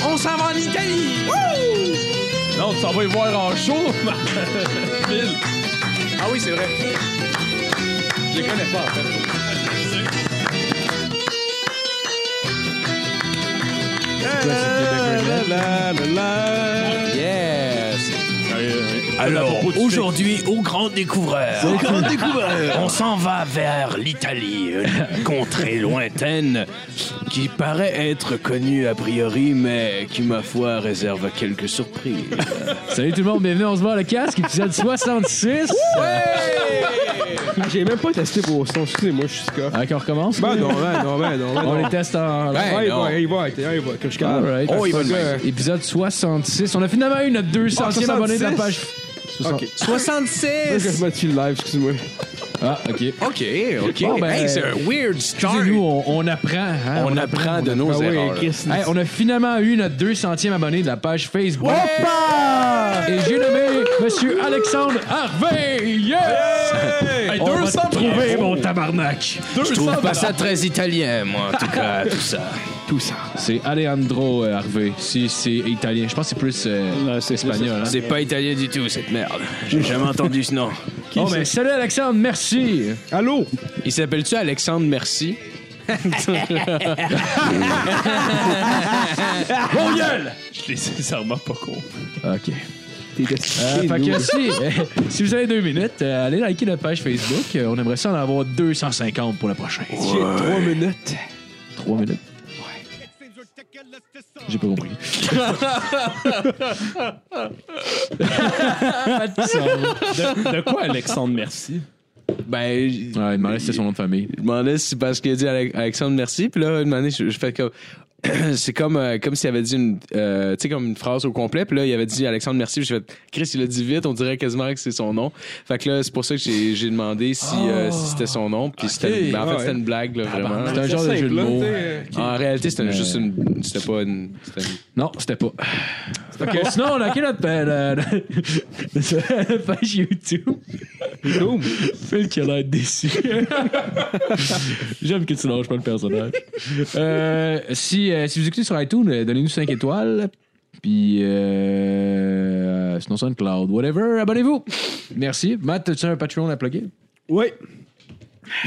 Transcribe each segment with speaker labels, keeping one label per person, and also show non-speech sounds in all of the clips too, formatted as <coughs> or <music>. Speaker 1: Oh s'en va y voir en show, Phil.
Speaker 2: Ah oui, c'est vrai. Je les connais pas, en fait. Yes!
Speaker 3: Alors, aujourd'hui, au grand découvreur. On s'en va vers l'Italie, une contrée lointaine qui paraît être connue a priori, mais qui, ma foi, réserve quelques surprises.
Speaker 4: Salut tout le monde, bienvenue, on se voit le
Speaker 3: <laughs>
Speaker 4: casque, épisode 66.
Speaker 5: Ah, J'ai même pas testé vos sons, excusez-moi, je suis ska.
Speaker 4: Ok, on Ah, recommence?
Speaker 5: Ben non, ben non, ben non, ben
Speaker 4: On
Speaker 5: non.
Speaker 4: les teste en...
Speaker 5: Ah, il
Speaker 2: non.
Speaker 5: va, il va, il va, il va, que je suis
Speaker 4: All
Speaker 5: capable.
Speaker 4: right.
Speaker 2: Oh, il va
Speaker 5: Parce
Speaker 2: le
Speaker 5: que-
Speaker 2: mettre.
Speaker 4: Épisode 66. On a finalement eu notre 200e
Speaker 5: Ah,
Speaker 4: abonné de la
Speaker 5: 66?
Speaker 4: page.
Speaker 5: Ok.
Speaker 2: 66!
Speaker 5: Parce que je me tue le live, excuse-moi.
Speaker 4: Ah, OK.
Speaker 2: OK, OK.
Speaker 4: Bon, ben,
Speaker 2: hey, c'est un weird start.
Speaker 4: Excusez-nous, on, on apprend. hein,
Speaker 2: On apprend de nos
Speaker 5: Ah oui,
Speaker 2: erreurs.
Speaker 5: Chris.
Speaker 4: Hey, on a finalement eu notre 200e abonné de la page Facebook. Et j'ai nommé Monsieur Alexandre Harvey. Yeah!
Speaker 1: Hey,
Speaker 4: On va
Speaker 1: 200
Speaker 4: te trouver, mon tabarnak.
Speaker 2: Je trouve pas ça très italien, moi, en tout <laughs> cas, tout ça.
Speaker 5: Tout ça.
Speaker 4: C'est Alejandro euh, Harvey. Si c'est italien. Je pense que c'est plus euh,
Speaker 5: c'est
Speaker 4: espagnol. hein.
Speaker 2: C'est pas italien du tout, cette merde. J'ai jamais entendu ce nom.
Speaker 4: Oh, mais salut Alexandre, merci.
Speaker 5: Allô?
Speaker 2: Il s'appelle-tu Alexandre <laughs> Merci?
Speaker 1: Je l'ai sincèrement pas con.
Speaker 4: OK.
Speaker 5: T'es
Speaker 4: Euh,
Speaker 5: destiné.
Speaker 4: fait
Speaker 5: nous.
Speaker 4: que si, si vous avez deux minutes, euh, allez liker la page Facebook. Euh, on aimerait ça en avoir 250 pour le prochain.
Speaker 5: J'ai trois minutes.
Speaker 4: Trois minutes. J'ai pas compris.
Speaker 1: De, de quoi, Alexandre, merci?
Speaker 2: Ben, je
Speaker 4: Ouais, il me reste son nom de famille.
Speaker 2: je demandais si c'est parce qu'il a dit Ale- Alexandre Merci, puis là, une année, je, je fais comme. <clears throat> C'est comme, euh, comme s'il avait dit une, euh, tu sais, comme une phrase au complet, puis là, il avait dit Alexandre Merci, puis j'ai fait Chris, il a dit vite, on dirait quasiment que c'est son nom. Fait que là, c'est pour ça que j'ai j'ai demandé si, euh, si c'était son nom, puis c'était. ben, en fait,
Speaker 5: ouais.
Speaker 2: c'était une blague, là, vraiment.
Speaker 4: C'est un genre de
Speaker 5: simple,
Speaker 4: jeu de
Speaker 5: là,
Speaker 4: mots.
Speaker 5: t'sais,
Speaker 2: En réalité, c'était juste une. C'était pas une. C'était une-
Speaker 4: Non, c'était pas. Bon, sinon, on a quelle notre euh, notre- notre <laughs> page YouTube.
Speaker 5: Boom.
Speaker 4: Phil qui a l'air déçu. J'aime que tu lâches pas le personnage. Euh, si, euh, si vous écoutez sur iTunes, euh, donnez-nous 5 étoiles. Puis, euh, sinon, SoundCloud, whatever, abonnez-vous. Merci. Matt, as-tu un Patreon à plugger?
Speaker 5: <laughs> Oui.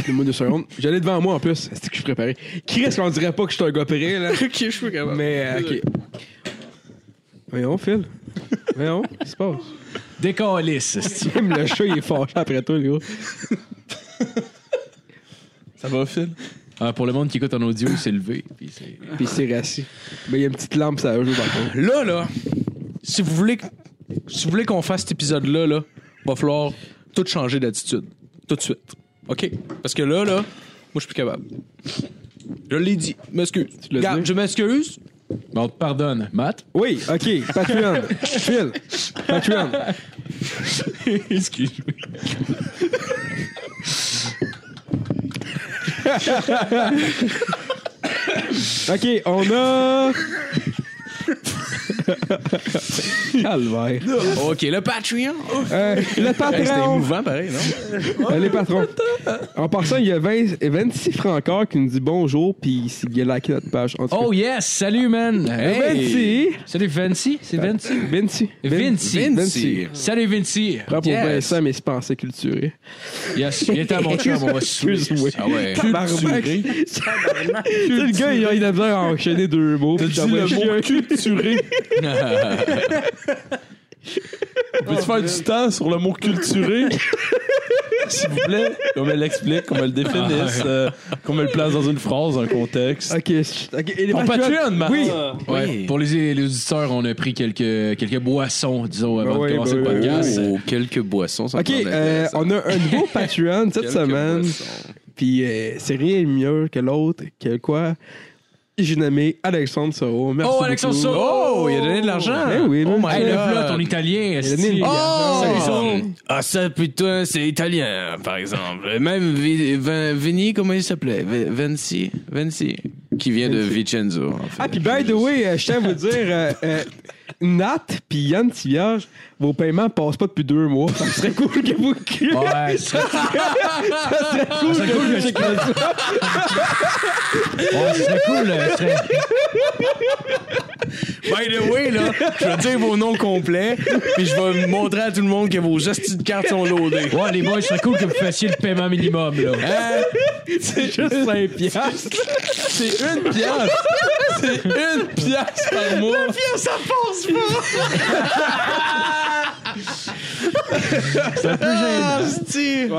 Speaker 5: Donne-moi deux secondes. J'allais devant moi en plus. C'était que je suis préparé. Chris, on dirait pas que je suis un gars
Speaker 2: <laughs>
Speaker 5: prêt, là. ok, je suis capable. Mais, euh, ok. Voyons, Phil. Voyons, qu'est-ce qui
Speaker 2: <laughs>
Speaker 5: se passe?
Speaker 4: Décalisse.
Speaker 5: Même le chat, il est fâché après toi, les gars.
Speaker 1: Ça va, Phil?
Speaker 4: Ah, pour le monde qui écoute en audio, c'est levé. Puis c'est-
Speaker 5: Puis il s'est rassis. Mais il y a une petite lampe, ça joue dans le fond.
Speaker 2: Là, là, si vous voulez, si vous voulez qu'on fasse cet épisode-là, là, va falloir tout changer d'attitude. Tout de suite. OK? Parce que là, là, moi, je suis plus capable. Je l'ai dit. M'excuse.
Speaker 5: l'as
Speaker 2: Garde,
Speaker 5: dit?
Speaker 2: je m'excuse.
Speaker 4: Bon, on te pardonne. Matt?
Speaker 5: Oui, ok. Patreon. Phil. Patreon.
Speaker 4: Excuse-moi.
Speaker 5: Ok, on a. Calvaire.
Speaker 2: OK, le Patreon.
Speaker 5: Euh, le
Speaker 2: Hey, C'était
Speaker 5: patron.
Speaker 2: émouvant, pareil, non?
Speaker 5: Euh, les patrons. En passant, il y a 20, et 26 francs encore qui nous dit bonjour, puis s'il vient liker notre page. En tout cas,
Speaker 4: Oh yes! Salut, man!
Speaker 2: Oh,
Speaker 4: Hey!
Speaker 5: Vinci.
Speaker 4: Salut, Vinci? C'est Vinci?
Speaker 5: Vinci.
Speaker 4: Vinci.
Speaker 5: Vinci.
Speaker 4: Salut, Vinci!
Speaker 5: Prends pour
Speaker 2: Yes.
Speaker 5: Vincent, mais c'est pensée culturée.
Speaker 4: Yes, viens à mon chum, on va se saouler.
Speaker 5: Excuse-moi.
Speaker 2: Ah ouais.
Speaker 5: Tabarnak.
Speaker 4: <laughs>
Speaker 5: Le gars, il a, il a besoin d'enchaîner deux mots. puis
Speaker 1: Dis
Speaker 5: j'en vois
Speaker 1: le
Speaker 5: chier.
Speaker 1: mot culturé. Peux-tu faire du temps sur le mot
Speaker 4: <laughs>
Speaker 1: culturé? S'il vous plaît, qu'on me l'explique, qu'on me le
Speaker 4: Ah.
Speaker 1: définisse, euh, qu'on me le place dans une phrase, un contexte.
Speaker 5: Ok, je- ok, et les
Speaker 1: Ton
Speaker 5: Patreons.
Speaker 1: Patreon, Marc.
Speaker 5: Oui.
Speaker 4: Ouais, Pour les, les auditeurs, on a pris quelques, quelques boissons, disons, avant
Speaker 1: Ah
Speaker 5: Ben ouais,
Speaker 4: de commencer
Speaker 5: ben
Speaker 4: le
Speaker 5: ouais.
Speaker 4: podcast.
Speaker 2: Oh, quelques boissons. Ça me
Speaker 5: Ok,
Speaker 2: semble
Speaker 5: euh,
Speaker 2: intéressant.
Speaker 5: on a un nouveau Patreon cette
Speaker 2: Quelques
Speaker 5: semaine.
Speaker 2: boissons.
Speaker 5: Puis euh, c'est rien de mieux que l'autre, que quoi? J'ai nommé Alexandre Soro. Merci
Speaker 4: Oh, Alexandre
Speaker 5: beaucoup.
Speaker 4: Soro!
Speaker 2: Oh, il a donné de l'argent.
Speaker 5: Eh oui, là.
Speaker 2: oh my
Speaker 4: Hey, le
Speaker 2: God.
Speaker 4: plat, ton italien,
Speaker 5: Il a donné
Speaker 4: esti.
Speaker 5: une-
Speaker 2: Oh!
Speaker 5: Salut,
Speaker 2: Ah, ça, putain, c'est italien, par exemple. Même Vi- Vin- Vini, comment il s'appelait? Vi- Vinci? Vinci? Qui vient de Vincenzo, en fait.
Speaker 5: Ah, puis by the way, euh, je tiens à vous dire, euh, euh, Nat puis Yann Tivierge, vos paiements passent pas depuis deux mois. Ça serait cool que vous... que-
Speaker 4: Ouais, c'est cool. C'est cool. que- Oh, hein, Ouais, c'est cool. euh, c'est-
Speaker 2: By the way, là, je vais dire vos noms complets, puis je vais montrer à tout le monde que vos gestes de cartes sont loadés.
Speaker 4: Ouais, Oh, les boys, ce serait cool que vous fassiez le paiement minimum, là.
Speaker 2: Hein?
Speaker 1: C'est juste 5 piastres. C'est une piastre. C'est une piastre par mois.
Speaker 2: Ah,
Speaker 5: Ouais,
Speaker 2: ben,
Speaker 5: c'est dé-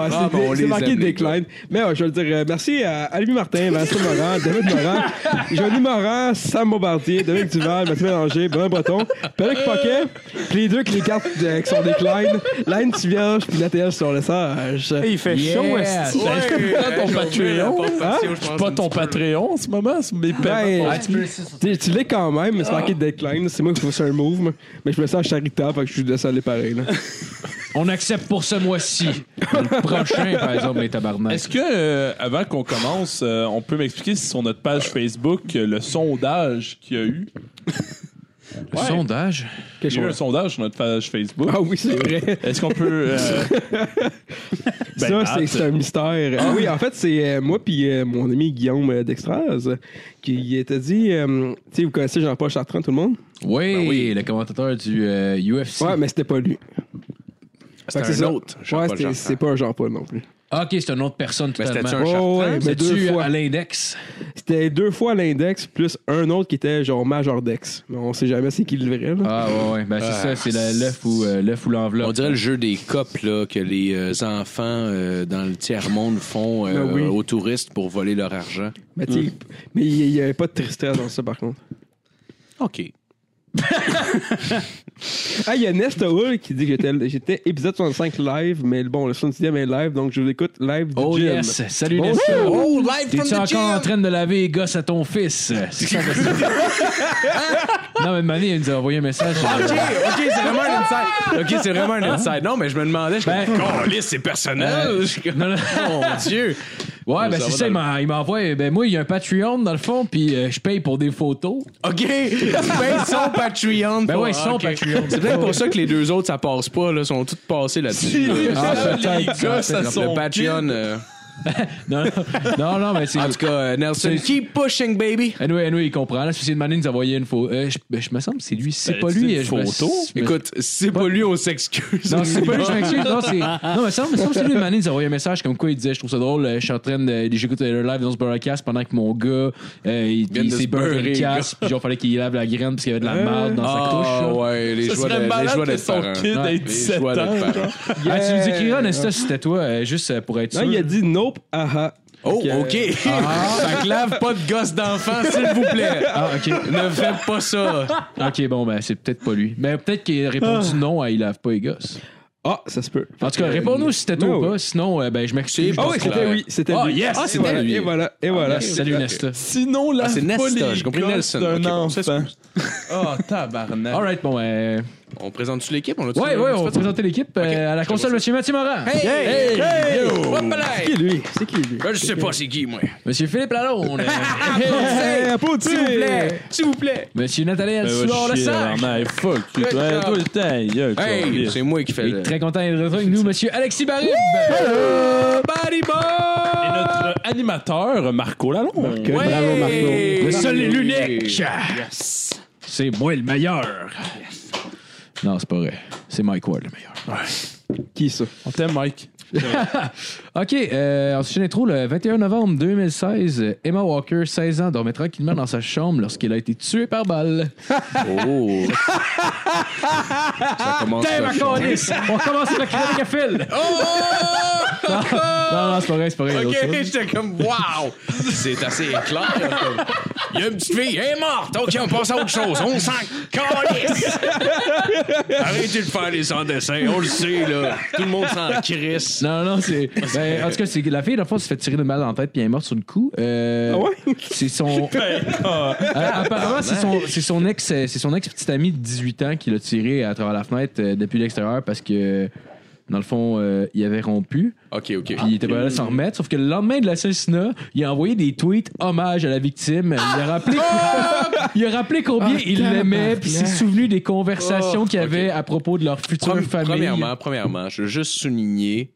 Speaker 5: c'est marqué décline. Mais ouais, je veux le dire, euh, merci à Almi Martin, Vincent Morin, David Morin, Johnny Morin, Sam Bombardier, Dominique Duval, Mathieu Mélanger, Bruno Breton, Pelec Paquet, puis les deux qui les cartes euh, qui sont décline, Line Tivierge, puis Nathalie sur le sage.
Speaker 6: Il fait
Speaker 4: hein,
Speaker 6: chaud, est-ce que-
Speaker 1: Pas ton Patreon.
Speaker 5: Hein?
Speaker 1: Pas ton Patreon en ce moment, c'est mes paiements.
Speaker 4: Ah,
Speaker 5: Ben, tu tu l'es quand même, mais c'est marqué décline. C'est moi qui trouve ça un move, mais- mais je me sens charitable, fait que je suis laissé aller pareil. là.
Speaker 4: On accepte pour ce mois-ci. Le prochain, par exemple, les tabarnak.
Speaker 1: Est-ce que, euh, avant qu'on commence, euh, on peut m'expliquer si sur notre page Facebook, euh, le sondage qu'il y a eu.
Speaker 4: Le sondage?
Speaker 1: Il y a eu un sondage sur notre page Facebook.
Speaker 5: Ah oui, c'est vrai.
Speaker 1: Est-ce qu'on peut.
Speaker 2: <laughs>
Speaker 1: euh, ben,
Speaker 5: ça,
Speaker 1: Matt,
Speaker 5: c'est- c'est un mystère. Ah oui, en fait, c'est euh, moi puis euh, mon ami Guillaume euh, Dextraz euh, qui était dit... euh, tu sais, vous connaissez Jean-Paul Chartrand, tout le monde?
Speaker 4: Oui,
Speaker 1: Ben
Speaker 4: le commentateur du euh, UFC.
Speaker 5: Ouais, mais c'était pas lui. Fait que
Speaker 2: un
Speaker 5: ça.
Speaker 2: autre
Speaker 5: Ouais,
Speaker 2: Jean-Paul
Speaker 5: c'était-
Speaker 2: Chartrand.
Speaker 5: c'est pas un Jean-Paul non plus.
Speaker 4: Ah, OK, c'est une autre personne
Speaker 2: Mais c'était-tu
Speaker 4: totalement.
Speaker 2: un chartrand?
Speaker 5: ouais, mais deux
Speaker 4: C'est-tu
Speaker 5: fois.
Speaker 4: à l'index?
Speaker 5: C'était deux fois l'index, plus un autre qui était genre Major Dex. Mais on sait jamais c'est qui le vrai. là.
Speaker 4: Ah, ouais, ouais. Ben, c'est ça, c'est la- l'œuf ou euh, l'œuf ou l'enveloppe.
Speaker 2: On dirait le jeu des copes là, que les euh, enfants euh, dans le tiers-monde font euh,
Speaker 5: Ben oui.
Speaker 2: aux touristes pour voler leur argent.
Speaker 5: Mais tu sais, mais il n'y avait pas de tristesse dans ça, par contre.
Speaker 2: OK.
Speaker 5: Ah, il y a Nesta Hull qui dit que j'étais- j'étais épisode 65 live, mais bon, le 70e est live, donc je vous écoute live du
Speaker 4: Oh
Speaker 5: gym.
Speaker 4: yes! Salut Nessa!
Speaker 2: Oh, live
Speaker 4: T'es-tu encore en train de laver les gosses à ton
Speaker 2: <laughs>
Speaker 4: fils? C'est ça que c'est. Non, mais Mané, il nous a envoyé un message. euh,
Speaker 2: OK, OK, c'est vraiment un inside. Hein? OK, c'est vraiment un inside. Non, mais je me demandais, je
Speaker 4: Ben-
Speaker 2: Oh, liste, c'est personnel.
Speaker 4: Euh,
Speaker 2: Je- oh,
Speaker 4: Non, non.
Speaker 2: Mon Dieu.
Speaker 4: Ouais, ben
Speaker 2: Ça
Speaker 4: c'est
Speaker 2: va
Speaker 4: ça,
Speaker 2: dans
Speaker 4: il m'en- il m'envoie. Ben moi, il y a un Patreon dans le fond, puis euh, je paye pour
Speaker 2: <laughs>
Speaker 4: des photos.
Speaker 2: OK. Ben, son Patreon.
Speaker 4: Ben
Speaker 2: pour-
Speaker 4: ouais, son
Speaker 2: OK.
Speaker 4: Patreon.
Speaker 2: C'est peut-être pour ça que les deux autres, ça passe pas, là. sont toutes passées là-dessus.
Speaker 1: Ah, les gars, ça
Speaker 2: Le
Speaker 1: sont
Speaker 2: Patreon. euh,
Speaker 4: Non, non, non, non, mais c'est.
Speaker 2: En tout cas, euh, Nelson,
Speaker 4: C'est-
Speaker 2: keep pushing, baby.
Speaker 4: Anyway, anyway, il comprend. Là, c'est de Mané nous a envoyé une photo. Euh, je, je me semble que c'est lui. C'est
Speaker 1: Ben,
Speaker 4: pas
Speaker 1: c'est
Speaker 4: lui. euh,
Speaker 1: une
Speaker 4: je me-
Speaker 1: photo?
Speaker 4: je me-
Speaker 2: Écoute, si c'est pas lui, on s'excuse.
Speaker 4: Non, Ah, c'est pas lui, je m'excuse. Non, c'est. Non, mais ça, me semble que c'est lui, Mané, nous a envoyé un message comme quoi il disait Je trouve ça drôle, euh, je suis en train de. J'écoute euh, le live dans ce podcast pendant que mon gars, euh, il,
Speaker 2: vient
Speaker 4: il
Speaker 2: de
Speaker 4: s'est
Speaker 2: se beurrer,
Speaker 4: beurré le
Speaker 2: le gars. Hein?
Speaker 4: casque, puis genre, fallait qu'il lave la graine parce qu'il y avait de la marde dans sa couche.
Speaker 2: Ah
Speaker 4: là.
Speaker 2: ouais, les
Speaker 1: Ça
Speaker 2: joies
Speaker 1: serait
Speaker 2: de- les
Speaker 1: malade
Speaker 2: joies
Speaker 1: que
Speaker 2: d'être
Speaker 1: son
Speaker 2: parent.
Speaker 1: kid ait
Speaker 2: Les
Speaker 1: 17
Speaker 2: joies d'être
Speaker 1: ans,
Speaker 2: parent.
Speaker 1: genre.
Speaker 4: Ah, tu nous écriras, Nesta, si c'était toi, euh, juste euh, pour être sûr.
Speaker 5: Non, il a dit nope, aha.
Speaker 2: Oh,
Speaker 5: Fait que-
Speaker 2: OK. Fait que lave pas de gosse d'enfant, s'il vous plaît.
Speaker 4: Ah, ok.
Speaker 2: Ne faites pas ça. Ah.
Speaker 4: Ok, bon, ben, c'est peut-être pas lui. Mais peut-être qu'il a répondu non à Il lave pas les gosses.
Speaker 5: Ah, ça se peut.
Speaker 4: En tout cas,
Speaker 2: Euh,
Speaker 4: réponds-nous si c'était toi
Speaker 5: Ouais,
Speaker 4: ou
Speaker 5: ouais.
Speaker 4: pas. Sinon, euh, ben, je m'excuse.
Speaker 5: Ah oui,
Speaker 4: Je pense
Speaker 5: c'était
Speaker 4: que-
Speaker 5: oui, c'était
Speaker 4: Ah,
Speaker 5: lui.
Speaker 4: yes!
Speaker 5: Et
Speaker 2: c'était
Speaker 5: voilà,
Speaker 2: lui.
Speaker 5: Et voilà, et voilà.
Speaker 4: Salut, Nesta.
Speaker 1: Sinon, là,
Speaker 2: Ah, c'est Nesta, j'ai compris Nelson.
Speaker 1: C'est un
Speaker 2: Ok, bon, ça, c'est-
Speaker 1: enfant. Ah,
Speaker 2: Oh, tabarnak.
Speaker 4: All right, bon, euh,
Speaker 2: On présente-tu l'équipe? On
Speaker 4: Ouais, ouais, on va présenter l'équipe euh,
Speaker 2: Ok,
Speaker 4: à la
Speaker 2: je
Speaker 4: console,
Speaker 2: vois
Speaker 4: Monsieur Mathieu Morin.
Speaker 2: Hey! Hey! Hey! Ben,
Speaker 5: C'est qui lui? C'est qui lui?
Speaker 2: Je sais pas c'est qui, moi.
Speaker 4: Monsieur Philippe Lalonde.
Speaker 2: <laughs> Ah,
Speaker 5: Hey, applaudis!
Speaker 2: S'il vous plaît! S'il vous plaît!
Speaker 4: Monsieur Nathalie
Speaker 1: Ben,
Speaker 4: Alcilor
Speaker 1: va
Speaker 4: le
Speaker 1: chier,
Speaker 4: sac.
Speaker 1: tabarnak. Fuck you.
Speaker 2: Good
Speaker 1: Ouais,
Speaker 2: job.
Speaker 1: toi, le temps, gueule, toi,
Speaker 2: Hey!
Speaker 1: lisse.
Speaker 2: C'est moi qui fais le...
Speaker 4: Très content d'être de retour avec nous, Monsieur Alexis Barib.
Speaker 2: Body
Speaker 1: Et
Speaker 2: boy!
Speaker 1: notre animateur, Marco Lalonde.
Speaker 5: Que Bravo, Marco.
Speaker 4: Le seul et l'unique.
Speaker 2: l'unique.
Speaker 4: C'est moi le meilleur. Non, c'est pas vrai. C'est Mike Ward le meilleur.
Speaker 2: Ah,
Speaker 5: Qui ça?
Speaker 1: On t'aime, Mike.
Speaker 4: <laughs> OK, euh, ensuite l'intro, le 21 novembre 2016, euh, Emma Walker, 16 ans, dormait tranquillement dans sa chambre lorsqu'elle a été tuée par balle.
Speaker 2: Oh! <laughs> Ça commence
Speaker 4: Damn,
Speaker 2: cochon.
Speaker 4: On commence avec la chronique à fil! Non, non, c'est pas vrai, c'est pas vrai. il y a
Speaker 2: Oh! Ok,
Speaker 4: d'autres choses.
Speaker 2: j'étais comme, wow! C'est assez clair. comme. Il y a une petite fille, elle est morte. Ok, on passe à autre chose. On s'en calisse. Arrêtez de faire les sans-dessins. On le sait, là. Tout le monde s'en crisse.
Speaker 4: Non, non, c'est. ben, en tout cas, c'est- la fille, dans le fond, se fait tirer de balle dans la tête puis elle est morte sur le coup. Euh,
Speaker 5: Ah ouais?
Speaker 2: <laughs>
Speaker 4: C'est son.
Speaker 2: Ben, ah.
Speaker 4: Euh, apparemment, c'est son, c'est son ex, euh, c'est son ex petite amie de 18 ans qui l'a tiré à travers la fenêtre euh, depuis l'extérieur parce que, dans le fond, euh, il avait rompu.
Speaker 2: Ok, ok.
Speaker 4: Puis il était pas là à s'en remettre. Sauf que le lendemain de l'assassinat, il a envoyé des tweets hommage à la victime. Il a rappelé,
Speaker 2: Ah!
Speaker 4: <laughs> il a rappelé combien il l'aimait, puis s'est souvenu des conversations
Speaker 2: Oh,
Speaker 4: qu'il y avait
Speaker 2: ok.
Speaker 4: à propos de leur future
Speaker 2: Premi-
Speaker 4: famille.
Speaker 2: Premièrement, premièrement, je veux juste souligner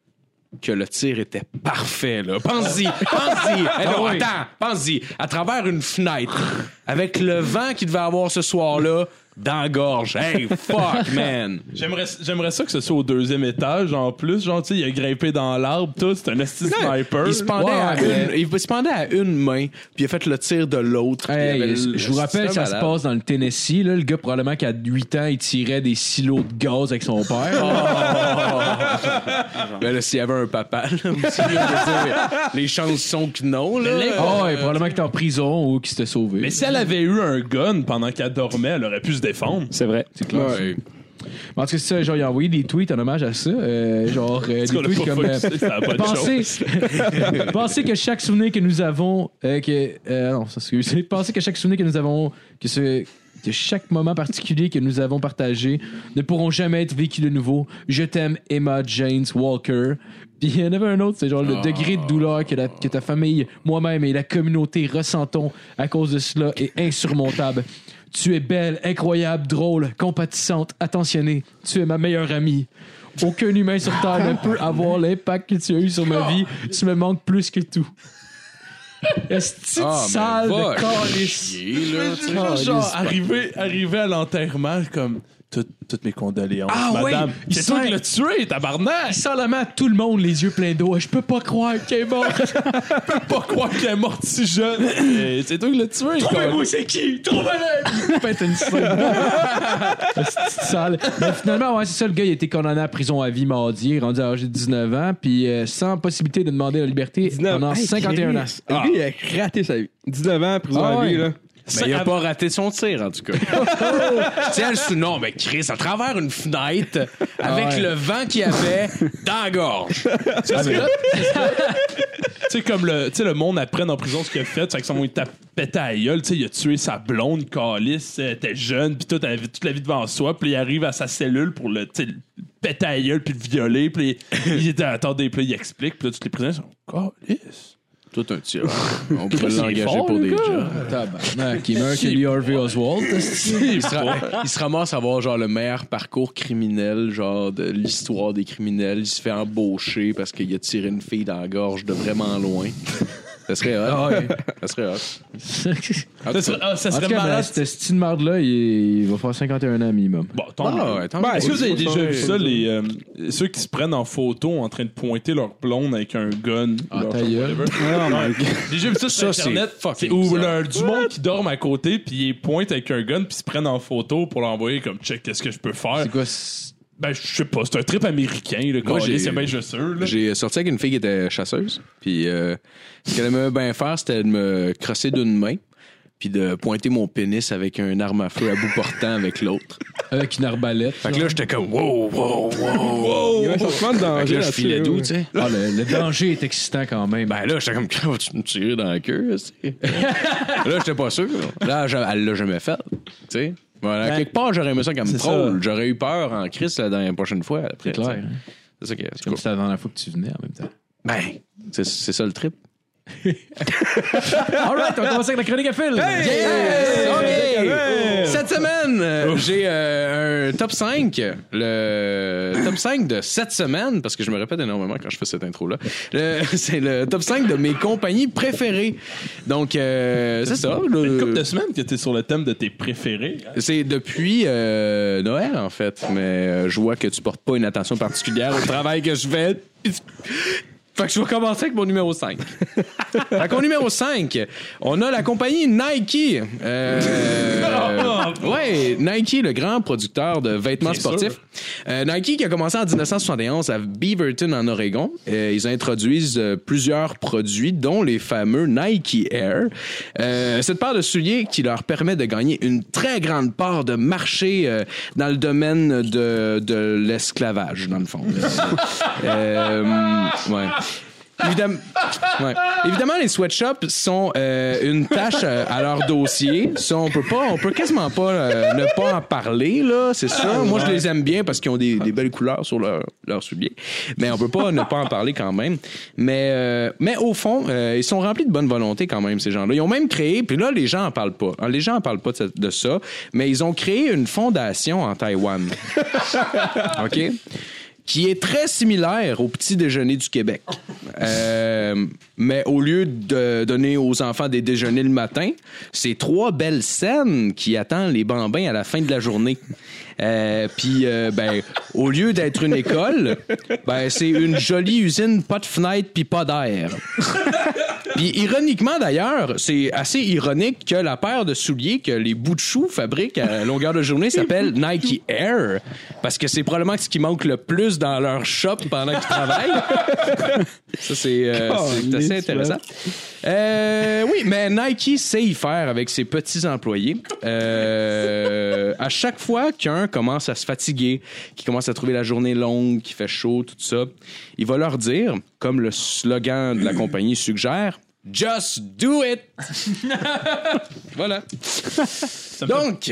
Speaker 2: que le tir était
Speaker 4: <laughs>
Speaker 2: parfait, là. Pense-y, pense-y. Eh non,
Speaker 4: Ah oui.
Speaker 2: attends, pense-y. À travers une fenêtre, avec le vent qu'il devait avoir ce soir-là dans la gorge. Hey, fuck, man!
Speaker 1: J'aimerais, j'aimerais ça que ce soit au deuxième étage en plus. Genre, tu sais, il a grimpé dans l'arbre, tout. C'est un esti sniper.
Speaker 2: Il se pendait, à, une, il se pendait à une main, puis il a fait le tir de l'autre. puis il
Speaker 4: Hey,
Speaker 2: avait le-
Speaker 4: je vous rappelle,
Speaker 2: c'est
Speaker 4: ça se
Speaker 2: malade.
Speaker 4: passe dans le Tennessee. Là, le gars, probablement qu'à 8 ans, il tirait des silos de gaz avec son père.
Speaker 2: Ah, Ben là, s'il y avait un papa, là, <laughs> aussi, on peut dire, les chances sont que non. Là.
Speaker 4: oh, ouais, probablement qu'il était en prison ou qu'il s'était sauvé.
Speaker 1: Mais si elle avait eu un gun pendant qu'elle dormait, elle aurait pu se défendre.
Speaker 6: C'est vrai.
Speaker 4: c'est clair.
Speaker 2: Ouais.
Speaker 4: En tout cas, c'est ça, genre, il a envoyé des tweets en hommage à ça. euh,
Speaker 2: <laughs>
Speaker 4: genre, euh, des
Speaker 1: qu'on l'a
Speaker 4: tweets
Speaker 1: pas
Speaker 4: comme. euh,
Speaker 1: focusé, c'est la bonne
Speaker 4: pensez, pensez que chaque souvenir que nous avons. euh, que, euh, non, ça, excusez. <laughs> Pensez que chaque souvenir que nous avons. Que ce. Que chaque moment particulier que nous avons partagé ne pourront jamais être vécus de nouveau. Je t'aime, Emma James Walker. Puis il y en avait un autre, c'est genre le degré de douleur que, la- que ta famille, moi-même et la communauté ressentons à cause de cela est insurmontable. Tu es belle, incroyable, drôle, compatissante, attentionnée. Tu es ma meilleure amie. Aucun humain sur Terre ne peut avoir l'impact que tu as eu sur ma vie. Tu me manques plus que tout. Est-ce
Speaker 2: Ah, mais
Speaker 4: sale
Speaker 2: va
Speaker 4: de calice?
Speaker 2: chier, là, tu sais.
Speaker 1: Genre, genre, arriver, arriver à l'enterrement comme tout- toutes mes condoléances, madame.
Speaker 4: Ah Il
Speaker 1: C'est toi
Speaker 4: sent-
Speaker 1: qui l'as tué, tabarnak!
Speaker 4: Il sent la main à tout le monde, les yeux pleins d'eau. Je peux pas croire qu'il est mort.
Speaker 1: <laughs> Pas croire qu'elle est morte si jeune.
Speaker 4: Eh,
Speaker 1: Et C'est toi qui l'as tué, quoi.
Speaker 4: <laughs> pète une
Speaker 1: <laughs>
Speaker 4: scène. C'est sale. Mais finalement, ouais, c'est ça, le gars, il a été condamné à prison à vie mardi, il est rendu à âgé de 19 ans, puis euh, sans possibilité de demander la liberté
Speaker 5: 19.
Speaker 4: pendant
Speaker 5: Hey,
Speaker 4: 51 ans.
Speaker 5: Chris, Le gars, il a raté sa vie. 19 ans, prison
Speaker 4: Ah
Speaker 5: à vie,
Speaker 4: ouais.
Speaker 5: là.
Speaker 2: Mais il a pas raté son tir, en tout cas. Je <laughs> Tiens, le sous non, mais Chris, à travers une fenêtre, avec
Speaker 4: ouais.
Speaker 2: le vent qu'il y avait dans la gorge.
Speaker 1: Tu sais, comme le, tu sais, le monde apprenne en prison ce qu'il a fait, c'est que son il t'a pété à la gueule, tu sais, il a tué sa blonde, calice, elle était jeune, puis toute, la vie- toute la vie devant soi, puis il arrive à sa cellule pour le, tu sais, le péter à la gueule, puis le violer, puis il était attendez, puis là, il explique, puis là, tous les prisonniers sont calice.
Speaker 2: Tout un <laughs> tir. On pourrait
Speaker 1: C'est
Speaker 2: l'engager
Speaker 1: fort,
Speaker 2: pour
Speaker 1: le
Speaker 2: des
Speaker 1: gars.
Speaker 2: jobs.
Speaker 4: Tabarnak, il meurt que lui Harvey Oswald.
Speaker 1: <laughs>
Speaker 2: Il se, ra- il se ramasse à avoir genre le meilleur parcours criminel, genre de l'histoire des criminels. Il se fait embaucher parce qu'il a tiré une fille dans la gorge de vraiment loin. Ça serait hot. Ah Ça serait hot. En tout
Speaker 1: Ça serait,
Speaker 2: cas,
Speaker 1: ah, ça
Speaker 4: En
Speaker 1: serait
Speaker 4: tout cas, ben,
Speaker 1: malade.
Speaker 4: cette style marde-là, il, il va faire 51 ans minimum.
Speaker 1: Bon, tant mieux.
Speaker 2: ah ouais, tant
Speaker 5: Ben,
Speaker 2: mieux.
Speaker 1: Est-ce que vous avez
Speaker 5: Faut
Speaker 1: déjà
Speaker 5: sauver-
Speaker 1: vu ça, les, euh, ceux qui se prennent en photo en train de pointer leur blonde avec un gun?
Speaker 4: Ah,
Speaker 1: leur-
Speaker 4: ta gueule.
Speaker 1: whatever. Déjà vu ça sur
Speaker 2: Oh Ça, c'est
Speaker 1: Internet?
Speaker 2: fucking
Speaker 1: C'est où
Speaker 2: bizarre.
Speaker 1: leur- du monde qui dorment à côté, puis ils pointent avec un gun, puis se prennent en photo pour l'envoyer comme check, qu'est-ce que je peux faire?
Speaker 4: C'est quoi? c'est-
Speaker 1: Ben, je sais pas, c'est un trip américain, le
Speaker 2: Moi, j'ai-
Speaker 1: gars. C'est bien, je suis sûr. là.
Speaker 2: J'ai sorti avec une fille qui était chasseuse. Puis euh, ce qu'elle aimait bien faire, c'était de me crosser d'une main. Puis de pointer mon pénis avec un arme à feu à bout portant avec l'autre.
Speaker 4: Avec une arbalète.
Speaker 2: Fait que là, j'étais comme wow, wow, wow.
Speaker 5: Il y a un sentiment de
Speaker 2: Fait que
Speaker 5: danger.
Speaker 2: là, je
Speaker 5: là-dessus,
Speaker 2: filais
Speaker 5: là,
Speaker 2: d'où,
Speaker 5: ouais.
Speaker 2: tu sais?
Speaker 4: Ah, le, le danger est excitant quand même.
Speaker 2: Ben là, j'étais comme, quand tu me tirer dans la queue? esti? là, j'étais pas sûr. Là, j'a- elle l'a jamais fait. Tu sais? Voilà, quelque part, j'aurais aimé ça comme
Speaker 1: c'est
Speaker 2: troll. J'aurais eu peur en crise la dernière prochaine fois. Après,
Speaker 4: c'est clair.
Speaker 2: tu sais.
Speaker 4: hein.
Speaker 2: C'est ça que.
Speaker 4: C'est comme si c'était la dernière fois que tu venais en même <laughs> temps.
Speaker 2: Ben, c'est c'est ça le trip.
Speaker 4: Alright, on commence avec la chronique à fil.
Speaker 2: OK! Cette semaine, euh, j'ai euh, un top 5. Le top 5 de cette semaine, parce que je me répète énormément quand je fais cette intro-là. Le- <laughs> C'est le top 5 de mes compagnies préférées. Donc, euh, c'est ça. le-
Speaker 1: Une couple de semaines que t'es sur le thème de tes préférés.
Speaker 2: C'est depuis euh, Noël, en fait. Mais euh, je vois que tu portes pas une attention particulière au travail que je fais. <laughs> Fait que je vais commencer avec mon numéro 5. fait qu'au numéro 5, on a la compagnie Nike. Euh, ouais, Nike, le grand producteur de vêtements sportifs. Euh, Nike qui a commencé en 1971 à Beaverton, en Oregon. Euh, ils introduisent euh, plusieurs produits, dont les fameux Nike Air. Euh, cette paire de souliers qui leur permet de gagner une très grande part de marché euh, dans le domaine de, de l'esclavage, dans le fond. Euh, ouais. Évidemment, ouais. Évidemment, les sweatshops sont euh, une tâche à leur dossier. Ça, on peut pas, on peut quasiment pas euh, ne pas en parler là, c'est ça. Moi, je les aime bien parce qu'ils ont des, des belles couleurs sur leur leur soulier, mais on peut pas ne pas en parler quand même. Mais euh, mais au fond, euh, ils sont remplis de bonne volonté quand même ces gens-là. Ils ont même créé, puis là, les gens en parlent pas. Hein, Les gens en parlent pas de ça- de ça, mais ils ont créé une fondation en Taïwan. OK? qui est très similaire au petit déjeuner du Québec. Euh, mais au lieu de donner aux enfants des déjeuners le matin, c'est trois belles scènes qui attendent les bambins à la fin de la journée. Euh, Puis, euh, ben, au lieu d'être une école, ben, c'est une jolie usine, pas de fenêtre puis pas d'air. Puis ironiquement d'ailleurs, c'est assez ironique que la paire de souliers que les bouts de choux fabriquent à longueur de journée s'appelle Nike Air parce que c'est probablement ce qui manque le plus dans leur shop pendant qu'ils travaillent. Ça c'est euh, c'est assez intéressant. Euh, oui, mais Nike sait y faire avec ses petits employés. Euh, à chaque fois qu'un commence à se fatiguer, qui commence à trouver la journée longue, qui fait chaud, tout ça, il va leur dire, comme le slogan de la compagnie suggère, Just do
Speaker 1: <laughs>
Speaker 2: it! voilà. Donc,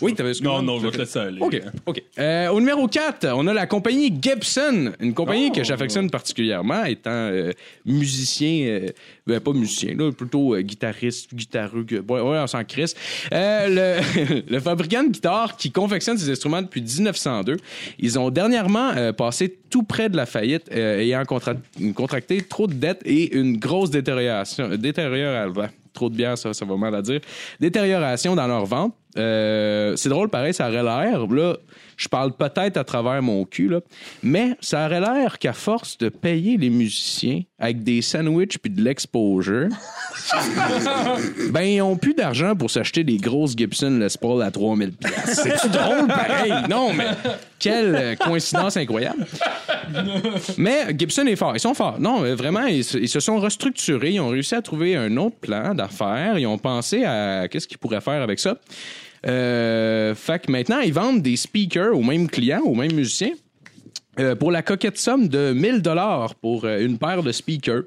Speaker 2: oui, t'avais ce
Speaker 1: Non, non, Ah, je vais te laisser aller.
Speaker 2: OK. OK. Euh, au numéro 4, on a la compagnie Gibson, une compagnie que j'affectionne particulièrement, étant euh, musicien, euh, ben, pas musicien, là, plutôt euh, guitariste, guitareux, que- ouais, ouais, on s'en crisse. Euh, le, <laughs> le fabricant de guitare qui confectionne ses instruments depuis 1902, ils ont dernièrement euh, passé tout près de la faillite, euh, ayant contra- contracté trop de dettes et une grosse détérioration. détérioration trop de bière, ça, ça va mal à dire. Détérioration dans leur vente. Euh, c'est drôle, pareil, ça aurait l'air, là, je parle peut-être à travers mon cul, là, mais ça aurait l'air qu'à force de payer les musiciens avec des sandwichs puis de <laughs> l'exposure, ben, ils ont plus d'argent pour s'acheter des grosses Gibson Les Paul à 3000 pièces. C'est drôle, pareil. Non, mais quelle euh, coïncidence incroyable. <laughs> Mais Gibson est fort. Ils sont forts. Non, euh, vraiment, ils, se- ils se sont restructurés. Ils ont réussi à trouver un autre plan d'affaires. Ils ont pensé à qu'est-ce qu'ils pourraient faire avec ça. Euh, fait que maintenant, ils vendent des speakers aux mêmes clients, aux mêmes musiciens. euh, pour la coquette somme de 1000 dollars pour euh, une paire de speakers.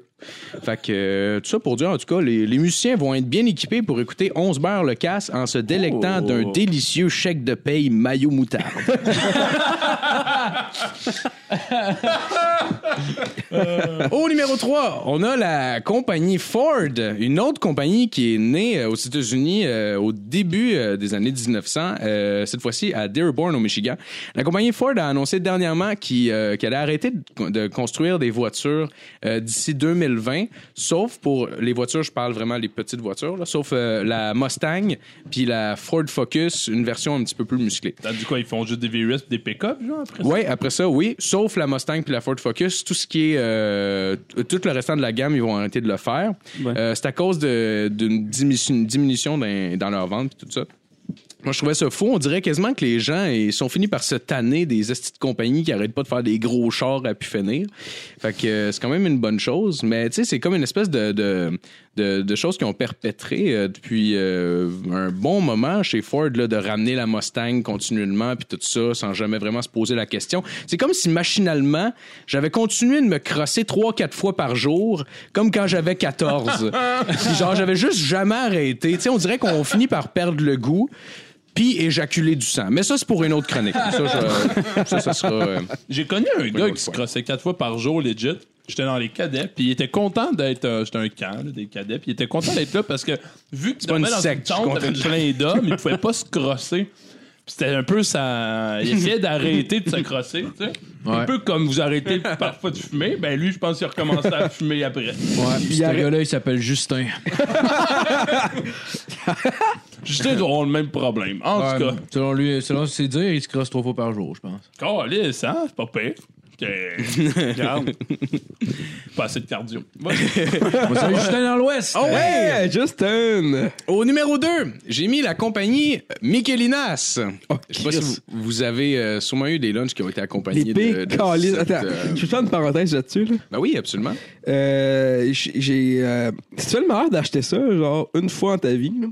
Speaker 2: Fait que euh, tout ça pour dire en tout cas les, les musiciens vont être bien équipés pour écouter 11 beurre le casse en se délectant d'un délicieux chèque de paye maillot moutarde. <laughs> Au numéro 3, on a la compagnie Ford, une autre compagnie qui est née euh, aux États-Unis euh, au début euh, des années 1900, euh, cette fois-ci à Dearborn, au Michigan. La compagnie Ford a annoncé dernièrement qu'il, euh, qu'elle allait arrêter de, de construire des voitures euh, d'ici 2020, sauf pour les voitures, je parle vraiment des petites voitures, là, sauf euh, la Mustang puis la Ford Focus, une version un petit peu plus musclée.
Speaker 1: T'as du quoi, ils font juste des VUS pis des pick-up, genre, après
Speaker 2: Oui, après ça, oui. Sauf la Mustang puis la Ford Focus, tout ce qui est euh, t- tout le restant de la gamme, ils vont arrêter de le faire. Euh, c'est à cause de- d'une diminution, diminution dans, dans leur vente puis tout ça. Moi, je trouvais ça fou. On dirait quasiment que les gens ils sont finis par se tanner des estis de compagnie qui arrêtent pas de faire des gros chars à pu finir. Fait que euh, c'est quand même une bonne chose. Mais tu sais, c'est comme une espèce de, de, de, de choses qui ont perpétré euh, depuis euh, un bon moment chez Ford là, de ramener la Mustang continuellement puis tout ça sans jamais vraiment se poser la question. C'est comme si machinalement, j'avais continué de me crosser 3-4 fois par jour, comme quand j'avais
Speaker 5: <laughs>
Speaker 2: 14. Puis genre, j'avais juste jamais arrêté. Tu sais, on dirait qu'on finit par perdre le goût puis éjaculer du sang. Mais ça, c'est pour une autre chronique. Ça, je- ça, ça sera... euh,
Speaker 1: J'ai connu un gars
Speaker 2: l'autre
Speaker 1: qui se
Speaker 2: fois.
Speaker 1: crossait quatre fois par jour, legit. J'étais dans les cadets, puis il était content d'être. euh, J'étais un camp, là, des cadets, puis il était content d'être là parce que vu que tu
Speaker 2: pas une
Speaker 1: dormais dans
Speaker 2: secte, je
Speaker 1: une
Speaker 2: suis
Speaker 1: tente
Speaker 2: content
Speaker 1: avec plein
Speaker 2: <laughs>
Speaker 1: d'hommes, il pouvait pas se crosser. Puis C'était un peu ça. Il essayait d'arrêter de se crosser, tu sais. Un
Speaker 4: Ouais.
Speaker 1: peu comme vous arrêtez parfois de fumer, ben lui, je pense qu'il a recommencé à fumer après.
Speaker 4: Ouais, puis ce
Speaker 5: arrête-
Speaker 4: gars-là, il s'appelle Justin.
Speaker 1: J'étais drôle, le même problème. En tout
Speaker 4: Ouais,
Speaker 1: cas,
Speaker 4: Euh, selon lui, selon ses dires, il se crosse trois fois par jour, je pense.
Speaker 1: calisse, hein, c'est pas pire.
Speaker 2: <laughs>
Speaker 1: Que- Regarde. Pas assez de cardio. Ouais.
Speaker 2: <laughs>
Speaker 4: Moi, c'est Justin dans l'Ouest.
Speaker 2: Oh, hey!
Speaker 5: Hey, Justin!
Speaker 2: Au numéro 2, j'ai mis la compagnie Michelinas. je sais pas si
Speaker 5: Oh, Chris.
Speaker 2: vous, vous avez euh, sûrement eu des lunchs qui ont été accompagnés
Speaker 5: Les
Speaker 2: de...
Speaker 5: pires
Speaker 2: de
Speaker 5: calices.
Speaker 2: cette,
Speaker 5: Attends,
Speaker 2: euh,
Speaker 5: je vais faire une parenthèse là-dessus. Là.
Speaker 2: Ben oui, absolument.
Speaker 5: Euh, j- j'ai. Euh, si tu as le malheur d'acheter ça, genre, une fois en ta vie, là,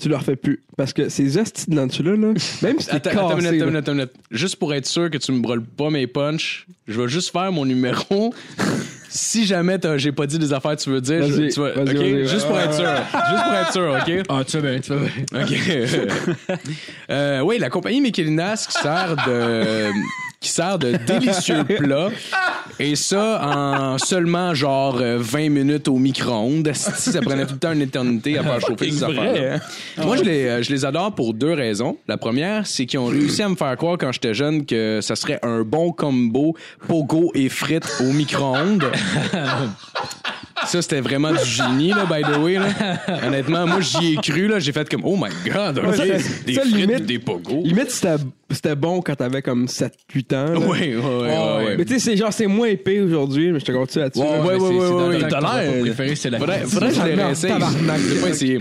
Speaker 5: tu le refais plus. Parce que ces hosties de là-dessus, là, là, même si t'es
Speaker 2: Attends, attends, une
Speaker 5: cassé,
Speaker 2: minute, attends,
Speaker 5: là,
Speaker 2: une minute, attends une minute. Juste pour être sûr que tu me brûles pas mes punchs, je vais juste faire mon numéro. <laughs> si jamais t'as- j'ai pas dit des affaires que tu veux dire, je-
Speaker 5: Vas-y,
Speaker 2: tu vas-
Speaker 5: vas-y,
Speaker 2: ok?
Speaker 5: vas-y, vas-y.
Speaker 2: juste pour être sûr. juste pour être sûr, OK?
Speaker 4: Ah, tu fais bien, tu fais bien.
Speaker 2: <laughs> OK. Euh, oui, la compagnie Michelinas qui sert de, qui sert de délicieux plats. Et ça, en seulement genre euh, 20 minutes au micro-ondes. Si ça prenait tout le temps une éternité à faire chauffer ces
Speaker 1: Fucking vrai, hein?
Speaker 2: affaires Moi, je les, euh, je les adore pour deux raisons. La première, c'est qu'ils ont réussi à me faire croire quand j'étais jeune que ça serait un bon combo pogo et frites au micro-ondes. Ça, c'était vraiment du génie, là, by the way. Là. Honnêtement, moi, j'y ai cru. là. J'ai fait comme, oh my God, OK,
Speaker 5: Ouais, ça-
Speaker 2: des
Speaker 5: ça,
Speaker 2: frites
Speaker 5: limite-
Speaker 2: et des pogos.
Speaker 5: Limite, c'était c'était bon quand t'avais comme 7-8 ans. là.
Speaker 2: Ouais, ouais, ouais, ouais.
Speaker 5: Mais tu sais, c'est genre, c'est moins épais aujourd'hui, mais je te continue là-dessus.
Speaker 2: Ouais,
Speaker 5: là.
Speaker 2: ouais,
Speaker 5: Mais
Speaker 2: ouais,
Speaker 5: c'est- c'est
Speaker 2: ouais,
Speaker 5: dans
Speaker 2: ouais,
Speaker 5: le
Speaker 2: ouais.
Speaker 5: temps.
Speaker 2: T'as l'air.
Speaker 4: Mon préféré, c'est la
Speaker 2: Faudrait, faudrait que je les
Speaker 5: Tabarnak,
Speaker 2: réessaye.
Speaker 5: tabarnak.
Speaker 2: J'ai pas essayé.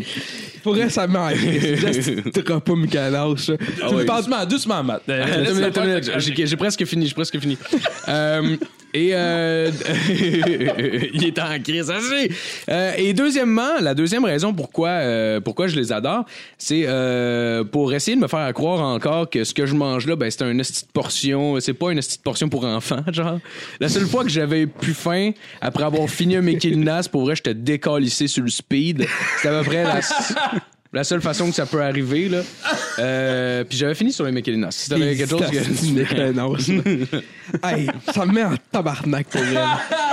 Speaker 5: Pourrais ça m'arrête. <laughs> Tu pas Michel-Ange. ça.
Speaker 1: Tu me
Speaker 2: Ah ouais.
Speaker 1: parles doucement, doucement, Matt. Euh,
Speaker 2: Attends,
Speaker 1: laisse-le
Speaker 2: attends,
Speaker 1: faire
Speaker 2: attends,
Speaker 1: ta
Speaker 2: attends,
Speaker 1: chronique.
Speaker 2: J'ai j'ai presque fini, j'ai presque fini. Euh, et euh, <laughs> il est en crise assez. Euh, et deuxièmement, la deuxième raison pourquoi euh, pourquoi je les adore, c'est euh, pour essayer de me faire croire encore que ce que je mange là, ben c'est une petite portion, c'est pas une petite portion pour enfants, <laughs> genre. La seule fois que j'avais plus faim après avoir fini un McKinnas, pour vrai, j'étais décalissé sur le speed. C'était à peu près la la seule façon que ça peut arriver, là. Euh, puis j'avais fini sur les McKellinas. Si t'avais quelque chose que...
Speaker 5: Michel-Ange. Hey, ça me met en tabarnak pour vrai.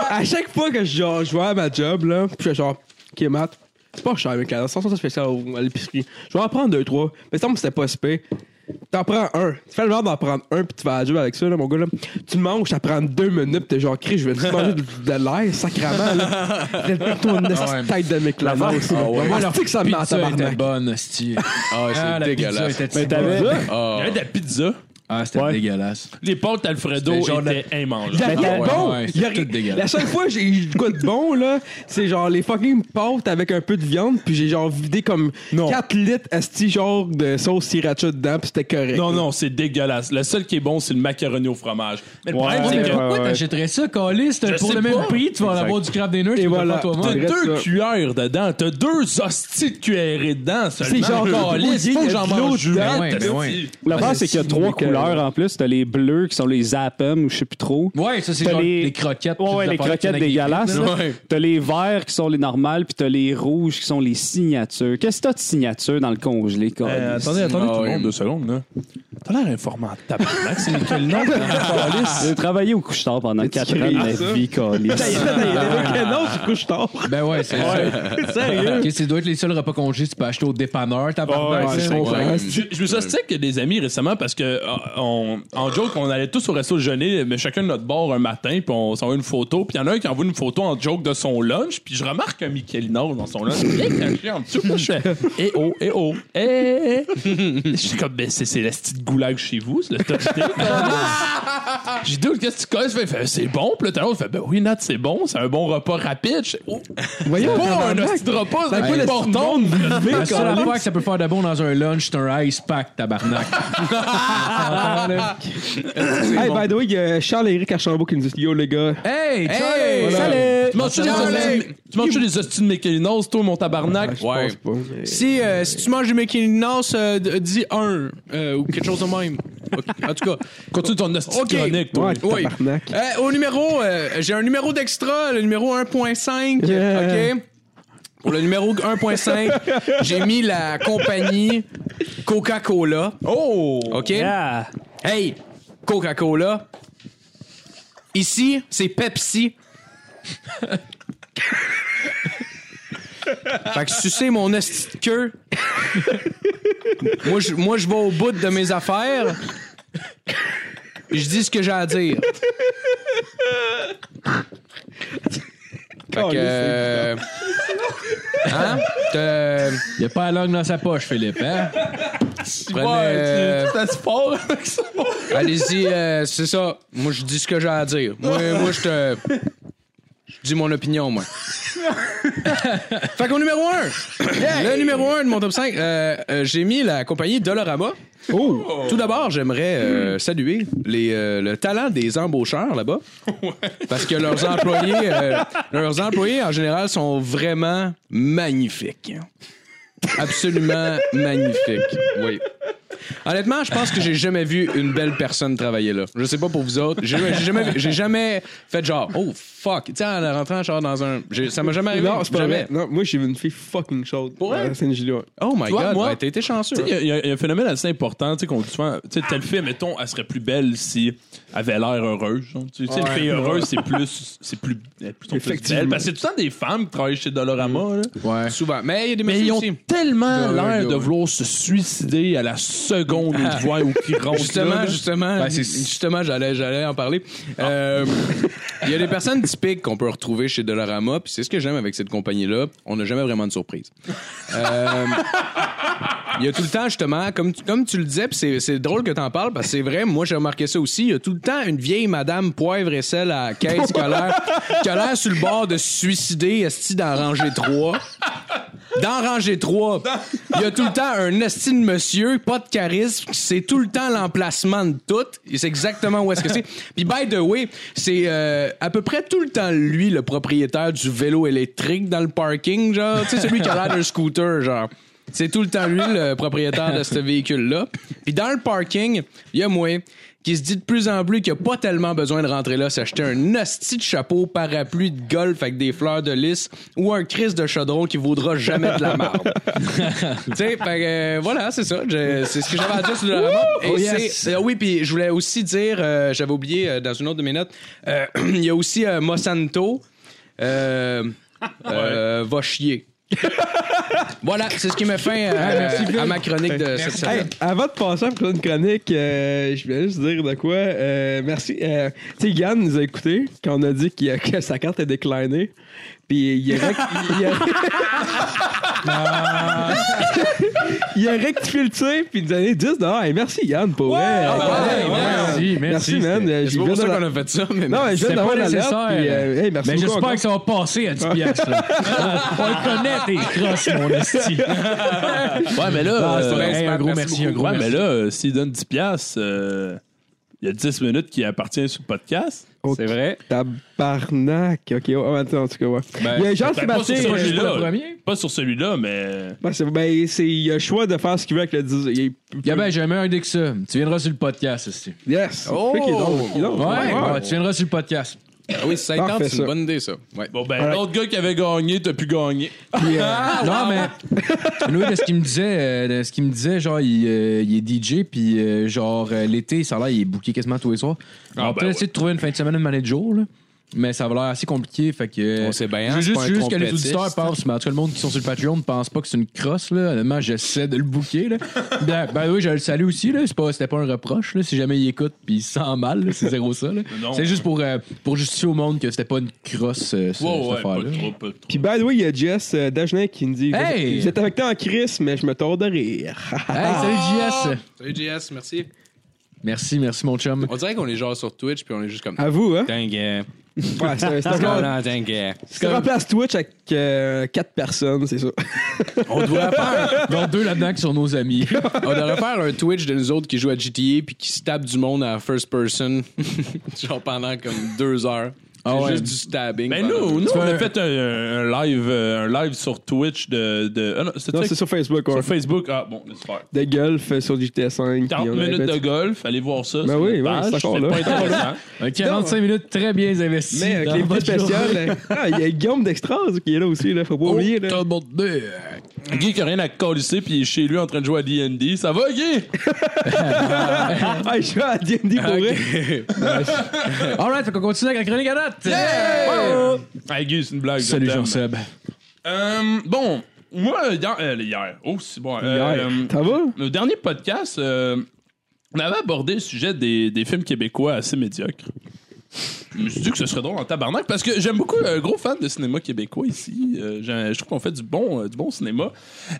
Speaker 5: À chaque fois que genre, je vais à ma job, là, puis je suis genre, OK, Matt, c'est pas cher, Michel-Ange. Sans ça spécial au- à l'épicerie. Je vais en prendre deux, trois. Mais ça me c'était pas spé. T'en prends un. Tu fais le genre d'en prendre un, puis tu vas à la job avec ça, là, mon gars. Là. Tu le manges, ça prend deux minutes, puis t'es genre, Chris, je vais te manger de, de l'air, sacrément, là. T'es le plutôt une
Speaker 4: ouais. Ah
Speaker 5: tête de mec là Moi, je sais que ça me met Ah, en
Speaker 4: Pizza était
Speaker 5: tabarnak.
Speaker 4: bonne, hostie.
Speaker 2: Ah, c'est
Speaker 4: Ah, la pizza
Speaker 2: dégueulasse.
Speaker 4: était
Speaker 1: Mais
Speaker 4: si
Speaker 1: t'avais.
Speaker 4: bonne.
Speaker 1: Il y avait de la pizza.
Speaker 4: Ah, c'était
Speaker 6: Ouais.
Speaker 4: dégueulasse.
Speaker 1: Les pâtes Alfredo
Speaker 4: C'était genre
Speaker 1: étaient immangeables.
Speaker 5: Il y a rien de
Speaker 4: ouais,
Speaker 5: bon.
Speaker 4: ouais,
Speaker 5: Il y a
Speaker 4: c'est
Speaker 5: ri-
Speaker 4: tout dégueulasse.
Speaker 5: La seule fois que j'ai eu de quoi de bon, là, c'est genre les fucking pâtes avec un peu de viande, puis j'ai genre vidé comme 4 litres asti genre de sauce sriracha dedans, puis c'était correct.
Speaker 1: Non, non, c'est dégueulasse. Le seul qui est bon, c'est le macaroni au fromage. Mais le
Speaker 6: Ouais.
Speaker 1: problème, c'est
Speaker 4: Mais
Speaker 1: que
Speaker 6: Ouais,
Speaker 4: pourquoi
Speaker 6: ouais.
Speaker 4: t'achèterais ça, Calis?
Speaker 1: Je
Speaker 4: Pour
Speaker 1: sais
Speaker 4: le même
Speaker 1: pas.
Speaker 4: prix, tu vas en
Speaker 2: Exact.
Speaker 4: avoir du crabe dinner, tu
Speaker 5: Et
Speaker 4: peux
Speaker 5: voilà.
Speaker 4: pas toi-même.
Speaker 1: t'as
Speaker 5: Arrête
Speaker 1: deux
Speaker 5: ça.
Speaker 1: cuillères dedans, t'as deux hosties de cuillerées dedans.
Speaker 5: C'est genre
Speaker 1: il <laughs>
Speaker 5: bouilli,
Speaker 1: faut
Speaker 5: il
Speaker 1: que
Speaker 5: y a
Speaker 1: j'en
Speaker 5: de l'eau
Speaker 1: mange
Speaker 5: dedans.
Speaker 1: une.
Speaker 4: Ben ouais, ben
Speaker 1: T'as-
Speaker 4: ouais.
Speaker 6: L'affaire, c'est qu'il y a trois
Speaker 5: Michael.
Speaker 6: couleurs en plus. T'as les bleus qui sont les appums ou je sais plus trop.
Speaker 4: Ouais, ça, c'est
Speaker 6: T'as
Speaker 4: genre
Speaker 6: les-
Speaker 4: les croquettes.
Speaker 6: Ouais, ouais, les croquettes des galas.
Speaker 2: Ouais.
Speaker 6: T'as les verts qui sont les normales, puis t'as les rouges qui sont les signatures. Qu'est-ce que t'as de signature dans le congelé, Calis?
Speaker 1: Euh, attendez, attendez
Speaker 2: Ah
Speaker 1: tout le
Speaker 2: oui.
Speaker 1: monde deux secondes. là. T'as l'air informant. Tabarnak, c'est Michael Nom.
Speaker 6: J'ai travaillé au couche-tard pendant 4 ans de ma
Speaker 5: ça?
Speaker 6: vie, Calis.
Speaker 5: T'as- t'as- t'as-
Speaker 1: Ah.
Speaker 5: t'as- t'as- Non, je couche tard.
Speaker 4: Ben ouais, c'est
Speaker 2: <laughs>
Speaker 4: ça. Sérieux? Ok, ça doit être les seuls repas congelés que tu peux acheter au dépanneur, t'as pas
Speaker 5: Ah, Ouais, c'est
Speaker 2: ouais.
Speaker 5: bon,
Speaker 1: Je, je me suis assis avec des amis récemment parce que euh, on, en joke, on allait tous au resto jeûner, mais chacun de notre bord un matin, puis on s'envoie une photo. Puis il y en a un qui envoie une photo en joke de son lunch, puis je remarque un Michelino dans son lunch. Il est caché en dessous. Puis je fais Eh oh, eh oh, eh Je suis comme, ben c'est c'est la petite goulag chez vous, c'est le
Speaker 5: <laughs>
Speaker 1: top steak. J'ai dit, Dude, qu'est-ce que tu connais? Il fait, c'est bon. Puis là, t'as l'autre, il fait, ben oui, Nat, c'est bon, c'est un bon repas rapide. Je fais,
Speaker 5: <laughs>
Speaker 1: oh,
Speaker 5: Voyons,
Speaker 1: pas un
Speaker 5: tabarnak.
Speaker 1: hostie de repas, c'est
Speaker 5: T'as pas
Speaker 1: un
Speaker 5: laissé
Speaker 1: bon Ah,
Speaker 5: tout le
Speaker 1: temps.
Speaker 5: monde vivre,
Speaker 4: La seule
Speaker 5: câlisse.
Speaker 4: affaire que ça peut faire de bon dans un lunch, c'est un ice pack, tabarnak.
Speaker 5: Hey, by the way, euh, il y a Charles-Éric Archambault qui nous dit Yo, les gars.
Speaker 4: hey,
Speaker 2: Hey!
Speaker 1: Tu manges-tu des hosties- tu manges-tu des hosties de Mécaninos, toi, mon tabarnak?
Speaker 2: Ouais.
Speaker 5: Ah, Pense pas, mais-
Speaker 2: Si, euh, si tu manges du McKellinas, euh, d- dis un euh, ou quelque chose de même. Ok. En tout cas,
Speaker 1: Continue ton hostie
Speaker 2: Ok.
Speaker 1: chronique, toi.
Speaker 5: Ouais,
Speaker 2: oui.
Speaker 5: tabarnak.
Speaker 2: Euh, au numéro, euh, j'ai un numéro d'extra, le numéro 1.5. <laughs>
Speaker 5: Yeah.
Speaker 2: OK? Pour le numéro 1.5, j'ai mis la compagnie Coca-Cola.
Speaker 1: Oh!
Speaker 2: OK?
Speaker 6: Ah,
Speaker 2: Hey, Coca-Cola. Ici, c'est Pepsi. fait que sucer mon esti de queue. moi, je, moi, je vais au bout de mes affaires. Puis je dis ce que j'ai à dire. Fait que. euh, Hein? T'as-
Speaker 4: Il a pas la langue dans sa poche, Philippe, hein?
Speaker 2: prenez, euh, Allez-y, euh, c'est ça. Moi, je dis ce que j'ai à dire. Moi, moi je te. Je dis mon opinion, moi. fait qu'au numéro 1, le numéro 1 de mon top 5, euh, euh, j'ai mis la compagnie Dolorama.
Speaker 5: Oh!
Speaker 2: Tout d'abord, j'aimerais euh, saluer les, euh, le talent des embaucheurs là-bas. Parce que leurs employés, euh, leurs employés, en général, sont vraiment magnifiques. Absolument magnifiques. Oui. Honnêtement, je pense que j'ai jamais vu une belle personne travailler là. Je sais pas pour vous autres. J'ai j'ai jamais, vu- j'ai jamais fait genre, oh fuck. Tu sais, en rentrant genre dans un. j'ai- Ça m'a
Speaker 4: Ben
Speaker 2: jamais arrivé.
Speaker 5: Non, c'est pas
Speaker 2: jamais.
Speaker 5: vrai. Non, moi, j'ai vu une fille fucking chaude. Euh,
Speaker 2: Pour vrai?
Speaker 5: à Saint-Gilles, ouais.
Speaker 2: Oh my
Speaker 1: Tu vois,
Speaker 2: god,
Speaker 1: moi-
Speaker 2: ouais, t'as été chanceux.
Speaker 1: Tu sais, Il y a- il y, a- il y a un phénomène assez important, tu sais, qu'on dit souvent, tu sais, telle fille, mettons, elle serait plus belle si elle avait l'air heureuse. genre. Tu sais, une fille heureuse, c'est plus, c'est plus, elle est plutôt plus
Speaker 5: Effectivement.
Speaker 1: belle. Parce que c'est tout le temps des femmes qui travaillent chez Dolorama, là.
Speaker 2: Ouais. Souvent. Mais il y a des
Speaker 1: Mais ils
Speaker 2: messieurs
Speaker 1: ont
Speaker 2: aussi.
Speaker 1: tellement
Speaker 2: Mm. Ouais, ouais,
Speaker 1: l'air de
Speaker 2: ouais.
Speaker 1: vouloir se suicider à la seconde où ils te voient ou
Speaker 2: <laughs>
Speaker 1: qu'ils rentrent. là,
Speaker 2: Justement,
Speaker 1: là.
Speaker 2: justement,
Speaker 1: Ben, c'est- Ah.
Speaker 2: justement, j'allais, j'allais en parler. Euh, Il y a des personnes typiques qu'on peut retrouver chez Dollarama, puis c'est ce que j'aime avec cette compagnie-là. On n'a jamais vraiment de surprise. Euh, Il y a tout le temps, justement, comme tu, comme tu le disais, puis c'est, c'est drôle que t'en parles, parce que c'est vrai, moi, j'ai remarqué ça aussi. Il y a tout le temps une vieille madame poivre et sel à caisse qui a l'air, qui a l'air sur le bord de se suicider, esti, dans rangée 3. Dans rangée 3, il y a tout le temps un esti de monsieur, pas de charisme, c'est tout le temps l'emplacement de tout. Il sait exactement où est-ce que c'est. Puis, by the way, c'est euh, à peu près tout le temps lui, le propriétaire du vélo électrique dans le parking, genre. Tu sais, celui qui a l'air d'un scooter, genre. C'est tout le temps lui, le propriétaire de ce véhicule-là. Puis dans le parking, il y a moi qui se dit de plus en plus qu'il n'y a pas tellement besoin de rentrer là, s'acheter un hostie de chapeau, parapluie de golf avec des fleurs de lys ou un Chris de chaudron qui vaudra jamais de la marde. tu sais, fait que, euh, voilà, c'est ça. Je- C'est ce que j'avais à dire sur le Dollarama. Et
Speaker 4: yes.
Speaker 2: c'est- euh, oui, puis je voulais aussi dire, euh, j'avais oublié euh, dans une autre de mes notes, euh, <clears throat> il y a aussi euh, Monsanto. euh, euh, va chier. Voilà, c'est ce qui met fin
Speaker 4: <laughs>
Speaker 2: euh, à ma chronique de cette
Speaker 5: Hey,
Speaker 2: semaine.
Speaker 5: avant de passer à la prochaine chronique, euh, je voulais juste dire de quoi. euh, merci. Euh, tu sais, Yann nous a écoutés quand on a dit qu'il a- <laughs> que sa carte est déclinée. Puis il a, rec- il
Speaker 2: <laughs>
Speaker 5: a- Il a rectifié le tir, puis il nous a donné 10 Hey, merci Yann pour vrai.
Speaker 2: ouais, ouais,
Speaker 4: merci, merci,
Speaker 5: man. Euh, j'ai
Speaker 2: C'est pas
Speaker 5: bien
Speaker 2: pour ça
Speaker 5: de-
Speaker 2: qu'on a fait ça, mais
Speaker 5: Non, mais je viens
Speaker 4: C'était
Speaker 5: d'avoir
Speaker 4: pas
Speaker 5: la lettre,
Speaker 4: nécessaire.
Speaker 5: puis, euh, hey, merci
Speaker 4: Mais
Speaker 5: beaucoup
Speaker 4: j'espère
Speaker 5: encore.
Speaker 4: que ça va passer à 10
Speaker 5: <laughs>
Speaker 4: piastres. là. On on le connaît, tes crosses, mon esti.
Speaker 1: Ouais, mais là,
Speaker 4: Ah, c'est
Speaker 1: euh,
Speaker 4: vrai,
Speaker 2: Hey,
Speaker 4: un gros merci, un gros
Speaker 1: ouais, mais
Speaker 4: merci.
Speaker 1: là, euh, s'il donne 10 piastres, euh, il y a 10 minutes qui appartient sur le podcast.
Speaker 2: C'est vrai.
Speaker 5: Tabarnak. OK, ouais, ouais, attends, en tout cas, ouais. il y a Jean-Sébastien...
Speaker 1: ben, pas sur
Speaker 5: euh,
Speaker 1: ce
Speaker 4: Pas
Speaker 1: Là.
Speaker 4: le premier.
Speaker 1: Pas sur celui-là, mais.
Speaker 5: ben, c'est- ben, c'est- il a le choix de faire ce qu'il veut avec le 10. Il-
Speaker 4: Gabin, j'ai un meilleur idée que ça. Tu viendras sur le podcast, esti.
Speaker 5: Yes.
Speaker 2: Oh!
Speaker 5: Fait qu'il est drôle, il est drôle.
Speaker 4: Ouais,
Speaker 5: Ouais, ouais.
Speaker 4: ouais, tu viendras sur le podcast.
Speaker 2: Ah <laughs> oui, 50,
Speaker 5: Parfait,
Speaker 2: c'est
Speaker 5: ça.
Speaker 2: une bonne idée, ça. Ouais.
Speaker 1: Bon, ben, l'autre gars qui avait gagné, t'as pu gagner.
Speaker 5: Puis, euh,
Speaker 4: non, mais. Louis, de ce qu'il me disait, euh, de ce qu'il me disait, genre, il, euh, il est DJ, puis euh, genre, euh, l'été, ça a l'air, il est booké quasiment tous les soirs.
Speaker 1: Ah,
Speaker 4: On
Speaker 1: ben
Speaker 4: peut essayer de trouver une fin de semaine, une manette de jour, là. Mais ça va l'air assez compliqué, fait que.
Speaker 2: On sait bien,
Speaker 4: Je veux
Speaker 2: c'est
Speaker 4: juste,
Speaker 2: pas un
Speaker 4: juste que les
Speaker 2: trompettiste.
Speaker 4: auditeurs pensent, mais en tout cas, le monde qui sont sur le Patreon ne pense pas que c'est une crosse, là. Honnêtement, j'essaie de le booker, là. Bien, ben oui, je le salue aussi, là. C'est pas- C'était pas, un reproche, là. Si jamais il écoute, puis il se sent mal, là, c'est zéro ça, là.
Speaker 1: Non.
Speaker 4: C'est juste pour, euh, pour justifier au monde que c'était pas une crosse, euh, ce- cette
Speaker 1: Wow, ouais, pas
Speaker 4: affaire-là.
Speaker 1: de trop, pas de trop.
Speaker 5: Puis, by the way, il y a Jess euh, Dagenet qui nous dit
Speaker 4: Hey!
Speaker 5: Vous êtes avec toi en crise, mais je me tords de rire.
Speaker 4: Hey, Ah. salut, JS!
Speaker 2: Ah. Salut, JS, merci.
Speaker 4: Merci, merci, mon chum.
Speaker 5: <laughs>
Speaker 2: On dirait qu'on est genre sur Twitch, puis on est juste comme...
Speaker 5: À vous, hein
Speaker 2: Dingue.
Speaker 5: Ouais, c'est c'est comme- c'est comme remplace Twitch avec 4 personnes, c'est ça.
Speaker 2: On devrait faire...
Speaker 4: Dans deux là-dedans qui sont
Speaker 5: <laughs>
Speaker 4: nos amis.
Speaker 2: On devrait faire un Twitch de nous autres qui jouent à GTA, puis qui se tapent du monde à first person, <laughs> genre pendant comme deux heures.
Speaker 4: Ah
Speaker 2: C'est
Speaker 4: ouais.
Speaker 2: juste du stabbing.
Speaker 1: Ben
Speaker 2: pendant-
Speaker 1: nous, nous,
Speaker 4: fais
Speaker 1: on a
Speaker 4: un-
Speaker 1: fait un, un live, euh, un live sur Twitch de. de ah non, c'était
Speaker 5: Non,
Speaker 1: ça?
Speaker 5: c'est sur Facebook, ouais.
Speaker 1: sur Facebook. Ah bon, laisse faire.
Speaker 5: De golf euh, sur GT5.
Speaker 1: 40 minutes de golf, allez voir ça.
Speaker 5: Ben
Speaker 1: sur
Speaker 5: oui, oui,
Speaker 1: notre page,
Speaker 5: c'est encore
Speaker 1: c'est
Speaker 5: là.
Speaker 4: <laughs>
Speaker 1: pas intéressant.
Speaker 4: Un 45 minutes très bien investies.
Speaker 5: Mais avec
Speaker 4: dans
Speaker 5: les vidéos
Speaker 4: votre
Speaker 5: spéciales,
Speaker 4: journée.
Speaker 5: euh, ah, il y a Guillaume d'Extras qui est là aussi, là, faut
Speaker 4: Oh,
Speaker 5: pas oublier. Là.
Speaker 1: Guy qui a rien à colisser puis il est chez lui en train de jouer à D&D. Ça va, Guy?
Speaker 5: <laughs> Ah, je suis à D&D pour vrai.
Speaker 4: All right, fait qu'on continue avec la chronique à date.
Speaker 1: Hey, Guy, c'est une blague. je
Speaker 4: Salut,
Speaker 1: t'aime.
Speaker 4: Jean-Seb.
Speaker 1: Euh, bon, moi, hier. euh, hier. Oh, c'est bon. euh, euh,
Speaker 5: Ça va?
Speaker 1: le dernier podcast, euh, on avait abordé le sujet des, des films québécois assez médiocres. Je me suis dit que ce serait drôle en tabarnak parce que j'aime beaucoup, un gros fan de cinéma québécois ici. Euh, j'ai- je trouve qu'on fait du bon, euh, du bon cinéma.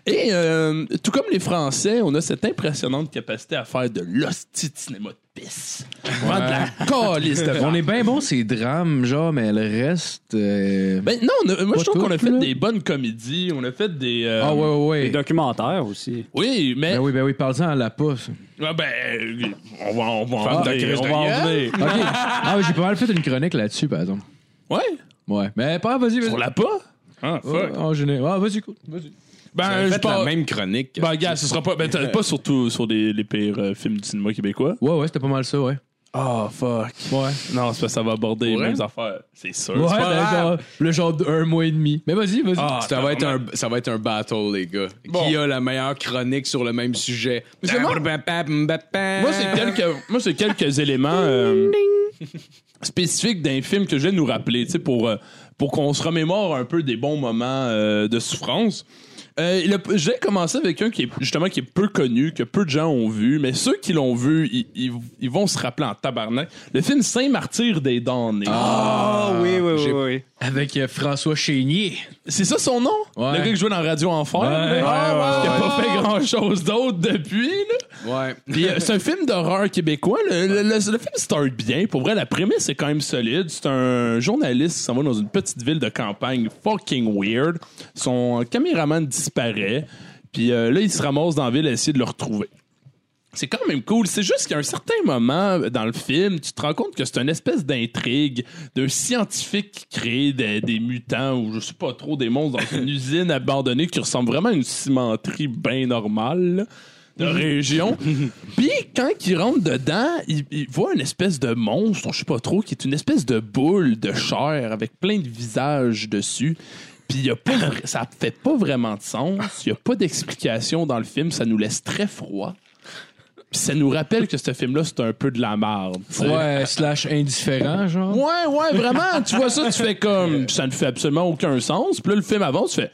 Speaker 1: Et euh, tout comme les Français, on a cette impressionnante capacité à faire de l'hostie de cinéma de pisse. Vraiment
Speaker 4: <laughs>
Speaker 1: de la calisse de
Speaker 4: On est bien bon, ces drames, genre, mais le reste. euh,
Speaker 1: Ben non, on a- moi
Speaker 4: Pas
Speaker 1: je trouve qu'on a
Speaker 4: tout,
Speaker 1: fait
Speaker 4: là.
Speaker 1: des bonnes comédies, on a fait des. euh,
Speaker 4: Ah, ouais, ouais,
Speaker 6: Les
Speaker 4: ouais.
Speaker 6: documentaires aussi.
Speaker 1: Oui, mais.
Speaker 4: Ben oui, ben oui, parle-en à la pousse.
Speaker 1: Ah, ben, euh, on va, on va en
Speaker 2: Femme de
Speaker 1: venir,
Speaker 2: crise
Speaker 1: on
Speaker 2: de
Speaker 1: va en
Speaker 2: gueule.
Speaker 1: venir.
Speaker 4: <laughs> Ok. Ah, j'ai pas mal fait une chronique là-dessus, par exemple.
Speaker 1: Ouais,
Speaker 4: Ouais. Mais pas, vas-y,
Speaker 1: on
Speaker 4: vas-y.
Speaker 1: l'a pas. Ah,
Speaker 4: Oh,
Speaker 1: fuck.
Speaker 4: en général. Ah, vas-y, écoute. Vas-y.
Speaker 1: Ben,
Speaker 2: Faites
Speaker 1: je
Speaker 2: la
Speaker 1: parle-
Speaker 2: même chronique.
Speaker 4: Bah,
Speaker 1: Ben, gars, ce sera pas. Ben, t'as- pas surtout sur les, les pires euh, films du cinéma québécois.
Speaker 4: Ouais, ouais, c'était pas mal ça, ouais.
Speaker 1: Oh,
Speaker 2: Ah,
Speaker 1: fuck.
Speaker 4: Ouais.
Speaker 1: Non, c'est parce que ça va aborder les
Speaker 2: Ouais.
Speaker 1: mêmes affaires. C'est sûr.
Speaker 4: Ouais,
Speaker 1: C'est pas
Speaker 4: ben,
Speaker 1: grave.
Speaker 4: genre, le genre d'un mois et demi. Mais vas-y, vas-y.
Speaker 1: Ah,
Speaker 2: ça, va être un, ça va être un battle, les gars. Qui a la meilleure chronique sur le même sujet? Bah,
Speaker 1: Moi,
Speaker 2: Euh.
Speaker 1: c'est quelques, moi, c'est quelques éléments euh, spécifiques d'un film que je vais nous rappeler, tu sais, pour, euh, pour qu'on se remémore un peu des bons moments euh, de souffrance. Euh, le- je vais commencer avec un qui est justement qui est peu connu, que peu de gens ont vu, mais ceux qui l'ont vu, ils, ils- ils vont se rappeler en tabarnak. Le film Saint-Martyr des damnés.
Speaker 6: Ah oui, oui, oui,
Speaker 2: j'ai-
Speaker 6: oui.
Speaker 4: Avec euh, François Chénier.
Speaker 1: C'est ça son nom?
Speaker 4: Ouais.
Speaker 1: Le gars qui jouait dans Radio Enfer. là. Ah,
Speaker 4: ouais,
Speaker 1: qui a pas fait grand-chose d'autre depuis, là.
Speaker 2: Ouais.
Speaker 1: Puis, euh, c'est un film d'horreur québécois. Le, le- le- le film start bien. Pour vrai, la prémisse est quand même solide. C'est un journaliste qui s'en va dans une petite ville de campagne fucking weird. Son caméraman disparaît. Puis euh, là, il se ramasse dans la ville à essayer de le retrouver. C'est quand même cool. C'est juste qu'à un certain moment dans le film, tu te rends compte que c'est une espèce d'intrigue d'un scientifique qui crée des, des mutants ou je sais pas trop des monstres dans une <laughs> usine abandonnée qui ressemble vraiment à une cimenterie bien normale là, de
Speaker 4: <laughs>
Speaker 1: région. Puis quand il rentre dedans, il, il voit une espèce de monstre, je sais pas trop, qui est une espèce de boule de chair avec plein de visages dessus. Puis y a pas, vra- ça fait pas vraiment de sens. Il y a pas d'explication dans le film. Ça nous laisse très froid. Puis ça nous rappelle que ce film-là, c'est un peu de la merde. tu sais.
Speaker 4: Ouais, euh, slash indifférent, genre. Ah,
Speaker 1: Ouais, ouais, vraiment. tu vois ça, tu fais comme.
Speaker 4: <laughs>
Speaker 1: Ça ne fait absolument aucun sens. Puis là, le film avance, tu fais.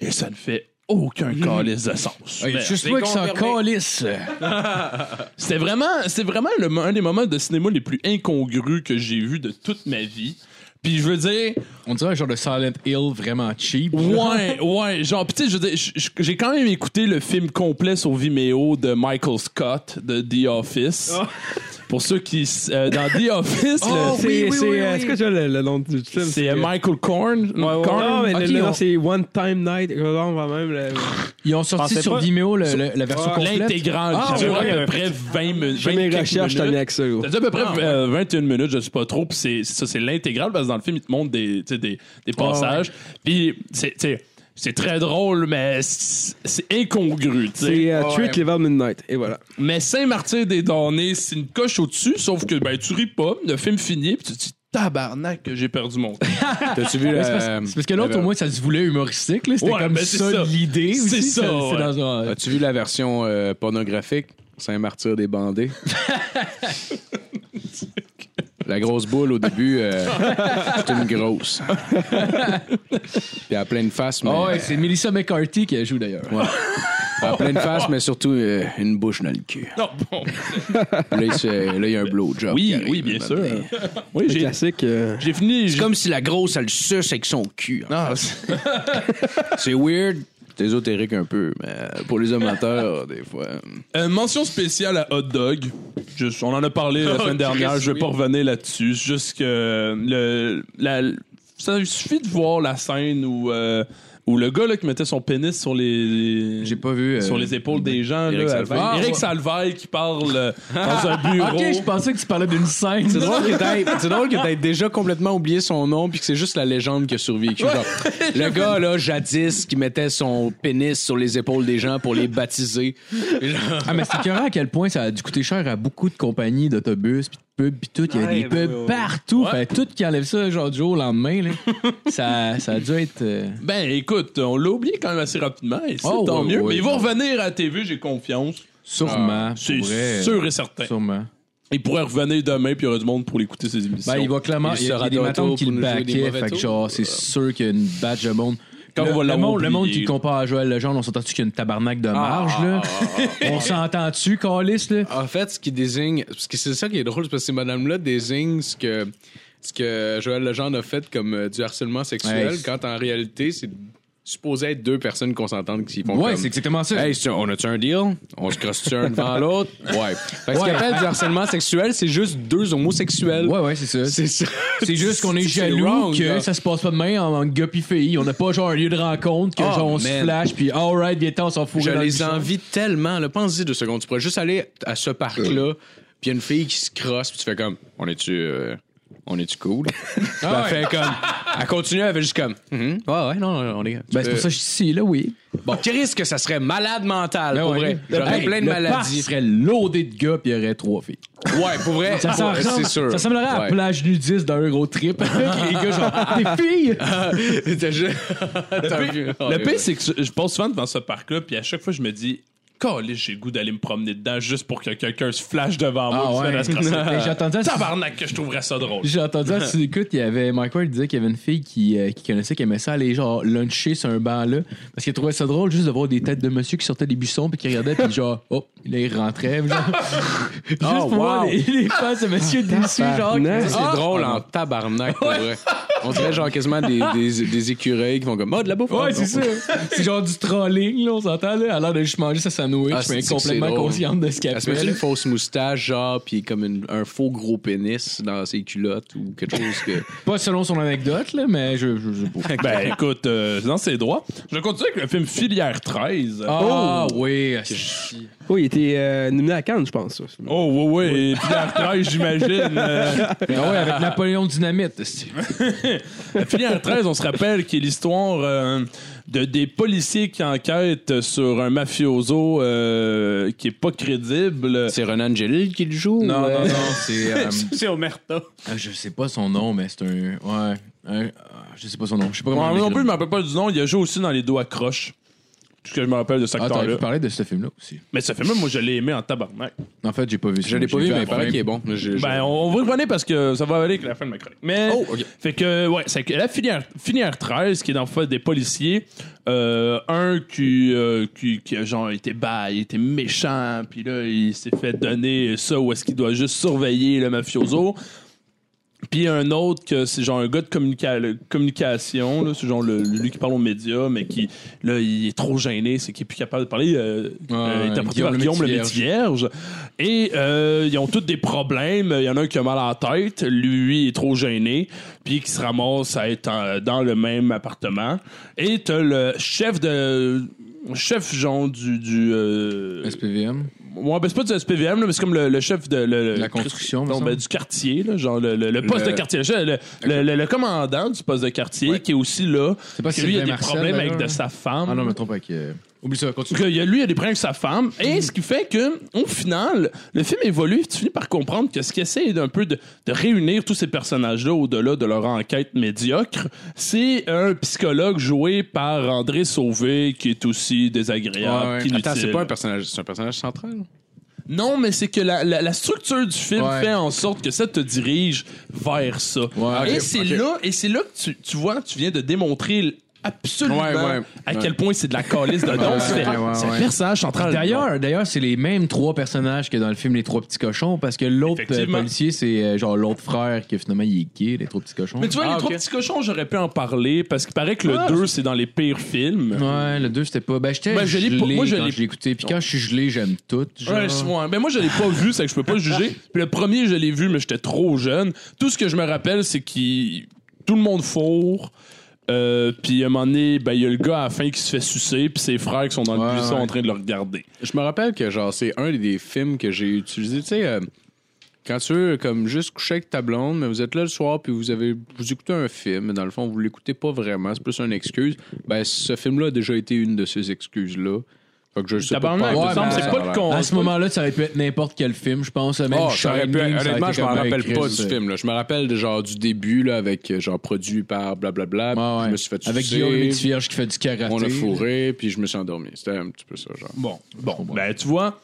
Speaker 1: Et ça ne fait aucun calice de sens.
Speaker 4: Mm-hmm.
Speaker 1: Ben,
Speaker 4: Ouais,
Speaker 1: Mais
Speaker 4: juste moi qui s'en calisse.
Speaker 1: C'était vraiment, c'est vraiment le, mo- un des moments de cinéma les plus incongrus que j'ai vu de toute ma vie. Puis je veux dire,
Speaker 4: On dirait un genre de Silent Hill vraiment
Speaker 5: <laughs>
Speaker 4: cheap.
Speaker 1: ouais, ouais, genre, pis tu sais, je veux dire, j- j- j'ai quand même écouté le film complet sur Vimeo de Michael Scott de The Office.
Speaker 5: Oh.
Speaker 1: Pour ceux qui, s- euh,
Speaker 5: <laughs>
Speaker 1: dans The Office,
Speaker 4: Oh,
Speaker 1: le-
Speaker 5: C'est, c'est, euh, Est-ce que tu as le, le nom du film?
Speaker 1: c'est euh,
Speaker 5: que-
Speaker 1: Michael Korn. Korn?
Speaker 5: Non, mais le-
Speaker 4: Ok,
Speaker 5: le nom,
Speaker 4: on-
Speaker 5: c'est One Time Night. Non, quand même. le-
Speaker 4: Ils ont sorti
Speaker 6: Pensais
Speaker 4: sur
Speaker 6: pas-
Speaker 4: Vimeo le- le- la version complète.
Speaker 1: L'intégrale,
Speaker 4: Ah,
Speaker 1: qui dure
Speaker 6: ouais,
Speaker 1: à
Speaker 6: ouais.
Speaker 1: peu près 20 minutes.
Speaker 5: J'ai mes
Speaker 1: 24
Speaker 5: recherches, t'as
Speaker 1: minutes.
Speaker 5: mis avec ça, gros.
Speaker 1: Ça dit à peu près euh, 21 minutes, je sais pas trop. Puis c'est c'est ça, c'est l'intégral parce que dans le film, il te montre des, tu sais, des, des passages. Puis c'est tu sais, c'est très drôle, mais c'est c'est incongru. tu sais.
Speaker 5: C'est euh, Trick Level Midnight. Et voilà.
Speaker 1: Mais Saint-Martin des Données, c'est une coche au-dessus, sauf que ben, tu ris pas. Le film finit, puis tu te dis tabarnak que j'ai perdu mon temps.
Speaker 2: T'as-tu vu euh,
Speaker 4: Ouais,
Speaker 2: la.
Speaker 4: c'est parce- c'est parce que l'autre, au moins, ça se voulait humoristique. là. C'était
Speaker 1: Ouais,
Speaker 4: comme
Speaker 1: ben, c'est
Speaker 4: ça,
Speaker 1: ça.
Speaker 4: l'idée.
Speaker 1: C'est
Speaker 4: aussi.
Speaker 1: ça, ouais.
Speaker 4: dans un-
Speaker 2: As-tu vu la version euh, pornographique? Saint-Martyr des
Speaker 1: <laughs>
Speaker 2: bandés. la grosse boule au début, euh, c'est une grosse. Puis à pleine face, mais.
Speaker 1: Oh,
Speaker 4: Ah ouais, c'est Melissa McCarthy qui joue d'ailleurs.
Speaker 2: à pleine face, mais surtout euh, une bouche dans le cul.
Speaker 1: Non, bon.
Speaker 2: Là, il se- là, il y a un blowjob. qui
Speaker 1: Oui,
Speaker 2: arrive,
Speaker 1: oui, bien
Speaker 2: là,
Speaker 1: sûr.
Speaker 2: dedans.
Speaker 1: Oui,
Speaker 5: Le
Speaker 1: j'ai
Speaker 5: classique. euh,
Speaker 1: j'ai fini. j'ai-
Speaker 2: C'est comme si la grosse, elle suce avec son cul.
Speaker 1: Ah, c'est-
Speaker 2: C'est weird. C'est ésotérique un peu, mais pour les amateurs, des fois.
Speaker 1: Euh, mention spéciale à Hot Dog. Juste, on en a parlé la semaine dernière, je vais pas revenir là-dessus. C'est Juste que euh, le, la- ça il suffit de voir la scène où, euh, où le gars là, qui mettait son pénis sur les
Speaker 4: J'ai pas vu. euh,
Speaker 1: sur les épaules des gens.
Speaker 2: Éric
Speaker 1: là,
Speaker 2: Salvaille.
Speaker 1: avec-
Speaker 4: Ah,
Speaker 1: Éric
Speaker 4: ouais.
Speaker 1: Salvaille qui parle
Speaker 4: <laughs>
Speaker 1: euh, dans un bureau.
Speaker 4: Ah, Ok, je pensais que tu parlais d'une scène.
Speaker 2: C'est drôle que t'aies- <laughs> c'est drôle que t'aies déjà complètement oublié son nom puis que c'est juste la légende qui a survécu. <laughs> Genre, le gars, là, jadis, qui mettait son pénis sur les épaules des gens pour les baptiser.
Speaker 4: Ah, mais c'est écœurant à quel point ça a dû coûter cher à beaucoup de compagnies d'autobus, puis de pubs, puis tout. Il y a
Speaker 5: Ouais, ben
Speaker 4: des pubs
Speaker 5: oui, oui.
Speaker 4: partout. Fait tout qui enlève ça, genre, du jour au
Speaker 5: <laughs>
Speaker 4: lendemain, là, ça, ça a dû être. euh,
Speaker 1: Ben écoute, on l'a oublié quand même assez rapidement et c'est
Speaker 4: Oh,
Speaker 1: tant
Speaker 4: ouais,
Speaker 1: mieux.
Speaker 4: ouais,
Speaker 1: mais ils vont
Speaker 4: ouais.
Speaker 1: revenir à la TV, j'ai confiance.
Speaker 2: Ah,
Speaker 4: sûrement.
Speaker 1: C'est
Speaker 4: pour vrai,
Speaker 1: sûr et certain.
Speaker 4: Sûrement.
Speaker 1: Ils pourraient revenir demain puis il y aura du monde pour écouter ces émissions.
Speaker 4: Ben, il va clairement.
Speaker 2: Il
Speaker 4: Il y a- il y
Speaker 2: sera
Speaker 4: a des
Speaker 2: de
Speaker 4: matins
Speaker 2: retour
Speaker 4: qui
Speaker 2: pour
Speaker 4: le
Speaker 2: nous jouer des
Speaker 4: baquaient.
Speaker 2: mauvais
Speaker 4: Fait que,
Speaker 2: tours.
Speaker 4: genre, c'est sûr qu'il y a une badge de monde.
Speaker 1: Quand
Speaker 4: le,
Speaker 1: on va
Speaker 4: le
Speaker 1: l'avoir
Speaker 4: monde, le monde
Speaker 1: oublié.
Speaker 4: qui le compare à Joël Legendre, on s'entend-tu qu'il y a une tabarnak
Speaker 2: Ah.
Speaker 4: de marge,
Speaker 2: <laughs>
Speaker 4: là? on s'entend-tu, Calis, là?
Speaker 2: En fait, ce qui désigne. Parce que c'est ça qui est drôle, c'est parce que ces madames-là désignent ce que, ce que Joël Legendre a fait comme euh, du harcèlement sexuel,
Speaker 4: Ouais.
Speaker 2: quand en réalité, c'est supposé être deux personnes consentantes qui font
Speaker 4: Ouais,
Speaker 2: comme-
Speaker 4: c'est exactement ça.
Speaker 2: Hey, c'est- on a-tu un deal? On se crosse-tu un devant l'autre? Ouais. Parce
Speaker 4: Ouais.
Speaker 2: qu'il appelle du harcèlement sexuel, c'est juste deux homosexuels.
Speaker 4: Ouais, ouais, c'est ça.
Speaker 2: Euh, <laughs> C'est ça.
Speaker 4: C'est juste qu'on est
Speaker 2: C'est
Speaker 4: jaloux
Speaker 2: wrong,
Speaker 4: que
Speaker 2: là.
Speaker 4: ça se passe pas de main en, en gars pis filles. On n'a pas genre un lieu de rencontre que
Speaker 2: Oh,
Speaker 4: genre on se
Speaker 2: man.
Speaker 4: flash puis alright, viens on s'en fout.
Speaker 2: Je
Speaker 4: dans le
Speaker 2: les
Speaker 4: buisson.
Speaker 2: envie tellement. Là, pense-y deux secondes. Tu pourrais juste aller à ce parc-là, puis il y a une fille qui se crosse, puis tu fais comme, on est-tu. euh, on est-tu <laughs> cool? Ben,
Speaker 4: Ah
Speaker 2: elle fait
Speaker 4: <laughs>
Speaker 2: comme. Elle continue, elle fait juste comme. Mhm. Ouais, ouais, non, non, on est.
Speaker 4: Ben, c'est pour ça que je suis ici, là, oui.
Speaker 2: Bon, risque que ça serait malade mental,
Speaker 4: Ben,
Speaker 2: pour vrai. J'aurais plein de
Speaker 4: Il
Speaker 2: maladies.
Speaker 4: serait loadé de gars, puis il y aurait trois filles.
Speaker 2: Ouais, pour vrai,
Speaker 4: Ça,
Speaker 2: ouais,
Speaker 4: ressemble-
Speaker 2: c'est sûr.
Speaker 4: ça semblerait à la
Speaker 2: Ouais.
Speaker 4: plage nudiste d'un gros trip. <laughs> les gars, <laughs> genre, des filles!
Speaker 2: T'as juste- <laughs> T'as vu?
Speaker 4: Ah,
Speaker 1: Le pire, c'est que je- je passe souvent devant ce parc-là, puis à chaque fois, je me dis, Calé, j'ai le goût d'aller me promener dedans juste pour que quelqu'un se flash devant moi.
Speaker 2: <laughs>
Speaker 4: Ah
Speaker 1: puis se mette à se crosser.
Speaker 4: ouais. <laughs> J'ai entendu ça.
Speaker 1: Tabarnak, que je trouverais ça drôle.
Speaker 4: <laughs> J'ai entendu à Sud écoute, il y avait Mike Ward disait qu'il y avait une fille qui, euh, qui connaissait qui aimait ça aller genre luncher sur un banc là parce qu'elle trouvait ça drôle juste de voir des têtes de monsieur qui sortaient des buissons puis qui regardaient puis genre oh là il rentrait genre. <laughs> Oh, juste pour voir les, les faces de monsieur déçu genre qui-
Speaker 2: Ça, C'est
Speaker 4: Ah!
Speaker 2: drôle en tabarnak, pour vrai. On dirait genre quasiment des, des, des écureuils qui font comme, oh, de la bouffe. hein,
Speaker 4: Ouais, c'est ça. C'est genre du trolling, là, on s'entend, là. À l'heure de juste manger sa sandwich,
Speaker 2: Ah, c'est-
Speaker 4: mais
Speaker 2: c'est que c'est
Speaker 4: complètement
Speaker 2: drôle.
Speaker 4: consciente de ce qu'elle
Speaker 2: Elle se met
Speaker 4: fait.
Speaker 2: une
Speaker 4: là.
Speaker 2: fausse moustache, genre, puis comme une- un faux gros pénis dans ses culottes ou quelque chose que.
Speaker 4: Pas selon son anecdote, là, mais je, je, je sais pas.
Speaker 1: Ben écoute, euh, dans ses droits, je continue avec le film Filière 13.
Speaker 4: Ah oui.
Speaker 5: Oh, il était euh, nominé à Cannes, je pense. ça.
Speaker 1: Oh, ouais, ouais, et Filière 13, j'imagine. euh,
Speaker 4: Ah ouais, avec Napoléon Dynamite. c'est-
Speaker 1: Filière 13, on se rappelle, qui est l'histoire euh, de des policiers qui enquêtent sur un mafioso euh, qui est pas
Speaker 2: <laughs>
Speaker 1: crédible.
Speaker 2: C'est Renan Gelil qui le joue.
Speaker 1: Non,
Speaker 2: ouais.
Speaker 1: non, non.
Speaker 4: C'est. euh,
Speaker 6: <laughs> C'est Omerta.
Speaker 4: Ah, je sais pas son nom, mais c'est un. Ouais. un- ah, je sais pas son nom. Je sais pas comment. Ah,
Speaker 1: Ouais,
Speaker 4: on
Speaker 1: non plus, je
Speaker 4: l'écrit.
Speaker 1: me rappelle pas du nom. Il a joué aussi dans Les Doigts Croches. Tout ce que je me rappelle de cet
Speaker 4: Ah, t'aurais
Speaker 1: acteur-là.
Speaker 4: pu parler de ce film-là aussi.
Speaker 1: Mais ce film-là, moi, je l'ai aimé en tabarnak.
Speaker 4: En fait, j'ai pas vu.
Speaker 2: Je l'ai pas vu, mais il paraît qu'il est bon. Je- je-
Speaker 1: Ben, on, on va revenir parce que ça va aller avec la fin de ma chronique. Mais,
Speaker 2: Oh, ok.
Speaker 1: fait que, ouais, c'est que la filière, filière 13, qui est dans le fait des policiers, euh, un qui, euh, qui, qui a genre été bail, était méchant, puis là, il s'est fait donner ça ou est-ce qu'il doit juste surveiller le mafioso. Puis un autre que c'est genre un gars de communica- communication, là, c'est genre le, lui qui parle aux médias, mais qui là il est trop gêné, c'est qu'il est plus capable de parler. Euh,
Speaker 2: Ah,
Speaker 4: Ouais,
Speaker 1: euh, interprété
Speaker 4: Guillaume
Speaker 1: par
Speaker 4: le
Speaker 1: Guillaume le
Speaker 4: Métis
Speaker 1: Métivierge. Et euh, ils ont tous des problèmes. Il y en a un qui a mal à la tête, lui est trop gêné, puis qui se ramasse à être en- dans le même appartement. Et t'as le chef de chef genre du du
Speaker 4: Ben,
Speaker 1: euh,
Speaker 4: SPVM.
Speaker 1: ouais, ben, c'est pas du SPVM là, mais c'est comme le, le chef de
Speaker 2: Euh,
Speaker 1: le- le-
Speaker 4: La construction, me
Speaker 1: non,
Speaker 4: semble.
Speaker 1: ben, du quartier, là, genre le, le- le poste
Speaker 2: Le-
Speaker 1: de quartier, le, chef- le- le- le- le commandant du poste de quartier qui est aussi là.
Speaker 4: C'est pas
Speaker 1: que lui il a
Speaker 4: Sylvain
Speaker 1: des
Speaker 4: Marcel,
Speaker 1: problèmes avec
Speaker 4: d'ailleurs.
Speaker 1: de sa femme.
Speaker 4: Ah non, je me trompe avec. euh, Oublie ça, continue.
Speaker 1: que il y a- lui il a des problèmes avec sa femme
Speaker 2: Mm.
Speaker 1: et ce qui fait que au final le film évolue et tu finis par comprendre que ce qui essaie d'un peu de, de réunir tous ces personnages là au-delà de leur enquête médiocre c'est un psychologue joué par André Sauvé qui est aussi désagréable
Speaker 2: Ouais, ouais.
Speaker 1: qu'inutile.
Speaker 2: Attends, c'est pas un personnage, c'est un personnage central.
Speaker 1: non mais c'est que la, la- la structure du film
Speaker 4: Ouais.
Speaker 1: fait en sorte que ça te dirige vers ça
Speaker 4: Ouais,
Speaker 1: et
Speaker 4: ok,
Speaker 1: c'est
Speaker 4: ok.
Speaker 1: là et c'est là que tu, tu vois tu viens de démontrer l- absolument
Speaker 2: Ouais, ouais,
Speaker 1: à
Speaker 2: ouais.
Speaker 1: quel point c'est de la
Speaker 2: <laughs>
Speaker 1: calice de don c'est
Speaker 4: ouais, ouais,
Speaker 1: c'est le
Speaker 4: ouais.
Speaker 1: personnage central
Speaker 4: D'ailleurs, d'ailleurs, c'est les mêmes trois personnages que dans le film Les Trois Petits Cochons, parce que l'autre euh,
Speaker 1: Effectivement.
Speaker 4: policier, c'est euh, genre l'autre frère qui finalement il est gay, les Trois Petits Cochons.
Speaker 1: Mais tu
Speaker 2: Ah,
Speaker 1: vois, les trois petits cochons, j'aurais pu en parler parce qu'il paraît que le 2, c'est dans les pires films.
Speaker 4: Ah, Ouais, le 2, c'était pas. Ben, j'étais.
Speaker 1: Ben, je l'ai pas-
Speaker 4: gelé
Speaker 1: moi, je
Speaker 4: quand
Speaker 1: l'ai-
Speaker 4: je l'ai écouté. Puis quand je suis gelé, j'aime tout. genre.
Speaker 1: Ouais, c'est- ouais. Mais moi, je l'ai pas vu, c'est que je peux pas juger.
Speaker 4: <laughs>
Speaker 1: Puis le premier, je l'ai vu, mais j'étais trop jeune. Tout ce que je me rappelle, c'est qu'il. Tout le monde fourre. Euh, puis à un moment donné, ben, il y a le gars à la fin qui se fait sucer, puis ses frères qui sont dans le
Speaker 4: Ouais,
Speaker 1: buisson
Speaker 4: ouais.
Speaker 1: en train de le regarder.
Speaker 2: <laughs> Je me rappelle que genre c'est un des films que j'ai utilisé. Tu sais, euh, quand tu veux comme juste coucher avec ta blonde, mais vous êtes là le soir puis vous avez vous écoutez un film, mais dans le fond vous l'écoutez pas vraiment, c'est plus une excuse. Ben ce film-là a déjà été une de ces excuses là. Fait que je sais pas. par-
Speaker 1: Tabarnak, il me
Speaker 4: ouais,
Speaker 1: semble,
Speaker 4: mais-
Speaker 1: c'est pas Ah, le con.
Speaker 4: À ce moment-là, ça aurait pu être n'importe quel film, je pense. Même
Speaker 2: Oh, ça aurait
Speaker 4: Shining,
Speaker 2: pu-
Speaker 4: ça aurait
Speaker 2: honnêtement,
Speaker 4: été
Speaker 2: je me
Speaker 4: comme,
Speaker 2: rappelle
Speaker 4: hey,
Speaker 2: pas
Speaker 4: Christ,
Speaker 2: du film. Là. Je me rappelle de, genre du début là, avec euh, genre produit par blablabla.
Speaker 4: Ah, Ouais,
Speaker 2: puis
Speaker 4: ouais.
Speaker 2: Je me suis fait
Speaker 4: Avec
Speaker 2: sucer,
Speaker 4: Guillaume Métivierge qui fait du karaté.
Speaker 2: On a fourré, puis je me suis endormi. C'était un petit peu ça, genre.
Speaker 1: Bon, bon. Ben, tu vois.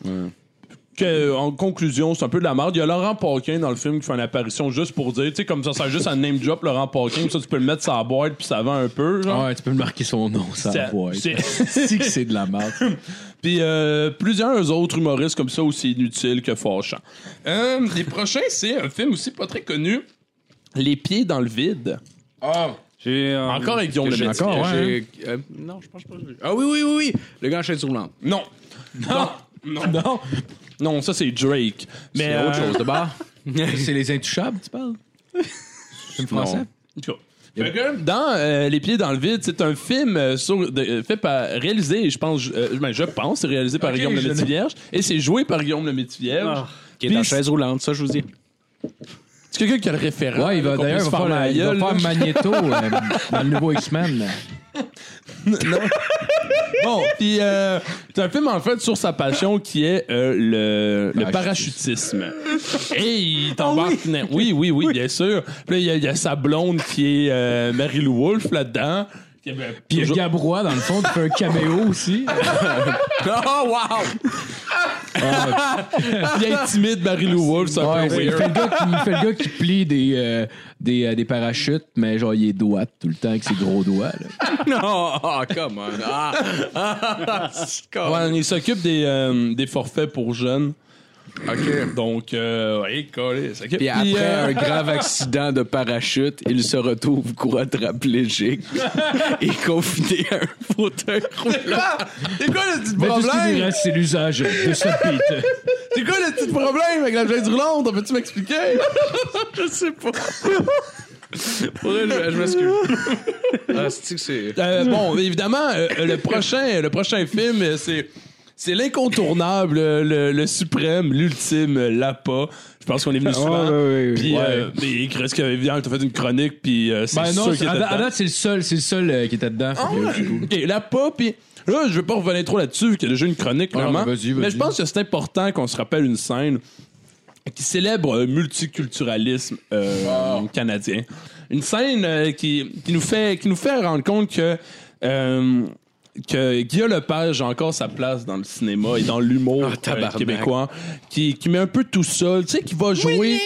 Speaker 1: Que, en conclusion, c'est un peu de la merde. Il y a Laurent Paquin dans le film qui fait une apparition juste pour dire, tu sais, comme ça, ça sert juste à name drop Laurent Paquin, ça, tu peux le mettre sur la boîte puis ça vend un peu, genre.
Speaker 4: Ah, Ouais, tu peux me marquer son nom, ça
Speaker 1: Ça-
Speaker 4: va être.
Speaker 1: c'est-
Speaker 4: Si que c'est de la
Speaker 1: <laughs>
Speaker 4: merde.
Speaker 1: Puis euh, plusieurs autres humoristes comme ça aussi inutiles que fâchants. Euh, les prochains, c'est un film aussi pas très connu. Les pieds dans le vide. Ah,
Speaker 6: J'ai. euh,
Speaker 1: Encore avec Guillaume
Speaker 2: J'ai-
Speaker 1: Lemaitre.
Speaker 4: Encore, ouais,
Speaker 1: hein?
Speaker 2: j'ai- euh, non, je pense pas. Ah oui, oui, oui, oui. Le gars en chaise roulante.
Speaker 1: Non. Non. Non. Non, ça c'est Drake. Mais
Speaker 2: C'est autre
Speaker 1: euh,
Speaker 2: chose de bas.
Speaker 4: c'est les intouchables, tu parles? Film français?
Speaker 1: En tout cas. Fait que, dans euh, Les pieds dans le vide, c'est un film euh, sur, de- euh, fait par réalisé, je pense, je- euh, ben, je pense, c'est réalisé par Guillaume le Métivierge et c'est joué par Guillaume le Métivierge.
Speaker 6: Ah.
Speaker 2: Qui
Speaker 1: Puis
Speaker 2: est en chaise roulante, ça, je vous dis.
Speaker 1: C'est quelqu'un qui a le référent.
Speaker 4: Ouais, il
Speaker 1: là,
Speaker 4: va
Speaker 1: Ah, qu'on peut
Speaker 4: d'ailleurs
Speaker 1: se
Speaker 4: il va faire,
Speaker 1: la
Speaker 4: la- il va
Speaker 1: gueule,
Speaker 4: faire
Speaker 1: là.
Speaker 4: Magneto euh, dans le nouveau X-Men.
Speaker 1: <laughs> Bon, puis euh, c'est un film en fait sur sa passion qui est euh, le, le parachutisme. Et il t'embarque. na- oui. oui, oui, bien sûr. Puis là, il y a- il y, a sa blonde qui est euh, Mary Lou Wolfe là-dedans. Qui avait
Speaker 4: Puis
Speaker 1: toujours-
Speaker 4: Gabrois, dans le fond, qui fait un caméo aussi.
Speaker 1: Oh, wow! Bien timide, Mary Lou Wolfe, c'est un
Speaker 4: Ouais,
Speaker 1: peu
Speaker 4: il,
Speaker 1: weird.
Speaker 4: fait le gars qui, il fait le gars qui plie des, euh, des, euh, des parachutes, mais genre il est doigt tout le temps avec ses gros doigts. là.
Speaker 2: <laughs> Non, oh, come on. Ah, ah, c'est con.
Speaker 1: Ouais, il s'occupe des, euh, des forfaits pour jeunes.
Speaker 2: OK.
Speaker 1: Donc, euh, ouais, collé, il s'occupe.
Speaker 2: Puis après
Speaker 1: Puis, euh,
Speaker 2: un grave accident de parachute, il se retrouve
Speaker 1: <laughs>
Speaker 2: quadriplégique et confiné à un fauteuil roulant.
Speaker 1: C'est quoi <laughs> le petit
Speaker 4: Mais tout ce qui lui
Speaker 1: problème?
Speaker 4: reste, c'est l'usage de sa pite.
Speaker 1: C'est quoi le petit problème avec la chaise roulante? Peux-tu m'expliquer?
Speaker 2: Je sais pas. Pour elle, je, je m'excuse.
Speaker 1: <laughs>
Speaker 2: Ah, c'est-tu que c'est...
Speaker 1: Euh, bon, évidemment, euh, euh, le prochain, le prochain film, euh, c'est c'est l'incontournable, euh, le, le suprême, l'ultime, euh, l'APA. Je pense qu'on est venu Oh, souvent.
Speaker 5: ouais, ouais,
Speaker 1: Puis,
Speaker 5: ouais.
Speaker 1: euh, mais Chris qui avait évidemment, t'as fait une chronique, puis euh, c'est
Speaker 4: Ben non,
Speaker 1: sûr qu'il
Speaker 4: c'est-
Speaker 1: était
Speaker 4: à date- à
Speaker 1: dedans. Ah
Speaker 4: date, c'est le seul, c'est le seul euh, qui était dedans. fait que, c'est cool.
Speaker 1: OK, l'APA, puis là, je veux pas revenir trop là-dessus, vu qu'il y a déjà une chronique,
Speaker 4: Ah,
Speaker 1: vraiment.
Speaker 4: ben, vas-y, vas-y.
Speaker 1: mais je pense que c'est important qu'on se rappelle une scène qui célèbre le multiculturalisme euh, canadien. Une scène euh, qui, qui, nous fait, qui nous fait rendre compte que, euh, que Guillaume Lepage a encore sa place dans le cinéma et dans
Speaker 4: Ah,
Speaker 1: l'humour euh,
Speaker 2: tabarnak.
Speaker 1: québécois, qui, qui met un peu tout seul, tu sais, qui va jouer,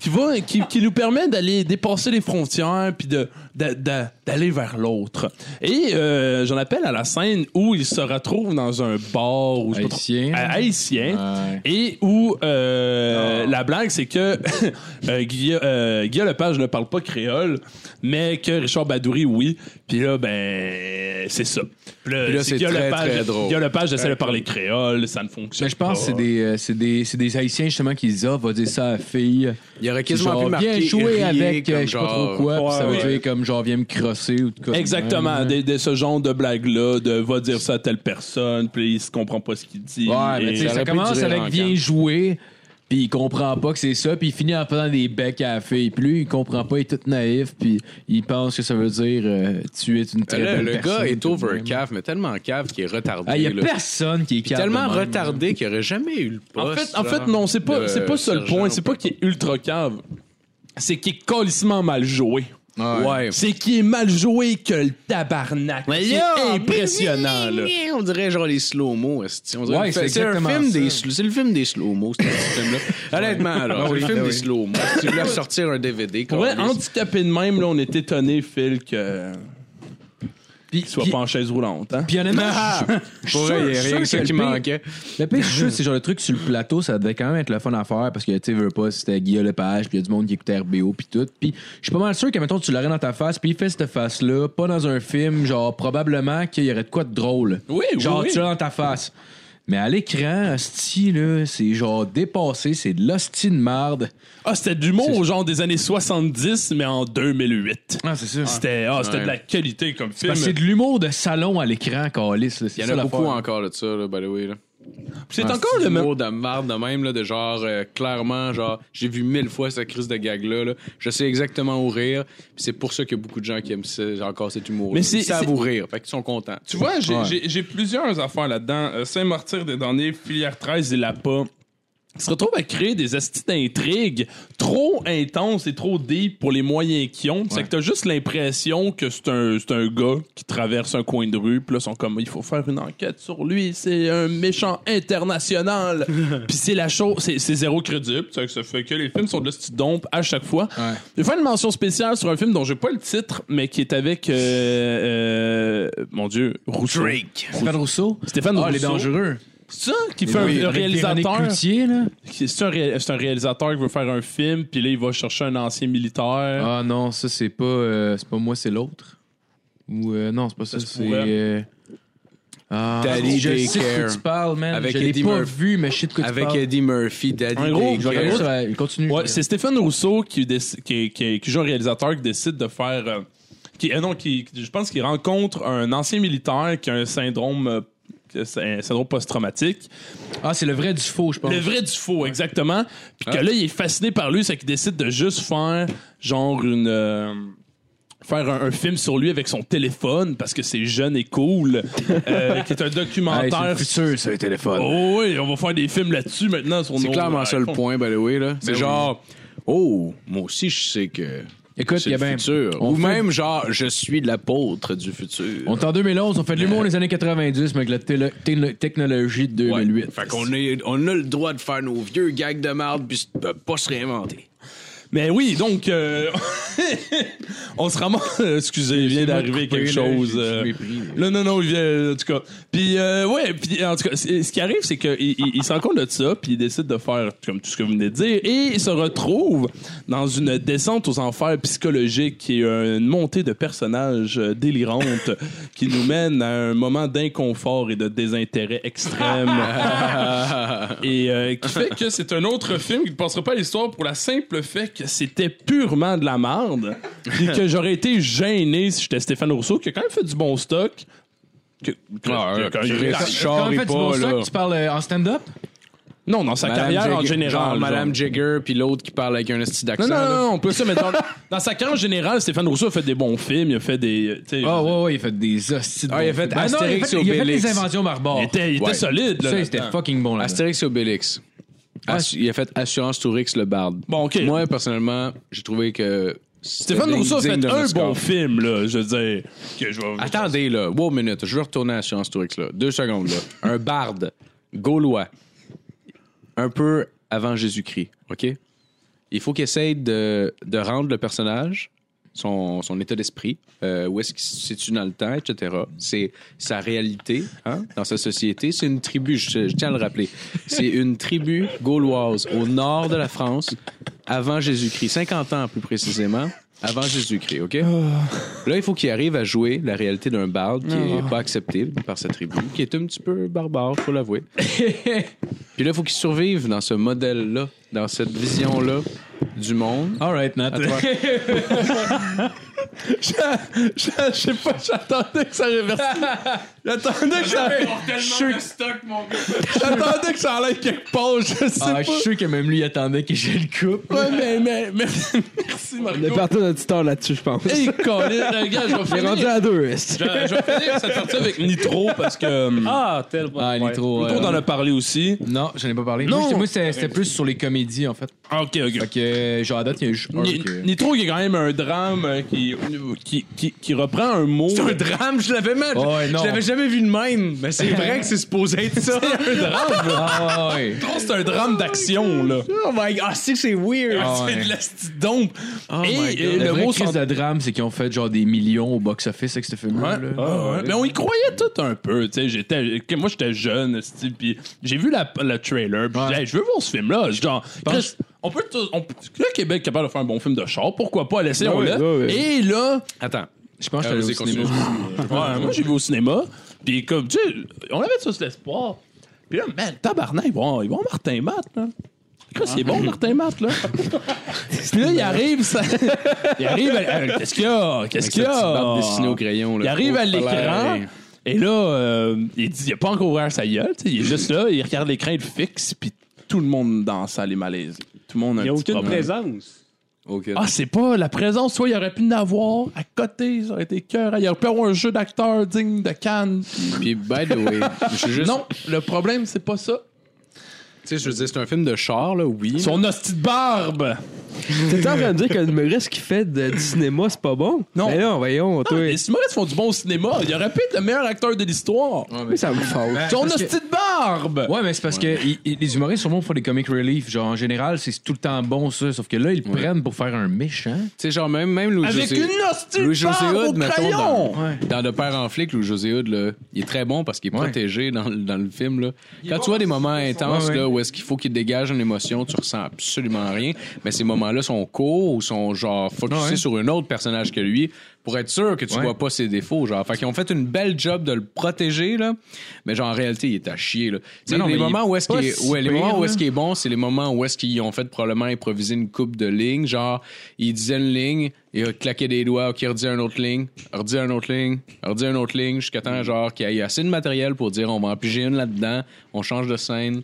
Speaker 1: qui, va, qui, qui nous permet d'aller dépasser les frontières puis de, d'a- d'a- d'aller vers l'autre. Et euh, j'en appelle à la scène où il se retrouve dans un bar ou je sais pas trop-
Speaker 4: Haïtien.
Speaker 1: à- haïtien.
Speaker 4: Ouais. Ah.
Speaker 1: Et où euh, la blague, c'est que <laughs> euh, Guilla- euh, Guilla Lepage ne parle pas créole, mais que Richard Badouri, oui. Puis là, ben, c'est ça. Puis là,
Speaker 2: Puis là, c'est
Speaker 1: Guilla
Speaker 2: très,
Speaker 1: Lepage-
Speaker 2: très drôle.
Speaker 1: Guilla Lepage essaie de parler créole, ça ne
Speaker 4: Mais
Speaker 1: fonctionne
Speaker 4: ben, je pense que c'est des, euh, c'est des, c'est des Haïtiens justement qui disent Ah, va dire ça à la fille.
Speaker 2: Il y aurait quasiment
Speaker 4: Genre,
Speaker 2: pu marquer
Speaker 4: viens jouer
Speaker 2: riez
Speaker 4: avec
Speaker 2: comme
Speaker 4: euh, je sais pas trop
Speaker 2: genre-
Speaker 4: quoi, puis ça veut
Speaker 1: Ouais,
Speaker 4: dire
Speaker 1: ouais.
Speaker 4: comme genre viens me crosser ou de quoi.
Speaker 1: Exactement,
Speaker 4: Ouais.
Speaker 1: des, des- ce genre de blague-là, de va dire ça à telle personne, puis il se comprend pas ce qu'il dit.
Speaker 4: Ouais, mais
Speaker 1: Et-
Speaker 4: tu
Speaker 2: ça
Speaker 4: sais, ça
Speaker 2: aurait pu
Speaker 4: commence
Speaker 2: durer
Speaker 4: avec
Speaker 2: longtemps.
Speaker 4: viens jouer, puis il comprend pas que c'est ça, puis il finit en faisant des becs à la fille. Puis lui, il comprend pas, il est tout naïf, puis il pense que ça veut dire euh, tu es une très
Speaker 2: Là,
Speaker 4: belle
Speaker 2: le
Speaker 4: personne.
Speaker 2: gars est
Speaker 4: tout de
Speaker 2: over
Speaker 4: même.
Speaker 2: cave, mais tellement cave qu'il est retardé.
Speaker 4: Ah, il y a
Speaker 2: là.
Speaker 4: personne qui est
Speaker 2: Puis
Speaker 4: capable
Speaker 2: tellement
Speaker 4: de même.
Speaker 2: retardé qu'il aurait jamais eu le
Speaker 1: En
Speaker 2: poste.
Speaker 1: fait, en fait,
Speaker 2: genre.
Speaker 1: non, c'est pas,
Speaker 2: de
Speaker 1: c'est pas ça le
Speaker 2: sergent,
Speaker 1: point. C'est pas qu'il est ultra cave. C'est qu'il est colissement mal joué.
Speaker 2: Ouais.
Speaker 1: C'est qu'il est mal joué que le tabarnak. C'est impressionnant, là.
Speaker 2: On dirait genre les slow-mo. esti. On dirait
Speaker 4: Ouais,
Speaker 2: une-
Speaker 4: c'est
Speaker 2: c'est un
Speaker 4: exactement
Speaker 2: film
Speaker 4: ça. Ah
Speaker 2: des slo- C'est le film des slow-mo, ce
Speaker 4: <laughs>
Speaker 2: film-là. Honnêtement, là, c'est le film des slow-mo. Tu voulais sortir un DVD.
Speaker 1: Pour vrai,
Speaker 2: câlisse.
Speaker 1: handicapé de même, là, on est étonné, Phil, que.
Speaker 4: Puis,
Speaker 1: qu'il soit
Speaker 4: puis-
Speaker 1: pas en chaise roulante, hein.
Speaker 4: puis honnêtement, je- je
Speaker 2: Ah! Pour vrai, il y a
Speaker 4: suis sûr-
Speaker 2: rien que
Speaker 4: je suis
Speaker 2: ça
Speaker 4: sûr
Speaker 2: qui
Speaker 4: le pire-
Speaker 2: manquait.
Speaker 4: Le pire, je suis sûr que c'est genre le truc sur le plateau, ça devait quand même être le fun à faire parce que tu sais, veux pas, c'était Guillaume Lepage, puis il y a du monde qui écoutait RBO, puis tout. Puis je suis pas mal sûr que, mettons, tu l'aurais dans ta face, puis il fait cette face-là, pas dans un film, genre probablement qu'il y aurait de quoi de drôle.
Speaker 1: Oui, oui,
Speaker 4: Genre,
Speaker 1: oui.
Speaker 4: tu l'as dans ta face. Mais à l'écran, hostie, là, c'est genre dépassé, c'est de l'hostie de marde.
Speaker 1: Ah, c'était du mot, genre des années 70, mais en 2008.
Speaker 4: Ah, c'est ça. C'est
Speaker 1: C'était, ah, c'était
Speaker 2: Ouais.
Speaker 1: de la qualité comme film.
Speaker 4: parce que c'est de l'humour de salon à l'écran, Calis.
Speaker 2: Il y en a beaucoup encore de ça, là, by the way. là.
Speaker 1: C'est
Speaker 4: Ah,
Speaker 2: Un
Speaker 1: encore
Speaker 2: petit
Speaker 1: le même.
Speaker 2: humour de marde de même, là, de genre, euh, clairement, genre, j'ai vu mille fois cette crise de gag-là. là. Je sais exactement où rire. Puis c'est pour ça qu'il y a beaucoup de gens qui aiment ça, encore cet humour-là.
Speaker 1: Mais c'est-
Speaker 2: Ils savent
Speaker 1: c'est-
Speaker 2: où rire. Fait qu'ils sont contents.
Speaker 1: Tu vois, j'ai j'ai- j'ai plusieurs affaires là-dedans. Euh, Saint-Martyr des damnés, Filière 13 et Lapa. Ils se retrouvent à créer des astuces d'intrigue trop intenses et trop deep pour les moyens qu'ils ont. C'est que t'as juste l'impression que c'est un, c'est un gars qui traverse un coin de rue, puis là, ils sont comme, il faut faire une enquête sur lui, c'est un méchant
Speaker 4: <laughs>
Speaker 1: international. puis c'est la chose, c'est c'est zéro crédible. C'est que ça fait que les films sont de la petite dompe à chaque fois. Je vais faire une mention spéciale sur un film dont j'ai pas le titre, mais qui est avec, euh, euh, mon Dieu, Rousseau.
Speaker 4: Stéphane Rousseau.
Speaker 1: Stéphane
Speaker 4: Ah,
Speaker 1: Rousseau.
Speaker 4: les dangereux.
Speaker 1: C'est ça qui fait un-
Speaker 4: Oui,
Speaker 1: un
Speaker 4: avec Véronique
Speaker 1: réalisateur.
Speaker 4: Cloutier, là.
Speaker 1: C'est c'est un, ré- c'est un réalisateur qui veut faire un film, puis là, il va chercher un ancien militaire.
Speaker 4: Ah non, ça c'est pas euh, c'est pas moi, c'est l'autre. Ou euh, non, c'est pas ça,
Speaker 1: se
Speaker 4: c'est
Speaker 1: pourrait.
Speaker 4: euh, ah,
Speaker 2: Daddy
Speaker 4: je sais de
Speaker 2: Daycare.
Speaker 4: quoi tu parles, man.
Speaker 2: Avec
Speaker 4: je l'ai
Speaker 2: Eddie
Speaker 4: pas
Speaker 2: Murphy.
Speaker 4: vu, mais je sais de quoi tu
Speaker 2: Avec
Speaker 4: parles.
Speaker 2: Eddie Murphy, Daddy
Speaker 1: Un gros,
Speaker 2: Daycare.
Speaker 4: Je vais regarder sur la- il continue.
Speaker 1: Ouais, c'est Stéphane Rousseau qui, déc- qui, qui- qui joue un réalisateur qui décide de faire. euh, qui, euh, non, qui, qui- je pense qu'il rencontre un ancien militaire qui a un syndrome. euh, un syndrome post-traumatique.
Speaker 4: Ah, c'est le vrai du faux, je pense.
Speaker 1: Le vrai du faux, exactement. Puis
Speaker 4: Ah.
Speaker 1: que là, il est fasciné par lui, c'est qu'il décide de juste faire genre une. euh, faire un, un film sur lui avec son téléphone parce que c'est jeune et cool, euh,
Speaker 4: <laughs>
Speaker 1: qui est un
Speaker 4: Hey, Ah, c'est
Speaker 1: documentaire.
Speaker 4: le futur, ça, le téléphone.
Speaker 1: oh oui, on va faire des films là-dessus maintenant. sur
Speaker 2: C'est
Speaker 1: nos
Speaker 2: clairement ça le
Speaker 1: iPhones.
Speaker 2: point, by the way. là. C'est
Speaker 4: Ben
Speaker 2: genre, oh, moi aussi, je sais que.
Speaker 4: Écoute,
Speaker 2: c'est
Speaker 4: il y a
Speaker 2: le
Speaker 4: ben-
Speaker 2: futur.
Speaker 4: on
Speaker 2: Ou
Speaker 4: fait-
Speaker 2: même, genre, je suis l'apôtre du futur.
Speaker 4: On est en 2011, on fait de l'humour des années 90, mais avec la télé- télo- technologie de
Speaker 2: Ouais.
Speaker 4: 2008.
Speaker 2: Fait qu'on est- on a le droit de faire nos vieux gags de marde puis de pas se réinventer.
Speaker 1: Mais oui, donc, euh, <laughs> on se ramasse. <laughs> Excusez, il vient d'arriver
Speaker 4: coupé,
Speaker 1: quelque
Speaker 4: là,
Speaker 1: chose.
Speaker 4: j'ai-
Speaker 1: euh,
Speaker 4: j'ai mépris,
Speaker 1: Là, non, non, il vient, en tout cas. Puis, euh, ouais, puis, en tout cas, c'est- ce qui arrive, c'est qu'il il, il se rend compte de ça, puis il décide de faire comme tout ce que vous venez de dire, et il se retrouve dans une descente aux enfers psychologiques, qui est une montée de personnages euh, délirante, qui nous mène à un moment d'inconfort et de désintérêt
Speaker 2: <laughs>
Speaker 1: extrême. et euh, qui fait que c'est un autre film qui ne passera pas à l'histoire pour la simple fait que c'était purement de la merde, et que j'aurais été gêné si j'étais Stéphane Rousseau, qui a quand même fait du bon stock. Que, que- Ah, que- que-
Speaker 4: Quand
Speaker 2: Richard
Speaker 4: on
Speaker 2: est
Speaker 4: fait du bon
Speaker 2: pas
Speaker 4: stock,
Speaker 2: là.
Speaker 4: tu parles euh, en stand-up?
Speaker 1: non, dans sa carrière en général.
Speaker 2: Genre,
Speaker 1: genre.
Speaker 2: Madame Jagger puis l'autre qui parle avec un esti d'accent.
Speaker 1: Non, non,
Speaker 2: là.
Speaker 1: non, on <laughs> peut ça, mais dans, dans sa carrière en général, Stéphane Rousseau a fait des bons films, il a fait des. euh, tu sais,
Speaker 4: Ah, ouais, ouais, il a fait des hosties de
Speaker 2: Ah, il a
Speaker 4: bons
Speaker 2: fait
Speaker 4: films. Ah, non,
Speaker 2: Astérix
Speaker 4: il a fait, il a fait
Speaker 2: Obélix.
Speaker 4: les inventions barbares.
Speaker 1: il était, il était
Speaker 2: Ouais.
Speaker 1: solide, là.
Speaker 4: Ça, c'était
Speaker 1: là-dedans.
Speaker 4: fucking bon, là.
Speaker 2: Astérix et Obélix. Assu- il a fait Assurance Tourix le Bard.
Speaker 1: Bon, ok.
Speaker 2: Moi, personnellement, j'ai trouvé que.
Speaker 1: Stéphane Rousseau a fait un bon
Speaker 2: film.
Speaker 1: film, là, je veux dire. Que je vais-
Speaker 2: Attendez, là. Wow, minute. Je veux retourner à Assurance Tourix, là. Deux secondes, <laughs> là. Un barde gaulois. Un peu avant Jésus-Christ, OK? Il faut qu'il essaye de, de rendre le personnage, son, son état d'esprit, euh, où est-ce qu'il se situe dans le temps, etc. C'est sa réalité hein, dans sa société. C'est une tribu, je, je tiens à le rappeler. C'est une tribu gauloise au nord de la France avant Jésus-Christ, 50 ans plus précisément, avant Jésus-Christ, OK? Là, il faut qu'il arrive à jouer la réalité d'un barde qui
Speaker 1: Ah.
Speaker 2: n'est pas accepté par sa tribu, qui est un petit peu barbare, faut
Speaker 1: <laughs>
Speaker 2: l'avouer. Puis là, il faut qu'il survive dans ce modèle-là, dans cette vision-là du monde.
Speaker 4: All right, Nat.
Speaker 1: je, je sais pas, j'attendais que ça reverse. J'attendais que ça. J'attendais que ça allait quelque part, je sais
Speaker 4: Ah,
Speaker 1: pas.
Speaker 4: je suis sûr que même lui il attendait que je le
Speaker 1: <laughs>
Speaker 4: coupe.
Speaker 1: Ouais, mais, mais, mais- merci,
Speaker 5: On est
Speaker 1: Marco.
Speaker 5: parti notre histoire là-dessus, je pense.
Speaker 1: Hey, Colin, le gars, je vais
Speaker 5: On est
Speaker 1: finir.
Speaker 5: rendu à deux, est-ce
Speaker 1: Je vais je vais finir cette sortie avec Nitro parce que. euh,
Speaker 6: Ah, tel
Speaker 4: Ah, il est trop.
Speaker 1: Nitro
Speaker 4: euh,
Speaker 1: en a parlé aussi.
Speaker 4: Non, je n'ai pas parlé.
Speaker 1: Non.
Speaker 4: Moi, j'étais- Moi, c'était c'était plus sur les comédies, en fait.
Speaker 1: Ah, Ok, ok.
Speaker 4: Fait que, euh, genre, à date, il y a juste un
Speaker 1: Ni-
Speaker 4: que-
Speaker 1: Nitro, il y a quand même un drame euh, qui, qui, qui, qui reprend un mot.
Speaker 2: C'est un drame, je l'avais même.
Speaker 4: Ouais, non.
Speaker 2: je l'avais jamais vu de même, mais
Speaker 1: <laughs>
Speaker 2: c'est vrai que c'est supposé être ça.
Speaker 4: Ah, ouais.
Speaker 1: C'est un drame d'action, là.
Speaker 2: oh my god, c'est que c'est weird. Oh
Speaker 4: Ah,
Speaker 1: C'est
Speaker 4: ouais.
Speaker 1: de la petite dompe.
Speaker 4: Oh
Speaker 2: my
Speaker 1: et
Speaker 2: God.
Speaker 1: et
Speaker 4: Le
Speaker 1: le
Speaker 4: vrai
Speaker 1: mot
Speaker 4: crise
Speaker 1: s'en
Speaker 4: de drame, c'est qu'ils ont fait genre des millions au box-office avec ce film-là.
Speaker 1: Ouais.
Speaker 4: là.
Speaker 1: Ah, ouais. Mais on y croyait tout un peu, tu sais, j'étais que moi j'étais jeune, sti, puis j'ai vu la, le trailer, puis j'ai dit, Hey, je veux voir ce film là, genre Chris, on peut tout- on- le Québec est capable de faire un bon film de char, pourquoi pas laisser on
Speaker 5: Ouais,
Speaker 1: l'a.
Speaker 5: ouais, ouais.
Speaker 1: Et là,
Speaker 2: Attends.
Speaker 4: Je
Speaker 1: Euh,
Speaker 4: pense que j'étais allé au cinéma.
Speaker 1: ouais, moi j'ai vu au cinéma, puis comme tu sais, on avait ça sur l'espoir. Puis là, man, tabarnak, ils vont, ils vont Martin Matt, là. Chris, il est bon, Martin Matt, là. puis là, il arrive, ça... il arrive, à- euh, qu'est-ce qu'il y a? Qu'est-ce qu'il y a?
Speaker 2: dessiné au crayon.
Speaker 1: Ah. Il arrive à l'écran. Et là, euh, il dit, il a pas encore ouvert sa gueule. tu sais, Il est juste là, il regarde l'écran, il le fixe, puis tout le monde dans la salle est malaise. Tout le monde a
Speaker 6: Il n'y
Speaker 1: un
Speaker 6: a
Speaker 1: petit
Speaker 6: aucune
Speaker 1: problème.
Speaker 6: présence.
Speaker 2: Ok.
Speaker 1: Ah, c'est pas la présence. Soit il aurait pu en avoir à côté, ça aurait été cœur. hein. Il aurait pu avoir un jeu d'acteur digne de Cannes.
Speaker 2: Puis, by the way, je suis juste.
Speaker 1: Non, le problème, c'est pas ça.
Speaker 2: Tu sais, je veux dire, c'est un film de char, là, oui.
Speaker 1: Son hostie de barbe.
Speaker 5: T'es en train de dire qu'un humoriste qui fait de- du cinéma, c'est pas bon?
Speaker 1: Non.
Speaker 5: Mais non, voyons, toi.
Speaker 1: Les humoristes font du bon cinéma. Il aurait pu être le meilleur acteur de l'histoire.
Speaker 5: Oui, ça me faute.
Speaker 1: Son
Speaker 4: parce
Speaker 1: hostie de barbe.
Speaker 4: Ouais, mais c'est parce que i- i- les humoristes, sûrement, font des comic relief. Genre, en général, c'est tout le temps bon, ça. Sauf que là, ils le prennent pour faire un méchant.
Speaker 2: Tu sais, genre, même, même Louis
Speaker 1: Avec
Speaker 2: José.
Speaker 1: une hostie
Speaker 2: Louis
Speaker 1: de
Speaker 2: José
Speaker 1: barbe au
Speaker 2: Hood, mettons,
Speaker 1: crayon.
Speaker 2: dans, dans De Père en flic, Louis José Hood, là, il est très bon parce qu'il est
Speaker 4: Ouais.
Speaker 2: protégé dans, le- dans le film. Là. Quand tu vois des moments intenses
Speaker 4: Ouais, ouais.
Speaker 2: Là, où est-ce qu'il faut qu'il dégage une émotion, tu ressens absolument rien, mais ces moments-là sont courts ou sont genre focusés
Speaker 4: Ouais.
Speaker 2: sur un autre personnage que lui pour être sûr que tu
Speaker 4: Ouais.
Speaker 2: vois pas ses défauts. Genre. Fait qu'ils ont fait une belle job de le protéger, là, mais genre en réalité, il est à chier. Là. Tu sais,
Speaker 4: non,
Speaker 2: les
Speaker 4: mais il
Speaker 2: moments
Speaker 4: est
Speaker 2: où est-ce qu'il
Speaker 4: pas
Speaker 2: est,
Speaker 4: si
Speaker 2: ouais, les
Speaker 4: pire,
Speaker 2: moments où
Speaker 4: là.
Speaker 2: est-ce qui est bon, c'est les moments où est-ce qu'ils ont fait probablement improviser une coupe de lignes. Genre, ils disaient une ligne, Il a claqué des doigts, qui redit un autre ligne, redit un autre ligne, redit un autre ligne, jusqu'à temps, genre, qu'il y ait assez de matériel pour dire on va en piger une là-dedans, on change de scène.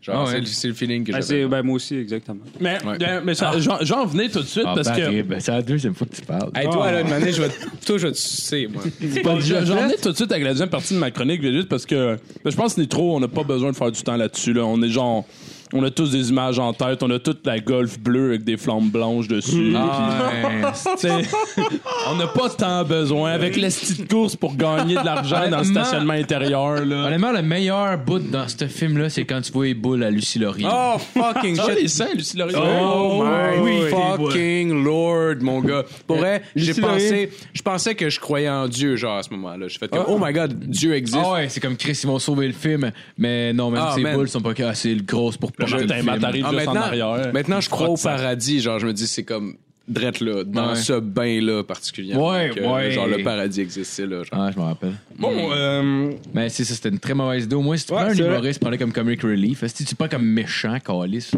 Speaker 2: Genre,
Speaker 4: Ah ouais.
Speaker 2: c'est le- c'est le feeling que
Speaker 6: Ben,
Speaker 2: j'avais.
Speaker 6: c'est- ben, moi aussi, exactement.
Speaker 1: Mais,
Speaker 2: Ouais.
Speaker 1: euh, mais ça- j'en- j'en venais tout de suite parce que.
Speaker 4: c'est la deuxième fois que tu parles.
Speaker 2: Hey, toi, là, une manière, je vais te- toi, je vais te sucer, moi.
Speaker 1: Bon, j'en j'en venais tout de suite avec la deuxième partie de ma chronique, juste parce que ben, je pense que trop, on n'a pas besoin de faire du temps là-dessus. Là. On est genre. On a tous des images en tête, on a toute la golf bleue avec des flammes blanches dessus. puis- T'sais, on n'a pas tant besoin. Avec les petites courses pour gagner de l'argent dans le
Speaker 4: Honnêtement-
Speaker 1: stationnement intérieur. Là.
Speaker 4: Honnêtement, le meilleur bout dans ce film-là, c'est quand tu vois les boules à Lucie Laurie.
Speaker 2: Oh, fucking
Speaker 1: Ah,
Speaker 2: shit.
Speaker 1: les seins, Lucie Laurier.
Speaker 2: Oh my
Speaker 5: oui, oui.
Speaker 2: fucking lord, mon gars. Pour vrai, j'ai
Speaker 5: Lucie Laurier.
Speaker 2: pensé, je pensais que je croyais en Dieu, genre, à ce moment-là. J'ai fait comme,
Speaker 4: Ah.
Speaker 2: oh my god, Dieu existe.
Speaker 4: Ah ouais, c'est comme Chris, ils vont sauver le film. Mais non, même
Speaker 2: Ah,
Speaker 4: ces
Speaker 2: man.
Speaker 4: boules sont pas assez grosses pour porter le
Speaker 1: Putain,
Speaker 4: film.
Speaker 1: mais t'arrives
Speaker 2: Ah,
Speaker 1: juste en
Speaker 2: maintenant,
Speaker 1: arrière.
Speaker 2: maintenant, je crois au
Speaker 1: Frotte ça.
Speaker 2: paradis. Genre, je me dis, c'est comme drette là, dans
Speaker 4: Ouais.
Speaker 2: ce bain-là particulièrement.
Speaker 4: Ouais,
Speaker 2: que,
Speaker 4: ouais.
Speaker 2: Genre, le paradis existe, c'est là. Genre.
Speaker 4: Ah, je m'en rappelle.
Speaker 1: Bon, euh,
Speaker 4: Mais c'est ça, c'était une très mauvaise idée. Au moins, si tu prends un
Speaker 5: c'est vrai.
Speaker 4: humoriste, prends-le comme comic relief. Si tu te prends comme méchant, calice.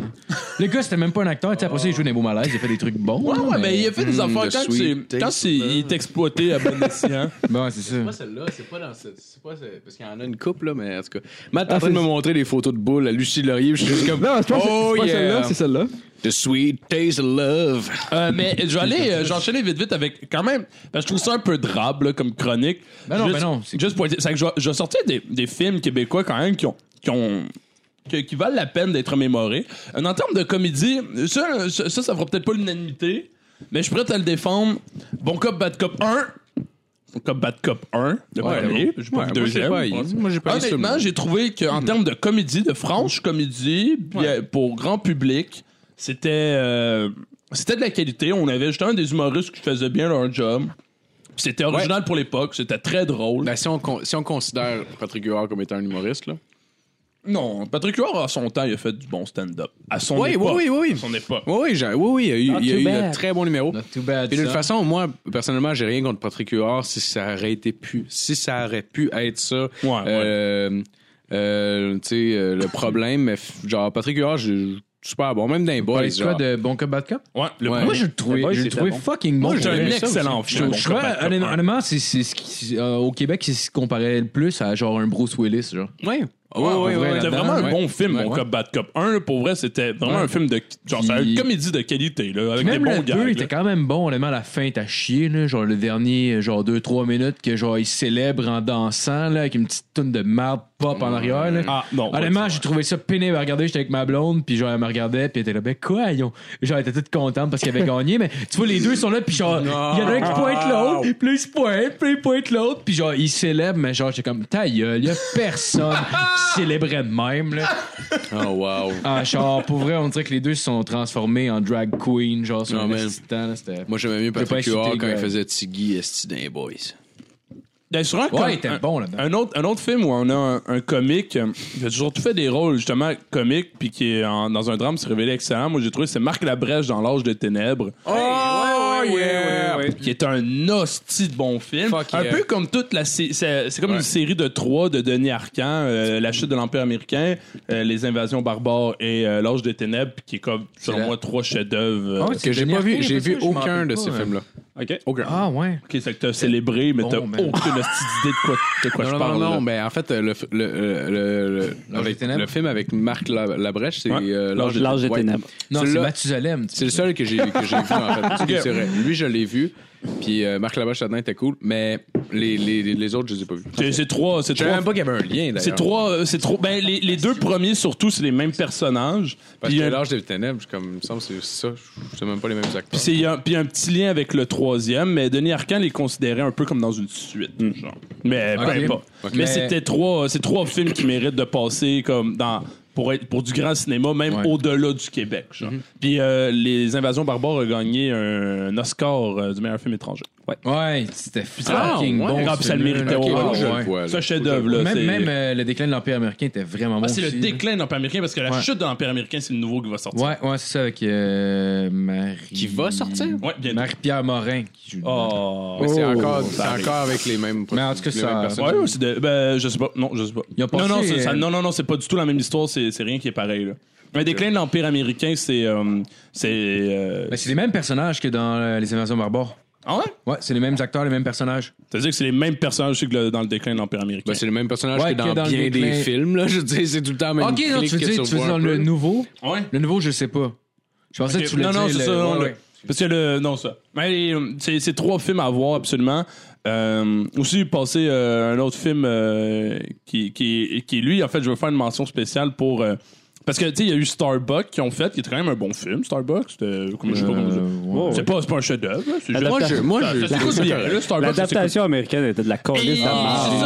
Speaker 4: le
Speaker 1: <laughs>
Speaker 4: gars, c'était même pas un acteur. Tu sais, après ça, il joue des beaux malaises, il a fait des trucs bons.
Speaker 1: ouais, ouais,
Speaker 4: là,
Speaker 1: ben, il a fait des
Speaker 2: Hmm,
Speaker 1: affaires
Speaker 2: le
Speaker 1: quand,
Speaker 2: sweet
Speaker 1: c'est,
Speaker 2: taste
Speaker 1: quand c'est, il est exploité à bon escient.
Speaker 4: Bon, c'est ça.
Speaker 2: celle-là, c'est pas dans cette. C'est pas Parce qu'il y en a une couple, là, mais en tout cas. Matt, t'as en train de me montrer des photos de boules à Lucie Laurier, puis je suis juste comme.
Speaker 5: Non, c'est pas, c'est-
Speaker 2: Oh,
Speaker 5: c'est pas
Speaker 2: yeah. Ah
Speaker 5: celle-là, c'est celle-là.
Speaker 2: The sweet taste of love.
Speaker 1: Euh, mais je vais aller, euh, j'enchaîner vite vite avec quand même, parce que je trouve ça un peu drabe là, comme chronique.
Speaker 4: Ben non,
Speaker 1: juste,
Speaker 4: ben non, c'est-
Speaker 1: Juste pour dire, c'est que je vais- je vais sortir des, des films québécois quand même qui ont, qui ont que- qui valent la peine d'être mémorés. Euh, En termes de comédie, ça, ça, ça, ça fera peut-être pas l'unanimité, mais je suis prêt à le défendre. Bon Cop, Bad Cop 1. Bon Cop, Bad Cop 1. Le
Speaker 2: Ouais,
Speaker 1: premier.
Speaker 2: ouais,
Speaker 1: J'ai pas vu
Speaker 2: moi,
Speaker 1: le deuxième.
Speaker 2: j'ai pas haï. Moi, Mm-hmm. j'ai pas haï ce
Speaker 1: Honnêtement,
Speaker 2: film.
Speaker 1: j'ai trouvé qu'en termes de comédie, de franche comédie, puis, euh, pour grand public, c'était euh, c'était de la qualité. On avait justement des humoristes qui faisaient bien leur job. Puis C'était original pour l'époque, c'était très drôle.
Speaker 2: Ben, si, on con- si on considère Patrick Huard comme étant un humoriste, là.
Speaker 1: non, Patrick Huard, à son temps, il a fait du bon stand-up. À son
Speaker 2: Oui,
Speaker 1: époque.
Speaker 2: oui, oui, oui.
Speaker 1: À son époque.
Speaker 2: Oui, oui, j'ai- oui, oui, il y a eu, il y a
Speaker 6: too
Speaker 2: eu
Speaker 6: bad.
Speaker 2: de très bons numéros.
Speaker 4: Not too bad.
Speaker 2: Puis d'une
Speaker 4: ça.
Speaker 2: façon, moi, personnellement, j'ai rien contre Patrick Huard si ça aurait été pu, si ça aurait pu être ça.
Speaker 1: Ah, Ouais,
Speaker 2: euh, euh, tu sais, euh, le problème, mais f- genre, Patrick Huard, je- super bon, même dans les boys.
Speaker 4: Parlez-vous quoi
Speaker 2: Genre.
Speaker 4: de Bon Cop Bad Cop?
Speaker 1: Ouais, le
Speaker 2: Ouais.
Speaker 4: Moi, je le trouvais,
Speaker 6: Boys,
Speaker 4: je le
Speaker 6: c'était
Speaker 4: trouvais
Speaker 6: bon.
Speaker 4: fucking bon.
Speaker 1: Moi, j'ai
Speaker 4: pour
Speaker 1: un
Speaker 4: vrai.
Speaker 1: excellent
Speaker 4: Je-
Speaker 1: film,
Speaker 4: je
Speaker 1: Bon
Speaker 4: crois,
Speaker 1: Cop, Bad Cop,
Speaker 4: honnêtement,
Speaker 1: ouais.
Speaker 4: honnêtement, c'est c'est ce qui, euh, au Québec, c'est ce qui comparait le plus à genre un Bruce Willis, genre.
Speaker 2: Ouais, ouais,
Speaker 4: Ouais,
Speaker 2: ouais,
Speaker 4: en
Speaker 2: ouais.
Speaker 4: vrai,
Speaker 1: C'était
Speaker 4: là-dedans,
Speaker 1: vraiment un
Speaker 4: ouais.
Speaker 1: bon film, Bon
Speaker 4: Ouais.
Speaker 1: Cop, Bad Cop 1. là, Pour vrai, c'était vraiment
Speaker 4: Ouais.
Speaker 1: un film de. Genre, c'est
Speaker 4: Puis-
Speaker 1: une comédie de qualité, là, avec des
Speaker 4: Même
Speaker 1: bons
Speaker 4: le
Speaker 1: gars.
Speaker 4: 2 était quand même bon, honnêtement, la fin est à chier, là, genre le dernier, genre 2-3 minutes, que genre il célèbre en dansant, là, avec une petite toune de merde pop en arrière, là.
Speaker 1: Ah, non. ouais,
Speaker 4: Honnêtement,
Speaker 1: c'est
Speaker 4: j'ai
Speaker 1: vrai.
Speaker 4: trouvé ça pénible à regarder. J'étais avec ma blonde, puis genre, elle me regardait, puis elle était là, ben quoi, ils ont... Genre, elle était toute contente parce qu'ils avaient gagné, mais tu vois, les deux sont là, puis genre, il y en a un qui pointe l'autre, puis il se pointe, puis il pointe l'autre, puis genre, ils célèbrent, mais genre, j'étais comme, ta gueule, il y a personne qui célébrait de même, là.
Speaker 2: Oh, wow.
Speaker 4: Ah, genre, pour vrai, on dirait que les deux se sont transformés en drag queen, genre, sur
Speaker 2: Non,
Speaker 4: un
Speaker 2: mais-
Speaker 4: petit temps, là, c'était...
Speaker 2: Moi, j'aimais mieux
Speaker 4: pas
Speaker 2: Patrick
Speaker 4: insulté,
Speaker 2: Huard quand il
Speaker 4: Greg.
Speaker 2: faisait Tiggy Esti dans les boys.
Speaker 1: Ben, sur un com-
Speaker 4: Ouais, il était
Speaker 1: un-
Speaker 4: bon là-dedans.
Speaker 1: Un autre, un autre film où on a un, un comique euh, qui a toujours tout fait des rôles, justement, comique, puis qui est en- dans un drame s'est révélé excellent. Moi, j'ai trouvé, c'est Marc Labrèche dans L'Âge des Ténèbres,
Speaker 2: Oh,
Speaker 6: yeah!
Speaker 1: qui est un hostie de bon film.
Speaker 2: Fuck
Speaker 1: un
Speaker 2: yeah.
Speaker 1: peu comme toute la. sé- C'est c'est comme
Speaker 2: Ouais.
Speaker 1: une série de trois de Denis Arcan, euh, La chute de l'Empire américain, euh, Les invasions barbares et euh, L'Âge des Ténèbres, puis qui est comme, selon
Speaker 4: la-
Speaker 1: moi, trois chefs-d'œuvre. euh,
Speaker 4: Ah ouais,
Speaker 2: Que
Speaker 4: c'est
Speaker 2: j'ai
Speaker 4: Denis
Speaker 2: pas vu,
Speaker 4: Arcand,
Speaker 2: j'ai
Speaker 4: il fait
Speaker 2: vu
Speaker 4: ça, je m'en
Speaker 2: aucun
Speaker 4: rappelle
Speaker 2: de
Speaker 4: pas,
Speaker 2: ces
Speaker 4: hein.
Speaker 2: films-là.
Speaker 6: OK.
Speaker 4: Ah ouais.
Speaker 1: qui est que t'as célébré, mais
Speaker 4: Bon,
Speaker 1: t'as
Speaker 4: man.
Speaker 1: aucune hostie d'idée de quoi, de quoi
Speaker 2: Non,
Speaker 1: je
Speaker 2: non,
Speaker 1: parle.
Speaker 2: non,
Speaker 1: là.
Speaker 2: non, mais en fait, euh, le, f- le, euh, le, le-
Speaker 4: L'Ange
Speaker 2: avec-
Speaker 4: des Ténèbres.
Speaker 2: le film avec Marc La- Labrèche, c'est
Speaker 1: Ouais.
Speaker 2: euh,
Speaker 6: L'Ange des
Speaker 2: ouais.
Speaker 6: Ténèbres.
Speaker 4: Non, c'est
Speaker 2: Celui-là-
Speaker 4: Mathusalem.
Speaker 2: C'est le seul que j'ai que j'ai vu, en fait. C'est vrai. Lui, je l'ai vu. Puis euh, Marc Labrèche là-dedans était cool. Mais les, les, les- les autres, je les ai pas vus.
Speaker 1: C'est- C'est trois. C'est
Speaker 2: Je savais
Speaker 1: trois
Speaker 2: même pas qu'il y avait un lien, d'ailleurs.
Speaker 1: C'est trois, euh, c'est trop. Ben les, les deux premiers surtout, c'est les mêmes personnages.
Speaker 2: Parce
Speaker 1: Puis euh,
Speaker 2: que
Speaker 1: un-
Speaker 2: l'âge des ténèbres, je- comme, il me semble, c'est ça. Je sais même pas les mêmes acteurs.
Speaker 1: puis c'est- il y a un- puis un petit lien avec le troisième, mais Denis Arcand les considérait un peu comme dans une suite, genre. Mais
Speaker 4: Hmm. Ok.
Speaker 1: peu importe.
Speaker 2: Ok.
Speaker 1: Mais
Speaker 4: Mais-
Speaker 1: c'était trois, c'est trois films qui méritent de passer comme dans pour être pour du grand cinéma, même
Speaker 4: Ouais. Hmm.
Speaker 1: au-delà du Québec. genre. Puis euh, les Invasions barbares a gagné un, Oscar euh, du meilleur film étranger. Ouais.
Speaker 4: Ouais, c'était fucking
Speaker 2: Ah, ouais.
Speaker 4: bon.
Speaker 1: Ah,
Speaker 4: ce
Speaker 1: puis ça le
Speaker 4: film-là.
Speaker 1: méritait.
Speaker 4: Ok,
Speaker 1: au-
Speaker 4: ah,
Speaker 2: je le
Speaker 4: ouais.
Speaker 2: vois, là.
Speaker 1: Ce chef-d'œuvre là.
Speaker 4: Même,
Speaker 1: c'est-
Speaker 4: même euh, le déclin de l'Empire américain était vraiment bon.
Speaker 1: Ah, c'est le
Speaker 4: aussi,
Speaker 1: déclin de l'Empire américain parce que la
Speaker 4: Ouais.
Speaker 1: chute de l'Empire américain, c'est le nouveau qui va sortir.
Speaker 4: Ouais, ouais, c'est ça avec euh, Marie.
Speaker 2: Qui va sortir?
Speaker 1: Ouais, bien
Speaker 4: Marie-Pierre Morin qui joue. dedans.
Speaker 1: Oh.
Speaker 2: Mais c'est
Speaker 5: Oh,
Speaker 2: encore,
Speaker 1: ça
Speaker 2: c'est
Speaker 1: arrive.
Speaker 2: encore avec les mêmes
Speaker 4: Mais en tout cas,
Speaker 2: les
Speaker 4: ça-
Speaker 2: mêmes personnes.
Speaker 1: Ouais, ouais, c'est de- ben, je sais pas. Non, je sais pas.
Speaker 4: Ils ont
Speaker 1: non,
Speaker 4: passé,
Speaker 1: non, c'est- ça-
Speaker 4: euh,
Speaker 1: non, non, non, c'est pas du tout la même histoire. C'est c'est rien qui est pareil. Là. Le déclin de l'Empire américain, c'est. euh, c'est. euh,
Speaker 4: Ben, c'est les mêmes personnages que dans euh, Les Invasions barbares.
Speaker 1: Ah ouais?
Speaker 4: Ouais, c'est les mêmes acteurs, les mêmes personnages.
Speaker 1: C'est-à-dire que c'est les mêmes personnages que le- dans le déclin de l'Empire américain.
Speaker 2: Ben, c'est le même personnage
Speaker 4: Ouais,
Speaker 2: que dans,
Speaker 4: que dans le
Speaker 2: bien
Speaker 4: déclin.
Speaker 2: des films. Là. Je veux dire, c'est tout le temps le même
Speaker 4: Ok, non,
Speaker 2: clic
Speaker 4: tu veux
Speaker 2: que
Speaker 4: dire, tu veux
Speaker 2: vois
Speaker 4: dire dans
Speaker 2: un
Speaker 4: le
Speaker 2: peu.
Speaker 4: nouveau
Speaker 1: ouais.
Speaker 4: Le nouveau, je sais pas. Je pensais que tu voulais
Speaker 1: non, non,
Speaker 4: dire
Speaker 1: c'est
Speaker 4: le-
Speaker 1: ça. non,
Speaker 4: ouais,
Speaker 1: le-
Speaker 4: ouais.
Speaker 1: Parce que le. Non, ça. Mais euh, c'est c'est trois films à voir, absolument. Euh, aussi, passer euh, un autre film euh, qui, qui, qui, lui, en fait, je veux faire une mention spéciale pour. euh, parce que, tu sais, il y a eu Starbucks qui ont fait, qui est quand même un bon film, Starbucks. C'était- comment- je sais pas comment dire.
Speaker 2: Euh,
Speaker 4: ouais,
Speaker 1: C'est pas, c'est pas un chef-d'œuvre. là, c'est juste-
Speaker 2: Moi, je. Moi,
Speaker 1: Ça-
Speaker 2: je
Speaker 1: ça s'écoute bien, là, Starbucks, ça s'écoute
Speaker 6: L'adaptation américaine était de la
Speaker 1: Et-
Speaker 6: colisse de
Speaker 1: c'est
Speaker 6: marde.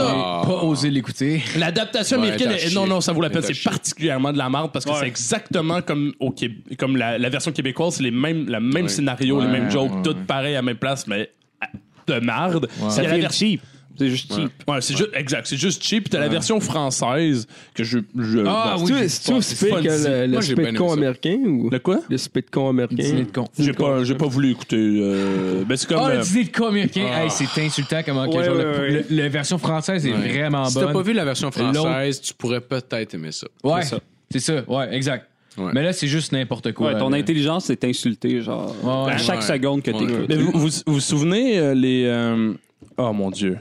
Speaker 1: ça.
Speaker 4: Pas oser l'écouter.
Speaker 1: L'adaptation
Speaker 2: Ouais,
Speaker 1: américaine,
Speaker 2: t'as
Speaker 1: est-
Speaker 2: chié.
Speaker 1: non, non, ça vaut la peine.
Speaker 2: T'as
Speaker 1: C'est
Speaker 2: chié.
Speaker 1: particulièrement de la merde parce que c'est exactement comme, au Québec, comme la, la version québécoise. C'est les mêmes, la même scénario, les
Speaker 4: Ouais,
Speaker 1: mêmes jokes,
Speaker 4: ouais,
Speaker 1: tout
Speaker 4: ouais.
Speaker 1: pareil à la même place, mais à- de merde. Il y a
Speaker 6: Ça
Speaker 1: la
Speaker 6: fait
Speaker 1: version-
Speaker 6: cheap. C'est juste cheap.
Speaker 1: Ouais, c'est juste, exact, c'est juste cheap. Puis T'as la version française que je. je-
Speaker 4: Ah,
Speaker 1: bon,
Speaker 4: oui,
Speaker 5: Tu c'est-tu aussi pire que le, le
Speaker 2: Moi, j'ai bien
Speaker 5: spit
Speaker 2: aimé
Speaker 5: con
Speaker 2: ça.
Speaker 5: américain ou
Speaker 1: Le quoi?
Speaker 5: le spit con américain?
Speaker 4: Dîner de con.
Speaker 1: J'ai pas, j'ai pas voulu écouter. euh, ben, c'est comme.
Speaker 4: Oh,
Speaker 1: euh,
Speaker 4: le Ah. dîner de con américain. Hey, c'est insultant comment que
Speaker 6: Ouais,
Speaker 4: genre, le-
Speaker 6: ouais, ouais.
Speaker 4: le- La version française est vraiment
Speaker 2: Si t'as
Speaker 4: bonne.
Speaker 2: pas vu la version française, tu pourrais peut-être aimer ça.
Speaker 4: Ouais,
Speaker 1: C'est ça.
Speaker 4: c'est ça. Ouais, exact.
Speaker 2: Ouais.
Speaker 4: Mais là, c'est juste n'importe quoi.
Speaker 6: Ouais, ton
Speaker 4: là.
Speaker 6: intelligence est insultée, genre,
Speaker 4: Ouais,
Speaker 6: à chaque
Speaker 2: ouais.
Speaker 6: seconde que
Speaker 2: Ouais.
Speaker 6: t'écoutes.
Speaker 1: mais vous, vous vous vous souvenez euh, les. euh, oh mon dieu.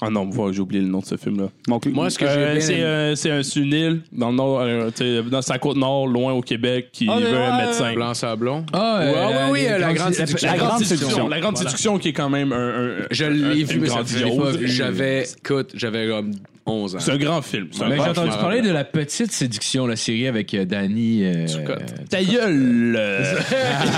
Speaker 1: Ah non, voilà, j'ai oublié le nom de ce film-là.
Speaker 6: Mon cl-
Speaker 2: Moi, ce que
Speaker 1: Euh,
Speaker 2: j'ai
Speaker 1: c'est
Speaker 2: bien aimé-
Speaker 1: euh, c'est un c'est une île dans le nord, euh, t'sais, dans sa côte nord, loin au Québec, qui
Speaker 6: Ah, mais
Speaker 1: veut un
Speaker 6: ouais.
Speaker 1: médecin.
Speaker 2: Blanc Sablon.
Speaker 4: Ah,
Speaker 2: Ouais, ouais, oui,
Speaker 4: les-
Speaker 2: la
Speaker 4: les-
Speaker 2: grande
Speaker 4: la-
Speaker 2: séduction.
Speaker 6: La grande
Speaker 1: séduction,
Speaker 6: séduction.
Speaker 1: la grande
Speaker 6: Voilà.
Speaker 1: séduction qui est quand même un, un-
Speaker 2: Je
Speaker 1: un-
Speaker 2: l'ai
Speaker 1: une
Speaker 2: vu, mais ça
Speaker 1: grandiose-
Speaker 2: faisait pas vu. J'avais, écoute, j'avais comme 11 ans.
Speaker 1: C'est un grand film. c'est un
Speaker 4: Mais
Speaker 1: grand
Speaker 4: j'ai
Speaker 2: je
Speaker 4: entendu
Speaker 2: m'en
Speaker 4: Ben, parler
Speaker 2: rappelle.
Speaker 4: de la petite séduction, la série avec euh, Danny. euh,
Speaker 2: Turcotte.
Speaker 1: Ta gueule! euh. <laughs>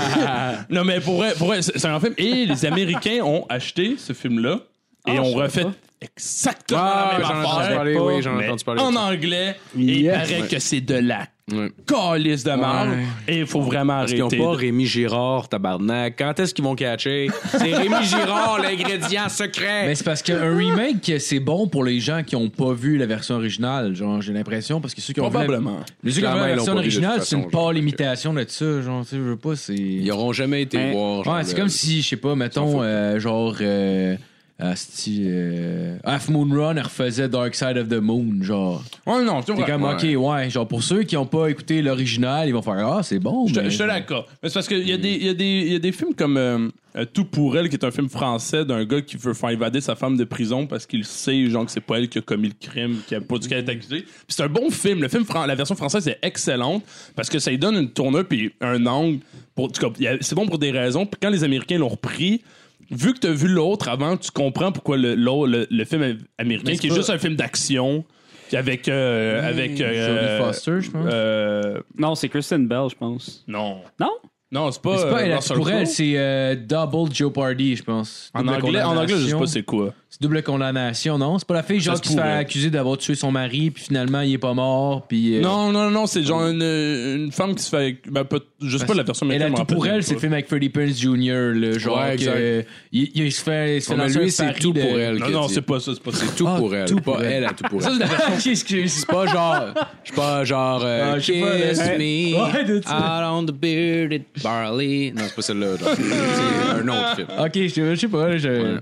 Speaker 1: non, mais pour vrai, pour vrai, c'est c'est un film. Et les Américains ont acheté ce film-là et
Speaker 6: Ah,
Speaker 1: ont
Speaker 6: je
Speaker 1: refait
Speaker 6: savais
Speaker 1: exactement
Speaker 2: Ah,
Speaker 1: la même
Speaker 2: j'en ai entendu
Speaker 1: affaire.
Speaker 2: parler, oui, j'en ai
Speaker 1: mais
Speaker 2: entendu parler.
Speaker 1: en
Speaker 2: de ça.
Speaker 1: anglais, et il
Speaker 5: Yes.
Speaker 1: paraît
Speaker 2: Ouais.
Speaker 1: que c'est de la
Speaker 2: Ouais.
Speaker 1: calice de merde. Et il faut vraiment
Speaker 2: Parce qu'ils
Speaker 1: arrêter.
Speaker 2: n'ont pas Rémi Girard, tabarnak. Quand est-ce qu'ils vont catcher? C'est Rémi Girard, l'ingrédient secret.
Speaker 4: Mais Ben, c'est parce qu'un remake, c'est bon pour les gens qui n'ont pas vu la version originale, genre, j'ai l'impression, parce que ceux qui ont vu la,
Speaker 1: Probablement.
Speaker 4: les ceux qui ont vu
Speaker 2: Clairement,
Speaker 4: la
Speaker 2: ils l'ont
Speaker 4: version
Speaker 2: pas vu de toute
Speaker 4: originale, c'est
Speaker 2: façon,
Speaker 4: une pâle
Speaker 2: genre,
Speaker 4: imitation de ça, genre, tu sais, je veux pas, c'est...
Speaker 2: Ils n'auront jamais été
Speaker 6: Mais-
Speaker 2: voir. genre,
Speaker 4: Ouais, c'est
Speaker 2: le-
Speaker 4: comme si, je sais pas, mettons, euh, genre, euh, asti, euh, Half Moon Run, elle refaisait Dark Side of the Moon, genre.
Speaker 1: Ouais, non, c'est
Speaker 4: T'es
Speaker 1: vrai.
Speaker 4: comme,
Speaker 2: Ouais.
Speaker 4: ok, ouais, genre, pour ceux qui n'ont pas écouté l'original, ils vont faire, ah, c'est bon,
Speaker 1: Je te,
Speaker 4: mais-
Speaker 1: je te l'accorde. Mais c'est parce qu'il y, a des- il y, a des- il y a des films comme euh, euh, Tout pour elle, qui est un film français d'un gars qui veut faire évader sa femme de prison parce qu'il sait genre, que c'est pas elle qui a commis le crime, qui a pas du cas est accusée. Puis c'est un bon film. Le film fran- la version française est excellente parce que ça lui donne une tournure puis un angle. Pour, en tout cas, il y a- c'est bon pour des raisons. Puis quand les Américains l'ont repris, vu que tu as vu l'autre avant, tu comprends pourquoi le, l'autre- le, le film am- américain, qui est juste un film d'action, puis avec. euh, avec euh,
Speaker 4: Jodie Foster, je pense.
Speaker 1: euh,
Speaker 6: Non, c'est Kristen Bell, je pense.
Speaker 1: non.
Speaker 6: Non?
Speaker 1: Non, c'est pas.
Speaker 4: C'est pas
Speaker 1: euh,
Speaker 4: elle,
Speaker 1: Russell
Speaker 4: pour elle,
Speaker 1: Crowe.
Speaker 4: c'est euh, Double Jeopardy, je pense.
Speaker 1: En
Speaker 4: Double
Speaker 1: anglais, en anglais, je sais
Speaker 4: condamnation.
Speaker 1: pas c'est quoi.
Speaker 4: C'est double condamnation, non? C'est pas la fille genre
Speaker 1: se
Speaker 4: qui se fait
Speaker 1: pourrait.
Speaker 4: accuser d'avoir tué son mari, puis finalement il est pas mort, puis. euh,
Speaker 1: Non, non, non, c'est genre une, une femme qui se fait. Ben, peut- je sais pas la version
Speaker 4: Et là,
Speaker 1: américaine.
Speaker 4: tout
Speaker 1: je me
Speaker 4: pour
Speaker 1: rappelle
Speaker 4: elle, c'est le
Speaker 1: pas.
Speaker 4: film avec Freddie Prinze Jr., le genre.
Speaker 2: Ouais,
Speaker 4: que,
Speaker 2: exact.
Speaker 4: euh, il, il se fait. Il se fait
Speaker 2: Non, mais
Speaker 4: lancer un
Speaker 2: lui, c'est
Speaker 4: pari
Speaker 2: tout
Speaker 4: de-
Speaker 2: pour
Speaker 4: <laughs>
Speaker 2: elle.
Speaker 1: Non,
Speaker 2: qu'il
Speaker 1: non,
Speaker 2: dit.
Speaker 1: c'est pas ça, c'est pas ça.
Speaker 2: C'est tout
Speaker 4: Ah,
Speaker 2: pour elle.
Speaker 4: tout
Speaker 2: pas
Speaker 4: pour
Speaker 2: elle, à tout pour elle.
Speaker 1: <laughs>
Speaker 4: Excuse.
Speaker 2: C'est pas genre. Je suis pas genre. euh,
Speaker 4: Ah, je sais
Speaker 2: kiss
Speaker 4: pas, mais-
Speaker 2: me.
Speaker 4: Ouais, de-
Speaker 2: out on the bearded barley. Non, c'est pas celle-là.
Speaker 4: <laughs>
Speaker 2: genre. C'est un autre film.
Speaker 4: Ok, je je sais pas. Je...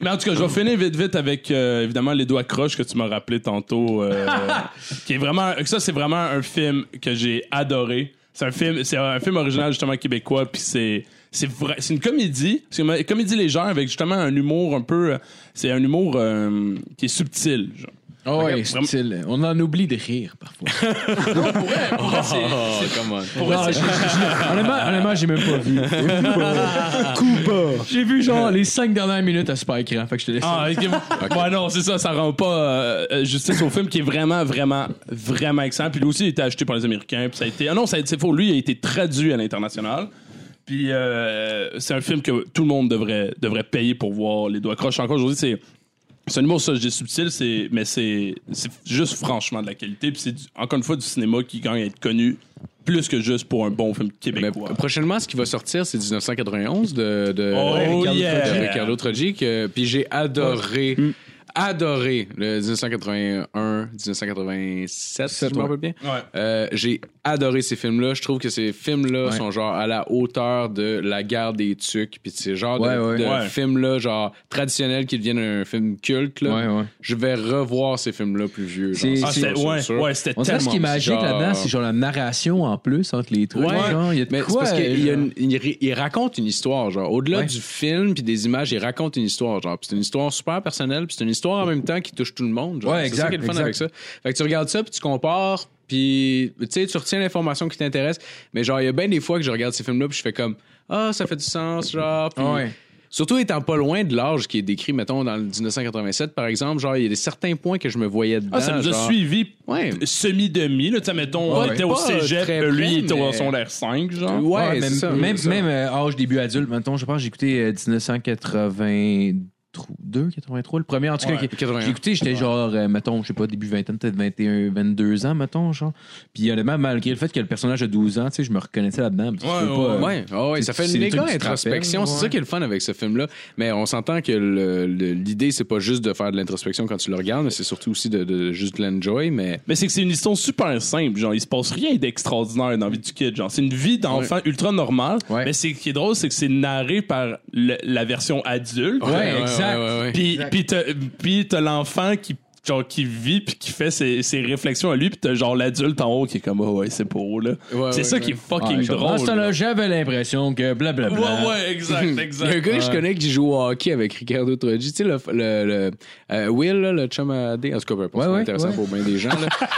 Speaker 1: Mais en tout cas,
Speaker 2: Mm.
Speaker 1: je vais finir vite, vite avec euh, évidemment Les Doigts Croches que tu m'as rappelé
Speaker 4: <laughs>
Speaker 1: tantôt. euh, qui est vraiment. que Ça, c'est vraiment un film que j'ai adoré. C'est un film, c'est un film original justement québécois, puis c'est. C'est vrai, c'est une comédie, c'est une comédie légère avec justement un humour un peu, euh, c'est un humour euh, qui est subtil.
Speaker 4: <laughs>
Speaker 1: Genre.
Speaker 4: Oh, ouais,
Speaker 1: Regarde, vraiment-
Speaker 4: subtil. On en oublie de rire parfois.
Speaker 2: Oh, come on.
Speaker 4: Non, je- je- je- honnêtement, honnêtement, j'ai même pas <laughs> vu. Coupa. J'ai vu genre les cinq dernières minutes à super écran. Fait que je te laisse.
Speaker 1: Ah,
Speaker 2: <laughs>
Speaker 1: ok. Ouais, non, c'est ça, ça rend pas euh, euh, justice au film qui est vraiment, vraiment, vraiment excellent. Puis lui aussi, il a été acheté par les Américains. Puis ça a été. Ah non, ça a été- c'est faux. Lui, il a été traduit à l'international. Puis euh, c'est un film que tout le monde devrait, devrait payer pour voir. Les doigts croches encore aujourd'hui, c'est. C'est un humour, ça, je dis subtil, c'est, mais c'est, c'est juste franchement de la qualité. Puis c'est du- encore une fois du cinéma qui gagne à être connu plus que juste pour un bon film
Speaker 2: Mais
Speaker 1: québécois.
Speaker 2: prochainement, ce qui va sortir, c'est 1991 de, de
Speaker 1: Oh,
Speaker 2: Ricardo
Speaker 1: yeah.
Speaker 2: Troggi, Ricardo Troggi, que- Puis j'ai adoré adoré le 1981, 1987, si je me
Speaker 4: ouais.
Speaker 2: rappelle bien.
Speaker 1: Ouais.
Speaker 2: Euh, j'ai adoré ces films-là. Je trouve que ces films-là
Speaker 4: Ouais.
Speaker 2: sont genre à la hauteur de La guerre des tucs, puis de ces genres de,
Speaker 4: Ouais, ouais.
Speaker 2: de
Speaker 1: Ouais.
Speaker 2: films-là, genre traditionnels qui deviennent un film culte. là.
Speaker 4: Ouais, ouais.
Speaker 2: Je vais revoir ces films-là plus vieux. genre,
Speaker 4: C'est-
Speaker 2: c'est
Speaker 1: Ah,
Speaker 2: sûr,
Speaker 1: c'était-
Speaker 2: c'est
Speaker 1: ouais,
Speaker 2: sûr.
Speaker 1: ouais, c'était
Speaker 4: On dirait ce qui est
Speaker 1: tellement-
Speaker 4: magique
Speaker 2: genre-
Speaker 4: là-dedans, c'est genre la narration en plus entre les trucs.
Speaker 2: Ouais.
Speaker 4: genre, il y a de
Speaker 2: Mais c'est
Speaker 4: quoi, euh,
Speaker 2: parce qu'il y a
Speaker 4: genre.
Speaker 2: une- il, ri- il raconte une histoire, genre. Au-delà
Speaker 4: Ouais.
Speaker 2: du film puis des images, il raconte une histoire, genre. Puis c'est une histoire super personnelle, puis c'est une histoire en même temps qui touche tout le monde, genre.
Speaker 4: Ouais,
Speaker 2: c'est ça
Speaker 4: exact,
Speaker 2: qui est le fun
Speaker 4: exact.
Speaker 2: avec ça. Fait que tu regardes ça, puis tu compares, puis tu sais, tu retiens l'information qui t'intéresse. Mais genre, il y a bien des fois que je regarde ces films-là, puis je fais comme, ah, ça fait du sens, genre. Puis
Speaker 4: Ouais.
Speaker 2: Surtout étant pas loin de l'âge qui est décrit, mettons, dans le 1987, par exemple, genre, il y a des certains points que je me voyais dedans.
Speaker 1: Ah, ça nous a
Speaker 2: genre.
Speaker 1: suivi
Speaker 2: Ouais.
Speaker 1: semi-demi. Là, tu sais, mettons, on
Speaker 2: Ouais,
Speaker 1: était au
Speaker 2: pas
Speaker 1: cégep,
Speaker 2: très
Speaker 1: lui,
Speaker 2: près,
Speaker 1: il était au
Speaker 2: mais-
Speaker 1: secondaire 5, genre.
Speaker 2: Ouais,
Speaker 4: Ouais,
Speaker 2: c'est
Speaker 4: même,
Speaker 2: ça,
Speaker 4: même,
Speaker 2: c'est ça.
Speaker 4: même, euh, âge début adulte, mettons, je pense que j'ai écouté euh, 1982, 83, le premier en tout cas.
Speaker 1: Ouais,
Speaker 4: qui-
Speaker 2: 81.
Speaker 4: J'ai écouté, j'étais genre, euh, mettons, je sais pas, début vingtaine, peut-être 21, 22 ans, mettons, genre. Puis honnêtement, malgré le fait que le personnage a 12 ans, tu sais, je me reconnaissais là-dedans. parce que
Speaker 1: Ouais,
Speaker 4: je peux pas, euh,
Speaker 2: Ouais, ah ouais,
Speaker 4: C'est-
Speaker 2: ça fait
Speaker 4: c'est
Speaker 2: une
Speaker 4: des
Speaker 2: méga
Speaker 4: trucs qui te
Speaker 2: introspection.
Speaker 4: rappellent,
Speaker 2: C'est
Speaker 4: ouais.
Speaker 2: ça qui est le fun avec ce film-là. Mais on s'entend que le- le- l'idée, c'est pas juste de faire de l'introspection quand tu le regardes, mais c'est surtout aussi de, de juste de l'enjoy. Mais
Speaker 1: Mais c'est que c'est une histoire super simple, genre il se passe rien d'extraordinaire dans la vie du kid, genre c'est une vie d'enfant ultra normale,
Speaker 4: Ouais.
Speaker 1: mais c'est ce qui est drôle c'est que c'est narré par le- la version adulte.
Speaker 4: Ouais, exact.
Speaker 2: ouais, ouais.
Speaker 1: Puis puis t'as- puis t'as l'enfant qui genre qui vit puis qui fait ses, ses réflexions à lui puis t'as genre l'adulte en haut qui est comme oh ouais c'est pour là.
Speaker 2: Ouais,
Speaker 1: c'est
Speaker 2: ouais,
Speaker 1: ça
Speaker 2: ouais.
Speaker 1: qui est
Speaker 4: ouais,
Speaker 1: fucking
Speaker 4: je-
Speaker 1: drôle.
Speaker 4: Dans ce temps-là,
Speaker 1: là.
Speaker 4: j'avais l'impression que blablabla.
Speaker 1: Ouais
Speaker 2: <laughs>
Speaker 1: ouais, exact,
Speaker 2: Il y a un
Speaker 1: exact.
Speaker 2: gars que je connais qui joue au hockey avec Ricardo Trogi. Tu sais, le, le- le- euh, Will, là, le chum à D. En tout cas, peu importe,
Speaker 4: Ouais,
Speaker 2: c'est
Speaker 4: ouais,
Speaker 2: intéressant
Speaker 4: ouais.
Speaker 2: pour bien des gens. Là.
Speaker 4: <laughs>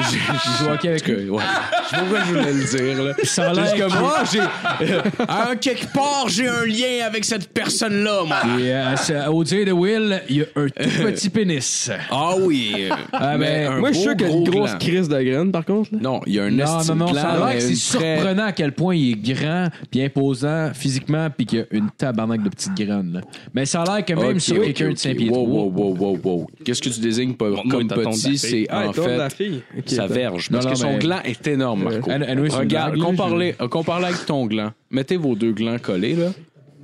Speaker 4: Je joue au hockey avec
Speaker 2: Que- ouais. Je sais pas pourquoi je voulais le dire. Là.
Speaker 4: Ça a
Speaker 2: Juste
Speaker 4: l'air-
Speaker 2: comme, Ah, j'ai-
Speaker 4: euh,
Speaker 2: à un quelque part, j'ai un lien avec cette personne-là, moi.
Speaker 4: Et, euh, ça- au dire de Will, il y a
Speaker 2: <laughs>
Speaker 4: un tout petit pénis.
Speaker 2: Ah oui.
Speaker 4: Ah,
Speaker 2: Mais
Speaker 4: mais-
Speaker 2: un
Speaker 5: Moi, je suis
Speaker 2: beau
Speaker 5: sûr qu'il y a
Speaker 2: gros
Speaker 5: une grosse
Speaker 2: gland.
Speaker 5: crise de graines, par contre. là.
Speaker 2: Non, il y a un
Speaker 4: Non,
Speaker 2: esti
Speaker 4: non,
Speaker 2: de
Speaker 4: non,
Speaker 2: plan,
Speaker 4: ça a l'air
Speaker 2: mais
Speaker 4: que c'est
Speaker 2: une très-
Speaker 4: surprenant à quel point il est grand, puis imposant physiquement, puis qu'il y a une tabarnak de petites graines. là. Mais ça a l'air que même
Speaker 2: Ok,
Speaker 4: sur
Speaker 2: ok,
Speaker 4: quelqu'un
Speaker 2: ok.
Speaker 4: de 5 pieds
Speaker 2: wow,
Speaker 4: trois-
Speaker 2: wow, wow, wow, wow. Qu'est-ce que tu désignes pas-
Speaker 1: Montre-moi
Speaker 2: comme
Speaker 1: ta tombe de la
Speaker 2: petit?
Speaker 1: fille.
Speaker 2: C'est en
Speaker 5: tombe de la
Speaker 2: fait
Speaker 5: fille. Ah, Ok,
Speaker 2: sa
Speaker 5: attends.
Speaker 2: verge.
Speaker 4: Non,
Speaker 2: Parce
Speaker 4: non,
Speaker 2: que son
Speaker 4: mais-
Speaker 2: gland est énorme, Marco.
Speaker 4: Anne- Anne-Louis, c'est une
Speaker 2: Regarde,
Speaker 4: blague, là,
Speaker 2: compare-les- euh, compare-les avec ton gland. Mettez vos deux glands collés, là.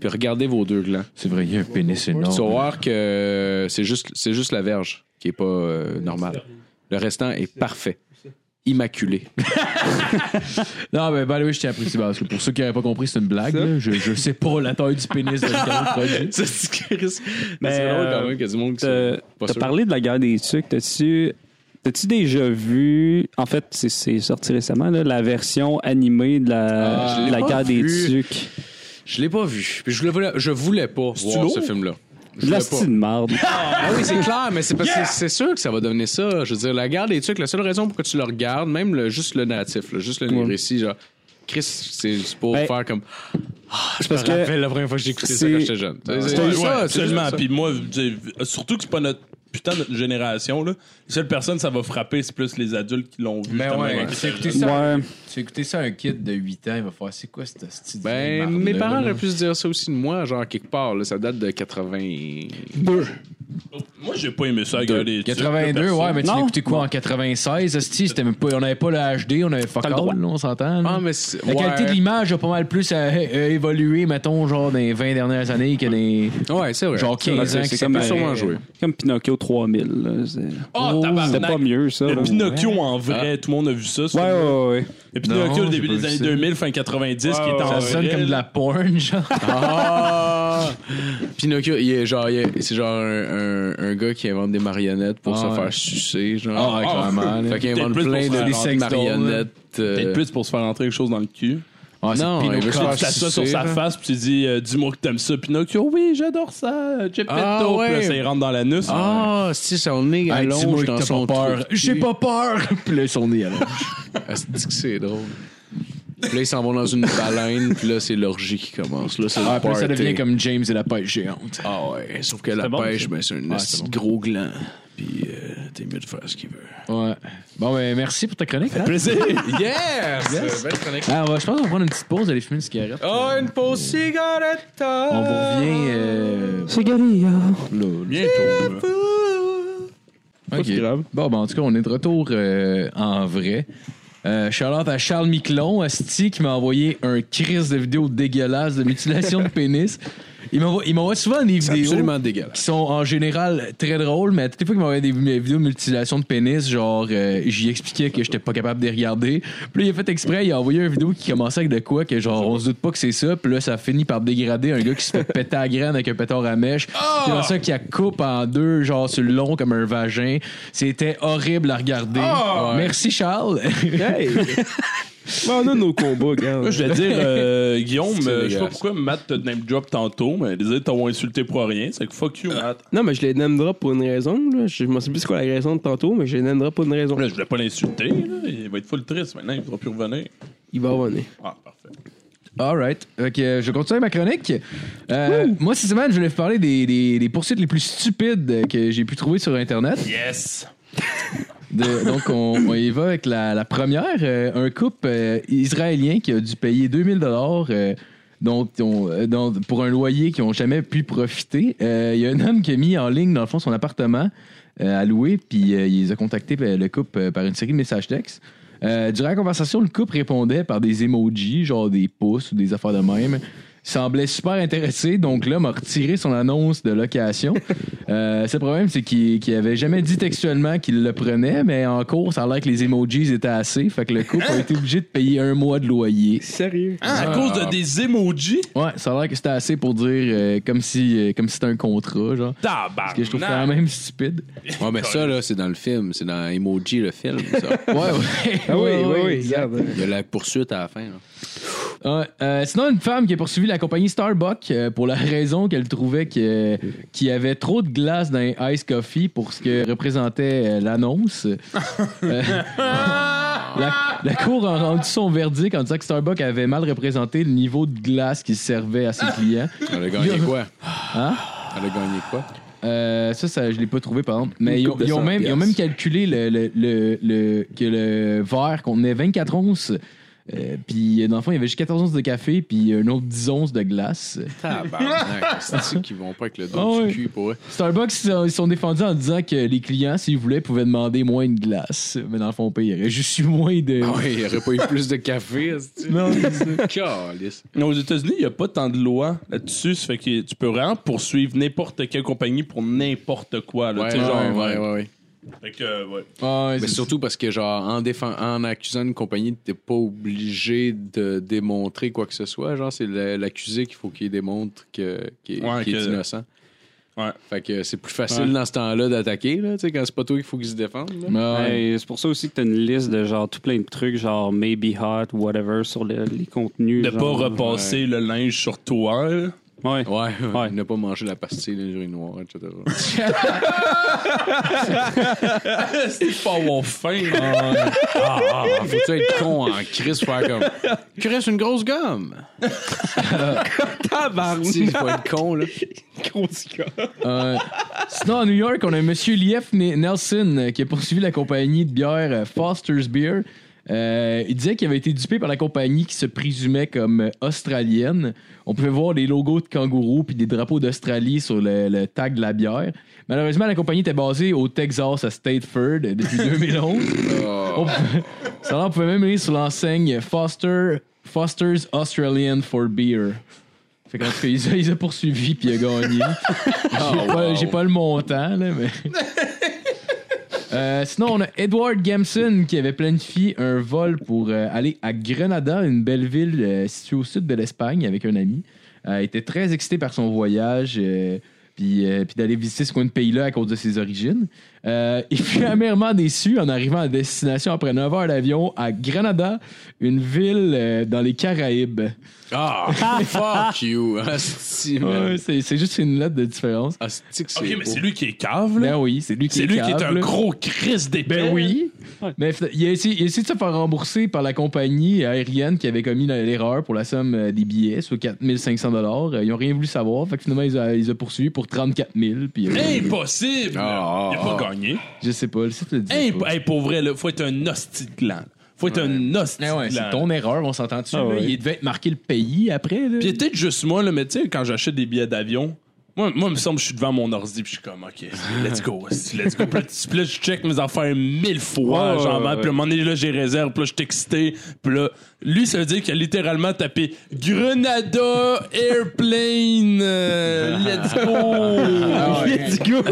Speaker 2: Puis regardez vos deux glands.
Speaker 4: C'est vrai, il y a un pénis
Speaker 2: Tu vas
Speaker 4: énorme.
Speaker 2: voir que c'est juste, c'est juste la verge qui est pas euh, normale. Le restant est parfait. Immaculé.
Speaker 4: Non, mais by the way, je t'ai appris ces bases. Pour ceux qui n'auraient pas compris, c'est une blague. là. Je, je sais pas la taille du pénis
Speaker 2: <laughs>
Speaker 4: de Ricardo Trogi.
Speaker 2: C'est ce qui risque-
Speaker 6: Mais,
Speaker 2: <laughs> c'est drôle quand
Speaker 6: euh,
Speaker 2: même qu'il y a du monde qui
Speaker 6: T'as
Speaker 2: sont pas
Speaker 6: t'as
Speaker 2: sûrs.
Speaker 6: parlé de la guerre des tucs. T'as-tu t'as-tu déjà vu. En fait, c'est- c'est sorti récemment, là, la version animée de la,
Speaker 2: Ah, je l'ai
Speaker 6: la
Speaker 2: pas
Speaker 6: guerre des
Speaker 2: vu.
Speaker 6: tucs.
Speaker 2: Je l'ai pas vu. Puis je le voulais, je voulais pas voir ce film-là. Je
Speaker 6: De la
Speaker 2: voulais pas.
Speaker 6: style de
Speaker 2: <laughs>
Speaker 6: marde.
Speaker 2: Ah oui, c'est clair, mais c'est parce que c'est c'est sûr que ça va devenir ça. Je veux dire, la garde des trucs, la seule raison pour que tu le regardes, même le, juste le narratif, là, juste le récit, genre, Chris, c'est c'est pour
Speaker 6: Ben,
Speaker 2: faire comme. Ah, je
Speaker 6: parce
Speaker 2: me
Speaker 6: que
Speaker 2: rappelle la première fois que j'ai écouté ça
Speaker 6: c'est-
Speaker 2: quand j'étais jeune. C'est
Speaker 1: Ouais,
Speaker 2: c'est
Speaker 1: ouais,
Speaker 2: ça, c'est
Speaker 1: absolument.
Speaker 2: juste ça.
Speaker 1: Puis moi, tu sais, surtout que c'est pas notre putain notre génération là. Les seules personnes ça va frapper c'est plus les adultes qui l'ont vu.
Speaker 4: Mais
Speaker 1: justement,
Speaker 4: Ben ouais,
Speaker 1: quand
Speaker 4: tu
Speaker 1: ils étaient
Speaker 4: sais, écoutez
Speaker 1: jeunes.
Speaker 4: ça.
Speaker 6: Ouais.
Speaker 4: Tu as écouté ça à un kid de 8 ans, il va faire c'est quoi cette style
Speaker 2: Ben, mes parents auraient pu se dire ça aussi de moi, genre, quelque part, là, ça date de 80.
Speaker 1: Moi j'ai pas aimé ça. la guerre des tucs, là,
Speaker 4: 82,
Speaker 1: perso.
Speaker 4: ouais, mais tu
Speaker 6: Non.
Speaker 4: l'as écouté quoi en 96? Asti, c'était même pas, on n'avait pas le HD, on avait fuck
Speaker 6: T'as le
Speaker 4: all,
Speaker 6: droit.
Speaker 4: là, on s'entend. là.
Speaker 2: Ah, mais c'est.
Speaker 4: La qualité de
Speaker 2: ouais.
Speaker 4: l'image a pas mal plus euh, euh, évolué, mettons, genre, dans les 20 dernières années que des.
Speaker 2: Ouais, c'est vrai.
Speaker 4: Genre 15 ans
Speaker 2: c'est
Speaker 4: qui
Speaker 2: ça peut
Speaker 4: séparent.
Speaker 2: sûrement jouer.
Speaker 6: Comme Pinocchio 3000. là, c'est-
Speaker 1: Oh,
Speaker 6: C'était
Speaker 1: tabarnak!
Speaker 6: pas mieux, ça. là.
Speaker 1: Le Pinocchio en vrai,
Speaker 2: Ah.
Speaker 1: tout le monde a vu ça. ce
Speaker 6: Ouais,
Speaker 1: film-là.
Speaker 6: ouais, ouais.
Speaker 1: Le Pinocchio
Speaker 4: Non,
Speaker 1: au début
Speaker 4: j'ai pas
Speaker 1: des
Speaker 4: vu
Speaker 1: années
Speaker 4: ça.
Speaker 1: 2000, fin 90, qui est en
Speaker 4: Ça
Speaker 1: vrai,
Speaker 4: sonne comme de la porn, genre.
Speaker 2: Ah! Pinocchio, il est genre, il est- c'est genre un, un- un gars qui invente des marionnettes pour
Speaker 4: Ah
Speaker 2: se
Speaker 4: ouais.
Speaker 2: faire sucer, genre.
Speaker 4: Ah ouais, clairement, là.
Speaker 2: Fait qu'il invente
Speaker 1: Peut-être plus
Speaker 2: plein
Speaker 1: pour faire
Speaker 2: de
Speaker 1: des
Speaker 2: petites
Speaker 4: sex dolls,
Speaker 2: marionnettes. euh,
Speaker 1: Peut-être plus pour se faire entrer quelque chose dans le cul.
Speaker 4: Ah, c'est
Speaker 2: Non,
Speaker 4: Pinocchio.
Speaker 2: il veut se
Speaker 1: Quand
Speaker 2: faire
Speaker 1: tu t'assois
Speaker 2: sucer,
Speaker 1: sur sa
Speaker 2: là.
Speaker 1: face, puis tu dis, euh, dis-moi que t'aimes ça, Pinocchio. Oui, j'adore ça. Geppetto.
Speaker 2: Ah, ouais.
Speaker 1: Puis là, ça il rentre dans l'anus.
Speaker 2: Ah, si son nez
Speaker 4: Hey, dis-moi
Speaker 2: allonge
Speaker 4: que
Speaker 2: dans
Speaker 4: t'as
Speaker 2: son
Speaker 4: pas peur.
Speaker 2: trou de
Speaker 4: J'ai
Speaker 2: cul.
Speaker 4: pas peur. Puis là, son nez, alors.
Speaker 2: Ah, c'est que c'est drôle. Puis là, ils s'en vont dans une baleine, puis là, c'est l'orgie qui commence. Là, c'est le
Speaker 4: Ah, puis là, ça
Speaker 2: party.
Speaker 4: devient comme James et la pêche géante.
Speaker 2: Ah ouais, sauf que la
Speaker 6: bon,
Speaker 2: pêche,
Speaker 6: ça.
Speaker 2: ben, c'est un
Speaker 4: Ah, c'est
Speaker 2: esti de gros gland. Puis euh, t'es mieux de faire ce qu'il veut.
Speaker 4: Ouais. Bon, ben, merci pour ta chronique. hein. <laughs>
Speaker 1: Plaisir.
Speaker 2: Yes! Euh, Belle connexion.
Speaker 4: Ah, on va- je pense qu'on va prendre une petite pause, aller fumer une cigarette. Euh,
Speaker 2: Oh, une pause cigarette!
Speaker 4: On vous revient. euh,
Speaker 6: C'est gagné,
Speaker 1: Bientôt.
Speaker 4: Ok.
Speaker 5: si grave.
Speaker 4: Bon, ben, en tout cas, on est de retour euh, en vrai. Euh, Charlotte à Charles Miquelon, Asti, qui m'a envoyé un crise de vidéo dégueulasse de mutilation de pénis. Il m'envoie il m'envoie souvent des vidéos
Speaker 2: absolument dégueulasse.
Speaker 4: qui sont en général très drôles, mais à toutes les fois qu'il m'envoyait des vi- vidéos de mutilation de pénis, genre, euh, j'y expliquais que j'étais pas capable de les regarder. Puis là, il a fait exprès, il a envoyé une vidéo qui commençait avec de quoi, que genre, on se doute pas que c'est ça. Puis là, ça finit par dégrader un gars qui se fait péter à graine avec un pétard à mèche.
Speaker 2: Ah!
Speaker 4: Puis là, ça qui la coupe en deux, genre, sur le long comme un vagin. C'était horrible à regarder.
Speaker 2: Ah!
Speaker 4: Merci, Charles. <laughs>
Speaker 5: Hey! <laughs> Ouais, on a nos combats, regarde.
Speaker 1: Moi, je vais dire,
Speaker 2: <laughs>
Speaker 1: euh, Guillaume,
Speaker 2: C'est
Speaker 1: euh, je sais pas
Speaker 2: dégueulasse.
Speaker 1: pourquoi Matt te name drop tantôt, mais les autres t'ont insulté pour rien. C'est que fuck you, Matt.
Speaker 5: Non, mais je les name drop pour une raison. Là. Je me souviens plus c'est quoi la raison de tantôt, mais je les name drop pour une raison.
Speaker 1: Là, je voulais pas l'insulter. là. Il va être full triste maintenant. Il pourra plus revenir.
Speaker 5: Il va revenir.
Speaker 1: Ah, parfait.
Speaker 4: All right. Ok, je continue ma chronique. Euh, moi, cette semaine, je voulais vous parler des, des- des poursuites les plus stupides que j'ai pu trouver sur Internet.
Speaker 1: Yes!
Speaker 4: De- donc, on, on y va avec la, la première. Euh, un couple euh, israélien qui a dû payer 2000 dollars euh, dont, on- euh, dont- pour un loyer qu'ils n'ont jamais pu profiter. Euh, Il y a un homme qui a mis en ligne, dans le fond, son appartement euh, à louer, puis euh, il les a contactés, euh, le couple, euh, par une série de messages textes. Euh, durant la conversation, le couple répondait par des emojis, genre des pouces ou des affaires de même. Il semblait super intéressé, donc l'homme a retiré son annonce de
Speaker 5: <laughs>
Speaker 4: location. Euh, le problème, c'est qu'il qu'il avait jamais dit textuellement qu'il le prenait, mais en cours, ça a l'air que les emojis étaient assez, fait que le couple a été obligé de payer un mois de loyer.
Speaker 5: Sérieux?
Speaker 1: Ah, à cause de des emojis?
Speaker 4: Ouais, ça a l'air que c'était assez pour dire euh, comme si euh, comme si c'était un contrat, genre.
Speaker 1: Tabarnak!
Speaker 4: Que je trouve quand même stupide.
Speaker 2: Ouais, Ah, mais ça, là, c'est dans le film. C'est dans Emoji, le film. ça.
Speaker 4: Ouais, ouais.
Speaker 5: Ah oui,
Speaker 4: Ouais,
Speaker 5: oui,
Speaker 4: ouais,
Speaker 5: oui,
Speaker 4: exact.
Speaker 5: regarde.
Speaker 2: Il y a la poursuite à la fin. là.
Speaker 4: Ouais, euh, sinon, une femme qui a poursuivi la compagnie Starbucks euh, pour la <laughs> raison qu'elle trouvait que- qu'il y avait trop de glace dans les Ice Coffee pour ce que représentait euh, l'annonce. Euh, la, la cour a rendu son verdict en disant que Starbucks avait mal représenté le niveau de glace qui servait à ses clients.
Speaker 2: Elle a gagné quoi?
Speaker 4: Hein?
Speaker 2: Elle a gagné quoi?
Speaker 4: Euh, ça, ça, je l'ai pas trouvé, par exemple. Mais
Speaker 5: Une
Speaker 4: ils ont,
Speaker 5: coupe de
Speaker 4: ils ont
Speaker 5: 100
Speaker 4: même, ils ont
Speaker 5: piastres.
Speaker 4: même calculé le, le, le- le- que le verre contenait 24 onces. Euh, puis, dans le fond, il y avait juste 14 onces de café, puis un autre 10 onces de glace.
Speaker 2: Ah, ben, Tabarnak. C'est ceux qui vont pas avec le dos
Speaker 4: Ah
Speaker 2: du
Speaker 4: ouais.
Speaker 2: cul pour eux.
Speaker 4: Starbucks, ils sont- ils sont défendus en disant que les clients, s'ils voulaient, pouvaient demander moins de glace. Mais dans le fond, il y aurait juste eu moins de.
Speaker 2: Ah ouais, il n'y aurait pas eu plus de café.
Speaker 4: Non,
Speaker 2: Calice.
Speaker 1: Non, aux États-Unis, il n'y a pas tant de lois là-dessus. Ça fait que tu peux vraiment poursuivre n'importe quelle compagnie pour n'importe quoi. Là,
Speaker 2: Ouais,
Speaker 1: tu sais,
Speaker 2: ouais,
Speaker 1: genre,
Speaker 2: ouais, ouais, ouais.
Speaker 1: Fait que, euh, ouais.
Speaker 4: Ah, ouais,
Speaker 2: Mais
Speaker 4: c'est-
Speaker 2: surtout parce que, genre, en, défend- en accusant une compagnie, t'es pas obligé de démontrer quoi que ce soit. Genre, c'est le- l'accusé qu'il faut qu'il démontre que- qu'il
Speaker 1: Ouais,
Speaker 2: qu'il
Speaker 1: que-
Speaker 2: est innocent.
Speaker 1: Ouais.
Speaker 2: Fait que c'est plus facile
Speaker 1: Ouais.
Speaker 2: dans ce temps-là d'attaquer, là, tu sais, quand c'est pas toi qu'il faut qu'il se défende. là.
Speaker 4: Ah, ouais.
Speaker 6: Ouais, c'est pour ça aussi que t'as une liste de genre tout plein de trucs, genre maybe hot, whatever, sur le- les contenus.
Speaker 1: De
Speaker 6: genre.
Speaker 1: pas repasser le linge
Speaker 2: <laughs>
Speaker 1: sur toi. là.
Speaker 6: Ouais.
Speaker 2: Ouais,
Speaker 6: Ouais.
Speaker 2: ne pas manger la pastille les urines noires, etc. <laughs>
Speaker 1: C'est pas avoir faim.
Speaker 2: Faut-tu être con en Chris faire comme Chris, une grosse gomme?
Speaker 5: Tabarnak!
Speaker 2: Si, faut être con, là.
Speaker 4: Euh, sinon, à New York, on a M. Lief Ne- Nelson euh, qui a poursuivi la compagnie de bière euh, Foster's Beer. Euh, il disait qu'il avait été dupé par la compagnie qui se présumait comme euh, australienne. On pouvait voir des logos de kangourous puis des drapeaux d'Australie sur le, le tag de la bière. Malheureusement, la compagnie était basée au Texas à Stateford euh, depuis 2011. On pouvait- ça, là, on pouvait même lire sur l'enseigne Foster, Foster's Australian for Beer. Fait qu'en tout cas, ils ont ils ont poursuivi puis il a gagné. J'ai
Speaker 1: Oh,
Speaker 4: pas, j'ai pas le montant, là, mais.
Speaker 1: <laughs>
Speaker 4: Euh, sinon, on a Edward Gamson qui avait planifié un vol pour euh, aller à Grenada, une belle ville euh, située au sud de l'Espagne, avec un ami. Euh, il était très excité par son voyage, euh, puis euh, puis d'aller visiter ce coin de pays-là à cause de ses origines. Euh, il fut amèrement déçu en arrivant à destination après 9 heures d'avion à Grenada, une ville euh, dans les Caraïbes.
Speaker 2: Ah, <laughs> fuck you. Asti, man.
Speaker 4: Ouais, c'est c'est juste une lettre de différence.
Speaker 2: Asti que c'est
Speaker 1: ok, mais
Speaker 2: beau.
Speaker 1: c'est lui qui est cave. là.
Speaker 4: Ben oui, c'est lui qui
Speaker 1: C'est lui qui est
Speaker 4: câble,
Speaker 1: un
Speaker 4: là.
Speaker 1: gros Chris d'épée.
Speaker 4: Ben oui. Mais fina- il a, essayé, il a essayé de se faire rembourser par la compagnie aérienne qui avait commis la- l'erreur pour la somme euh, des billets, soit 4500 dollars. Euh, Ils ont rien voulu savoir. Fait que finalement, ils ont, ils ont poursuivi pour 34 000. Puis, euh,
Speaker 1: Impossible!
Speaker 2: Ah,
Speaker 1: il a
Speaker 2: ah,
Speaker 1: pas
Speaker 2: ah.
Speaker 1: gagné.
Speaker 4: je sais pas, le site le dit.
Speaker 1: Imp-
Speaker 4: pas.
Speaker 1: hey, pour vrai, là, faut être un hostie de gland. Faut être un hostie
Speaker 4: Eh ouais,
Speaker 1: de
Speaker 4: c'est
Speaker 1: gland.
Speaker 4: ton erreur, on s'entend dessus.
Speaker 6: Ah
Speaker 4: là?
Speaker 6: ouais.
Speaker 4: Il devait être marqué le pays après. là.
Speaker 1: Puis peut-être juste moi, là, mais tu sais, quand j'achète des billets d'avion, Moi, moi, il me semble que je suis devant mon ordi puis je suis comme, OK, let's go, hostie, let's go. Puis là, tu- puis là, je check mes affaires mille fois,
Speaker 6: Ouais,
Speaker 1: genre,
Speaker 6: ouais,
Speaker 1: man. puis à un moment donné, là, j'ai réserve, puis là, je suis excité. Puis là, lui, ça veut dire qu'il a littéralement tapé Grenada Airplane, euh, let's go.
Speaker 5: Let's go!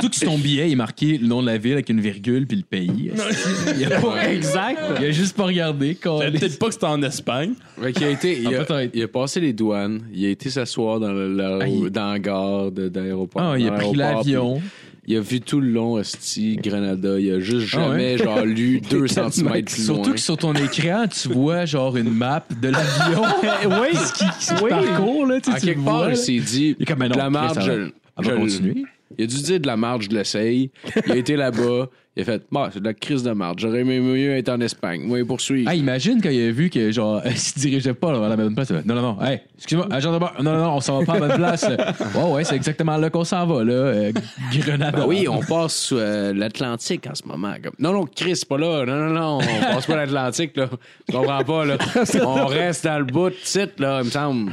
Speaker 4: Surtout que sur ton billet, il est marqué le nom de la ville avec une virgule puis le pays. <laughs> Il a, pas-
Speaker 6: Exact.
Speaker 4: il a juste pas regardé.
Speaker 1: Euh,
Speaker 4: <laughs> câlisse.
Speaker 1: Peut-être pas que c'était en Espagne.
Speaker 2: Ouais, qu'il a été, il,
Speaker 4: Ah,
Speaker 2: a,
Speaker 4: peut-être.
Speaker 2: il a passé les douanes, il a été s'asseoir dans le, le-
Speaker 4: Ah, il-
Speaker 2: dans le hangar de- d'aéroport.
Speaker 4: Ah, il a
Speaker 2: dans
Speaker 4: pris
Speaker 2: l'aéroport,
Speaker 4: l'avion.
Speaker 2: puis Il a vu tout le long Esti, Grenada, il a juste
Speaker 4: Ah,
Speaker 2: jamais genre
Speaker 4: <laughs>
Speaker 2: lu 2 cm plus loin.
Speaker 4: Surtout que sur ton écran, tu vois genre une map de l'avion. <laughs>
Speaker 6: oui, oui.
Speaker 4: Parcours, là, tu sais,
Speaker 2: à
Speaker 4: tu
Speaker 2: quelque
Speaker 4: le
Speaker 2: part,
Speaker 4: vois, là.
Speaker 2: il s'est dit
Speaker 4: est comme, ben non,
Speaker 2: de la
Speaker 4: Chris,
Speaker 2: marge,
Speaker 4: ça va.
Speaker 2: je,
Speaker 4: Elle va
Speaker 2: je-
Speaker 4: continuer.
Speaker 2: Il a dû dire de la marge, je l'essaye. Il a été là-bas, il a fait bah, c'est de la crise de marge, j'aurais aimé mieux être en Espagne. Moi, il poursuit.
Speaker 4: Ah, imagine quand il a vu que, genre, <laughs> il se dirigeait pas là, à la bonne place. il a fait, Non, non, non, hey, excuse-moi, agent de bord. Non, non, non, on s'en va pas à la bonne
Speaker 2: <laughs>
Speaker 4: place. ouais, ouais, c'est exactement là qu'on s'en va, là. euh, Grenade.
Speaker 2: Ben oui, on passe sous, euh, l'Atlantique en ce moment. comme, Non, non, Chris, c'est pas là. Non, non, non, on passe pas l'Atlantique, là. Je comprends pas, <laughs> là. On reste dans le bout de site, là, il me semble.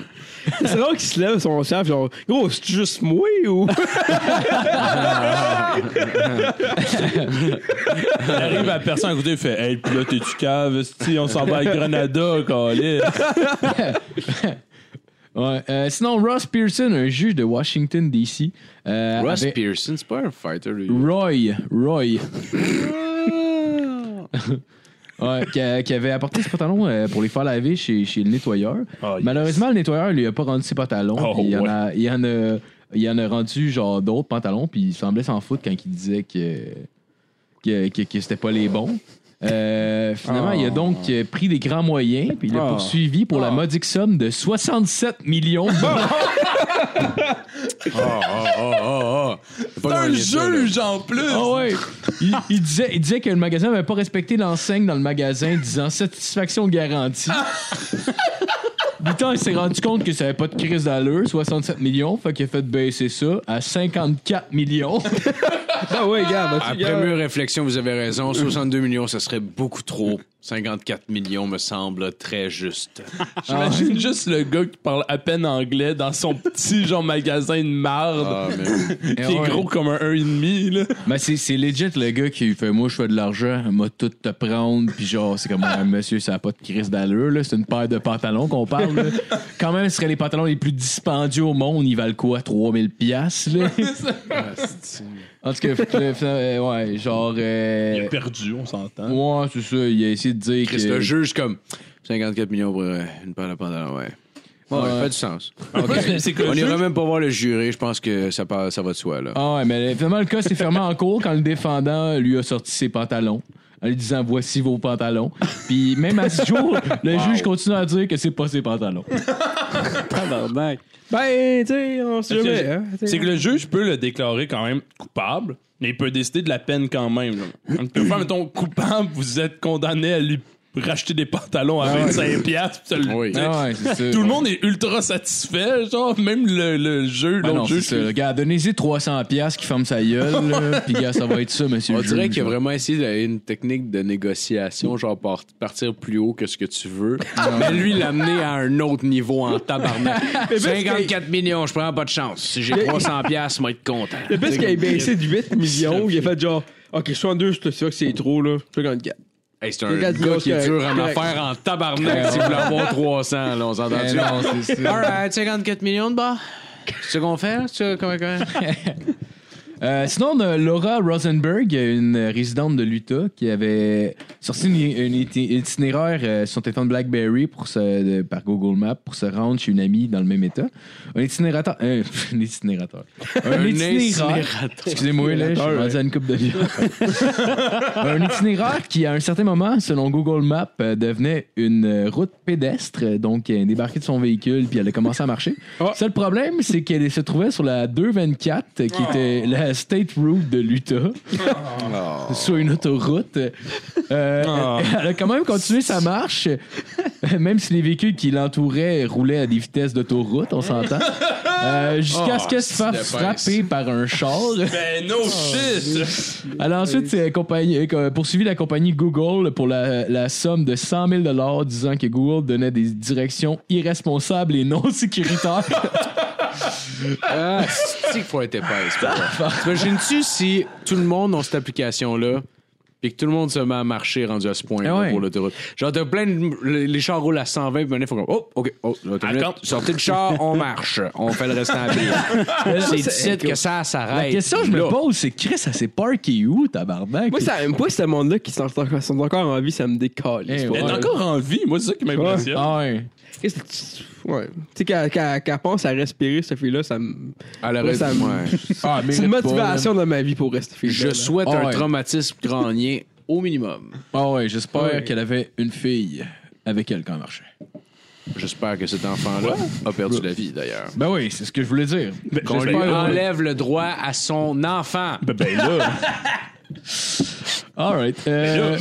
Speaker 5: C'est rare qu'il se lève son chef, genre, gros, c'est juste moi ou.
Speaker 1: Il arrive à la personne à côté, il fait, hey, puis là, t'es-tu cave, esti, on s'en va à Grenada, câlisse.
Speaker 4: <laughs> Ouais, euh, sinon, Ross Pearson, un juge de Washington, D.C. euh,
Speaker 2: Ross
Speaker 4: avait-
Speaker 2: Pearson, c'est pas un fighter, lui.
Speaker 4: Roy,
Speaker 2: <laughs>
Speaker 4: Roy. Ouais, qui, a- qui avait apporté ses pantalons euh, pour les faire laver chez, chez le nettoyeur.
Speaker 1: Ah, yes.
Speaker 4: Malheureusement, le nettoyeur lui a pas rendu ses pantalons.
Speaker 1: Oh,
Speaker 4: puis il, en
Speaker 1: ouais.
Speaker 4: a, il, en a, il en a rendu genre d'autres pantalons, puis il semblait s'en foutre quand il disait que, que, que, que c'était pas les bons. Euh, finalement, il a donc
Speaker 1: Ah.
Speaker 4: euh, pris des grands moyens, puis il l'a
Speaker 6: Oh.
Speaker 4: poursuivi pour la modique somme de 67 millions
Speaker 1: <laughs>
Speaker 4: de dollars. oh,
Speaker 1: C'est un juge en plus!
Speaker 4: Ah ouais. Il, il disait, il disait que le magasin n'avait pas respecté l'enseigne dans le magasin disant satisfaction
Speaker 1: <laughs>
Speaker 4: garantie. Putain, il s'est rendu compte que ça n'avait pas de crise d'allure, 67 millions, fait qu'il a fait baisser ça à 54 millions.
Speaker 5: Ah ouais, gars, ben, tu-
Speaker 2: Après
Speaker 5: gars,
Speaker 2: mûre réflexion, vous avez raison. 62 millions, ça serait beaucoup trop. 54 millions me semble très juste.
Speaker 1: <laughs> J'imagine juste le gars qui parle à peine anglais dans son petit genre magasin de marde
Speaker 2: Ah, mais... <laughs>
Speaker 1: qui
Speaker 4: Eh
Speaker 1: est
Speaker 4: ouais.
Speaker 1: gros comme un 1,5 là.
Speaker 4: Mais Ben, c'est c'est legit le gars qui fait Moi, je fais de l'argent, m'a tout te prendre. Puis genre, c'est comme Ah, Monsieur, ça n'a pas de crise d'allure. là. C'est une paire de pantalons qu'on parle. là. Quand même, ce seraient les pantalons les plus dispendieux au monde. Ils valent quoi 3000 piastres là? En tout cas, fait que, euh, ouais, genre. euh,
Speaker 1: Il est perdu, on s'entend.
Speaker 4: ouais, c'est ça. Il a essayé de dire
Speaker 2: Chris,
Speaker 4: que.
Speaker 2: le juge, comme 54 millions pour euh, une paire de pantalons, ouais. Ouais,
Speaker 4: Ouais.
Speaker 2: ça fait du sens.
Speaker 1: C'est- C'est que
Speaker 2: On
Speaker 1: le
Speaker 2: ira
Speaker 1: juge-
Speaker 2: même pas voir le juré, je pense que ça, part- ça va de soi, là.
Speaker 4: Ah ouais, mais finalement, le cas s'est fermé en cours quand le défendant lui a sorti ses pantalons. En lui disant voici vos pantalons. Puis même à ce jour, le juge continue à dire que c'est pas ses pantalons.
Speaker 6: Tabarnak.
Speaker 5: Ben, tu sais, on sait
Speaker 1: Parce que
Speaker 5: jamais.
Speaker 1: je-
Speaker 5: hein, tu sais.
Speaker 1: C'est que le juge peut le déclarer quand même coupable, mais il peut décider de la peine quand même. là. On peut faire, mettons, coupable, vous êtes condamné à lui racheter des pantalons à 25 piastres. pis ça le-
Speaker 2: Oui.
Speaker 1: tu sais,
Speaker 4: Ah ouais, c'est ça.
Speaker 1: Tout le monde est ultra satisfait, genre, même le, le jeu,
Speaker 4: Ben non,
Speaker 1: l'autre
Speaker 4: c'est
Speaker 1: juge.
Speaker 4: ça. Le Gars, donnez-y 300 pièces qui ferme sa gueule, là, puis gars, ça va être ça, monsieur.
Speaker 2: On
Speaker 4: le
Speaker 2: dirait
Speaker 4: juge,
Speaker 2: qu'il a
Speaker 4: là.
Speaker 2: vraiment essayé d'aller une technique de négociation, genre par- partir plus haut que ce que tu veux. mais lui, l'amener à un autre niveau en tabarnak. 54 millions, je prends pas de chance. Si j'ai 300 piastres, moi, être content.
Speaker 5: Le pire, c'est qu'il a baissé de 8 millions, il a fait genre, ok, 62, je te sûr que c'est trop, là. 54.
Speaker 2: Hey, c'est
Speaker 5: Les gars
Speaker 2: un
Speaker 5: du
Speaker 2: gars
Speaker 5: York,
Speaker 2: qui est dur en
Speaker 5: correct.
Speaker 2: affaires en tabarnak si vous voulez avoir 300, là, on
Speaker 4: Ben
Speaker 2: s'entend-tu?
Speaker 4: non, c'est ça.
Speaker 2: Alright, 54 millions de bas. C'est ce qu'on fait? C'est ça, comment, comment?
Speaker 4: Euh, sinon, on a Laura Rosenberg, une résidente de l'Utah, qui avait sorti une, une iti- itinéraire euh, sur son téléphone BlackBerry pour se, de- par Google Maps pour se rendre chez une amie dans le même état. Un itinérateur. euh, <laughs> un itinérateur. Un, itinéraire. Excusez-moi, là, je suis rendu à une coupe de viande. <laughs> un itinéraire qui, à un certain moment, selon Google Maps, euh, devenait une euh, route pédestre. Euh, Donc, elle est débarquée de son véhicule puis elle a commencé à marcher.
Speaker 5: Oh.
Speaker 4: Seul problème, c'est qu'elle se trouvait sur la 224, euh, qui était la, la State Route de l'Utah, <laughs> sur une autoroute. Euh, Elle a quand même continué sa marche, euh, même si les véhicules qui l'entouraient roulaient à des vitesses d'autoroute, on s'entend. Euh, Jusqu'à ce qu'elle se fasse frapper par un char.
Speaker 1: Ben, no shit!
Speaker 4: Alors ensuite, c'est compagnie- euh, poursuivi la compagnie Google pour la, la somme de 100 000 disant que Google donnait des directions irresponsables et non <laughs>
Speaker 2: <laughs>
Speaker 4: sécuritaires.
Speaker 2: Ah, c'est qu'il faut être épaisse. pour vrai. T'imagines-tu si tout le monde a cette application-là? Puis que tout le monde se met à marcher rendu à ce point-là
Speaker 4: Ah ouais.
Speaker 2: pour l'autoroute. Genre, t'as plein de. Les, les chars roulent à 120, puis maintenant, il faut comme. Oh, OK. Oh, attends une minute.
Speaker 1: Attends.
Speaker 2: sortez le char, on marche. On fait le restant à
Speaker 4: <laughs>
Speaker 2: pied. C'est ici que ça s'arrête.
Speaker 4: la question que je me
Speaker 2: Là.
Speaker 4: pose, c'est Chris, elle s'est parkée où, tabarnak?
Speaker 5: Moi, ça aime pas ce monde-là qui sont encore, sont encore en vie, ça me décolle.
Speaker 4: Eh,
Speaker 5: c'est pas
Speaker 4: ouais.
Speaker 1: Elle est
Speaker 5: vrai.
Speaker 1: encore en vie, moi, c'est ça qui m'impressionne.
Speaker 4: Ah ouais.
Speaker 5: Qu'est-ce que Tu ouais. Tu sais, quand, quand, quand elle pense à respirer, cette fille-là, ça me.
Speaker 2: À la
Speaker 5: Moi, ça me-
Speaker 4: Ah,
Speaker 5: C'est une motivation dans ma vie pour rester fille.
Speaker 2: Je souhaite
Speaker 4: Ah
Speaker 2: un
Speaker 4: ouais.
Speaker 2: traumatisme crânien au minimum.
Speaker 4: Ah ouais, j'espère
Speaker 5: Ouais.
Speaker 4: qu'elle avait une fille avec elle quand elle marchait.
Speaker 2: J'espère que cet enfant-là a perdu la vie, d'ailleurs.
Speaker 4: Ben oui, c'est ce que je voulais dire.
Speaker 2: Qu'on lui enlève le droit à son enfant.
Speaker 1: Ben, ben là,
Speaker 4: Alright. Euh...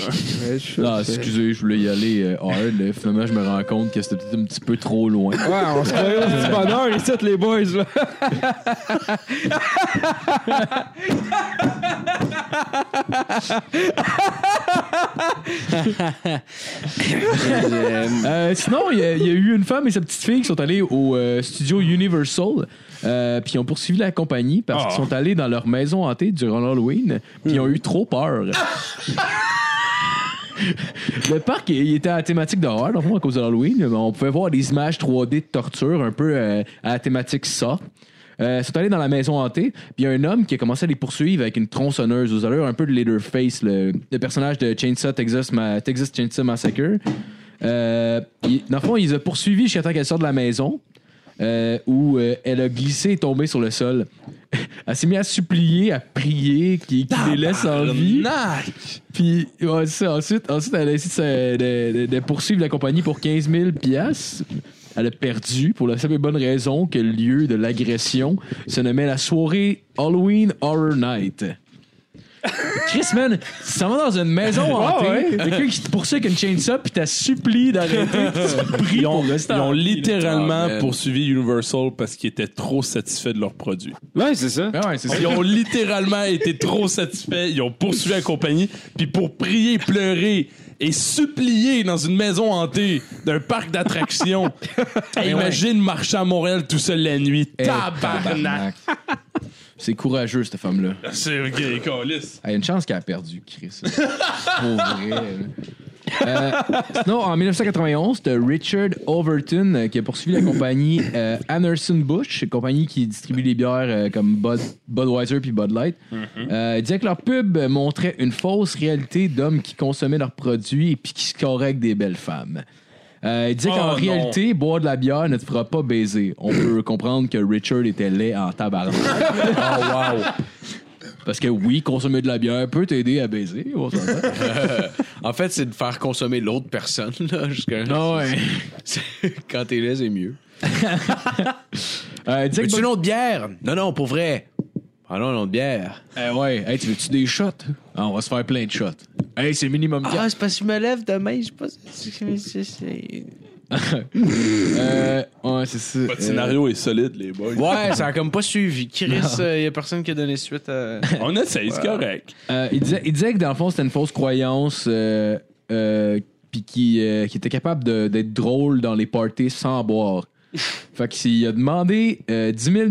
Speaker 4: Ah, excusez, je voulais y aller euh, hard. là. Finalement, je me rends compte que c'était peut-être un petit peu trop <laughs> loin.
Speaker 5: Ouais, on se croyait au petit bonheur ici, les boys, là.
Speaker 4: Euh, sinon, il y, a il y a eu une femme et sa petite fille qui sont allées au euh, studio Universal. euh, puis ils ont poursuivi la compagnie parce
Speaker 1: Ah.
Speaker 4: qu'ils sont allés dans leur maison hantée durant l'Halloween. Puis ils ont eu trop peur. Le parc, il était à la thématique d'horreur, dans le fond, à cause de l'Halloween. On pouvait voir des images 3D de torture, un peu euh, à la thématique ça. Euh, ils sont allés dans la maison hantée, puis il y a un homme qui a commencé à les poursuivre avec une tronçonneuse aux allures, un peu de Leatherface, le, le personnage de Chainsaw Texas, Ma- Texas Chainsaw Massacre. Euh, il- dans le fond, il les a poursuivis jusqu'à temps qu'elle sorte de la maison, euh, où euh, elle a glissé et tombé sur le sol. <laughs> elle s'est mise à supplier, à prier, qu'il qu'il les laisse en vie. Puis ouais, c'est ça. ensuite, ensuite, elle a essayé de se- de, de- de poursuivre la compagnie pour 15 000 piastres. Elle a perdu pour la simple et bonne raison que le lieu de l'agression se nommait la soirée Halloween Horror Night. Chris, man, si t'en vas dans une maison hantée, quelqu'un qui te poursuit avec une chainsaw puis t'as supplié d'arrêter, tu te pries
Speaker 1: ils ont,
Speaker 4: pour rester
Speaker 1: ils
Speaker 4: en
Speaker 1: ont
Speaker 4: vie, là.
Speaker 1: littéralement
Speaker 2: Ah, man.
Speaker 1: poursuivi Universal parce qu'ils étaient trop satisfaits de leur produit.
Speaker 6: Ouais, c'est ça.
Speaker 4: Ah ouais, c'est ça.
Speaker 1: Ils ont littéralement <laughs> été trop satisfaits. Ils ont poursuivi la compagnie. Puis pour prier, pleurer et supplier dans une maison hantée d'un parc
Speaker 4: <laughs>
Speaker 1: d'attractions, Hey, imagine marcher à Montréal tout seul la nuit.
Speaker 4: Eh,
Speaker 1: Tabarnak!
Speaker 4: C'est courageux, cette femme-là.
Speaker 1: C'est ok, câlisse.
Speaker 4: Il y a une chance qu'elle a perdu, Chris. Pour vrai. là. Euh, sinon, en 1991, t'as Richard Overton euh, qui a poursuivi la compagnie euh, Anderson-Busch, une compagnie qui distribue des bières euh, comme Bud- Budweiser puis Bud Light. Euh, il disait que leur pub euh, montrait une fausse réalité d'hommes qui consommaient leurs produits et puis qui se correct des belles femmes. Euh, il disait
Speaker 1: Oh,
Speaker 4: qu'en
Speaker 1: non.
Speaker 4: réalité, boire de la bière ne te fera pas baiser. On peut comprendre que Richard était laid en tabarnak. oh, wow! Parce que oui, consommer de la bière peut t'aider à baiser. on s'entend.
Speaker 2: En fait, c'est de faire consommer l'autre personne, là, <laughs> jusqu'à. Quand t'es là, c'est mieux.
Speaker 4: <laughs> Euh, il disait que
Speaker 2: Veux-tu une autre bière? Non, non, pour vrai. Ah non, une autre bière.
Speaker 4: Eh ouais, hey, tu veux-tu des shots? Ah, on va se faire plein de shots. Hey, c'est minimum 4.
Speaker 2: Ah, c'est parce que je me lève demain, je sais pas si
Speaker 4: <laughs> Euh, ouais, c'est ça. Euh,
Speaker 1: Votre scénario est solide, les boys. <laughs>
Speaker 2: Ouais, ça a comme pas suivi. Chris, il y a personne qui a donné suite <laughs> à.
Speaker 1: On essaye, c'est correct.
Speaker 4: euh, il, disait, il disait que dans le fond, c'était une fausse croyance. Euh, euh, puis qui, euh, qui était capable de- d'être drôle dans les parties sans
Speaker 1: <laughs>
Speaker 4: boire. Fait qu'il a demandé euh, 10 000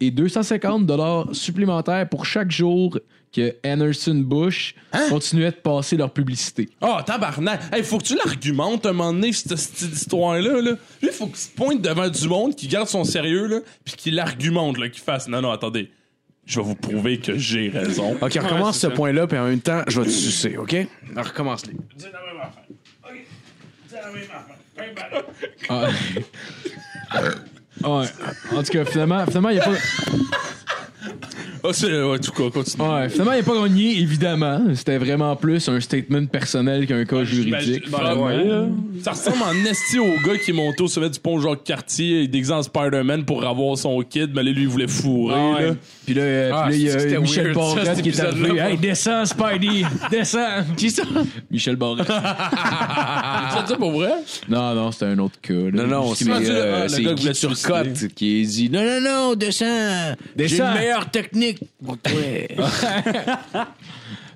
Speaker 4: et 250 supplémentaires pour chaque jour que Anderson Bush continuait de passer leur publicité.
Speaker 1: Ah, tabarnak! Hey, faut que tu l'argumentes un moment donné, cette, cette histoire-là. Là. Lui, faut qu'il se pointe devant du monde, qu'il garde son sérieux, là, puis qu'il l'argumente, là, qu'il fasse. Non, non, attendez. Je vais vous prouver que j'ai raison.
Speaker 2: Ok, on recommence ce point-là, puis en même temps, je vais te sucer, ok? Alors, recommence-les.
Speaker 4: Ah. Ouais. En tout cas, finalement, finalement, il n'y a pas.
Speaker 1: <laughs> Ah, c'est. Ouais, tout cas, continue.
Speaker 4: Ouais, finalement, il n'a pas gagné, évidemment. C'était vraiment plus un statement personnel qu'un cas juridique.
Speaker 1: Ben,
Speaker 4: finalement.
Speaker 1: ouais, là. Ça ressemble en esti au gars qui est monté au sommet du pont Jacques-Cartier et déguisé en Spider-Man pour avoir son kid, mais là, lui, il voulait fourrer.
Speaker 4: Ouais.
Speaker 1: là.
Speaker 4: Puis là, euh,
Speaker 1: Ah,
Speaker 4: puis là, il
Speaker 1: c'était
Speaker 4: y a Michel
Speaker 1: weird, ça,
Speaker 4: Barrette
Speaker 1: cet
Speaker 4: qui est arrivé.
Speaker 1: épisode-là.
Speaker 4: Hey, descends, Spidey! Descends! <laughs> Qui ça? Michel Barrette. <laughs>
Speaker 1: Tu sais, pour vrai?
Speaker 4: Non, non, c'était un autre cas. là.
Speaker 2: Non, non,
Speaker 4: Juste
Speaker 2: c'est
Speaker 1: Ah, tu- ah,
Speaker 2: euh,
Speaker 1: le
Speaker 2: c'est
Speaker 1: gars qui
Speaker 2: Guy
Speaker 1: voulait se
Speaker 2: Turcotte qui dit Non, non, non, descends. J'ai
Speaker 4: Descends.
Speaker 2: une meilleure technique pour toi.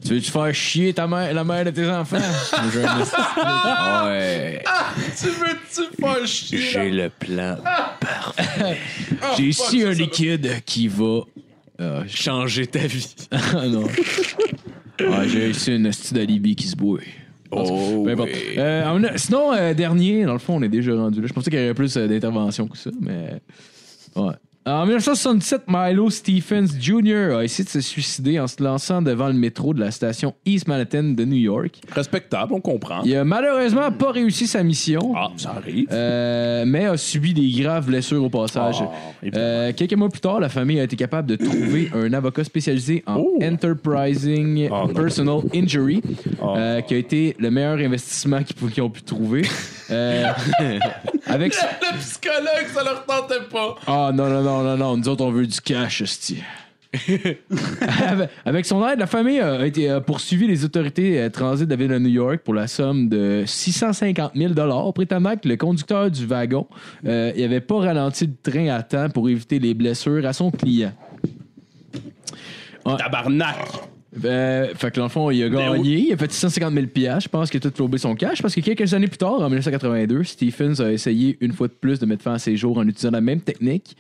Speaker 4: Tu veux-tu faire chier ta mère, la mère de tes <laughs> enfants? J'ai un esti- <laughs>
Speaker 2: ouais.
Speaker 1: Tu veux-tu faire chier?
Speaker 2: J'ai le plan.
Speaker 4: J'ai ici un liquide qui va euh, changer ta vie. <laughs> ah non. Ah, J'ai ici une astuce d'alibi qui se bouille.
Speaker 2: Oh,
Speaker 4: Peu importe. Euh, on a- sinon, euh, dernier, dans le fond, on est déjà rendu là. Je pensais qu'il y aurait plus euh, d'interventions que ça, mais. Ouais. En 1977, Milo Stephens Jr. a essayé de se suicider en se lançant devant le métro de la station East Manhattan de New York.
Speaker 1: Respectable, on comprend.
Speaker 4: Il a malheureusement pas réussi sa mission.
Speaker 1: Ah, ça arrive.
Speaker 4: Euh, mais a subi des graves blessures au passage. Euh, quelques mois plus tard, la famille a été capable de trouver un avocat spécialisé en Enterprising Personal Injury, euh, qui a été le meilleur investissement qu'ils pou- qu'ils ont pu trouver. Euh, avec...
Speaker 1: Le psychologue, ça leur tentait pas.
Speaker 4: Ah non, non, non, non, non, nous autres, on veut du cash, esti. <laughs> Avec- Avec son aide, la famille a, été, a poursuivi les autorités euh, transit de la ville de New York pour la somme de 650 000 Prétendant que le conducteur du wagon euh, il avait pas ralenti le train à temps pour éviter les blessures à son client.
Speaker 1: Tabarnak.
Speaker 4: Euh, fait que l'enfant, il a
Speaker 1: Mais oui.
Speaker 4: gagné, il a fait 650 000 Je pense qu'il a tout flobé son cash parce que quelques années plus tard, en 1982, Stephens a essayé une fois de plus de mettre fin à ses jours en utilisant la même technique.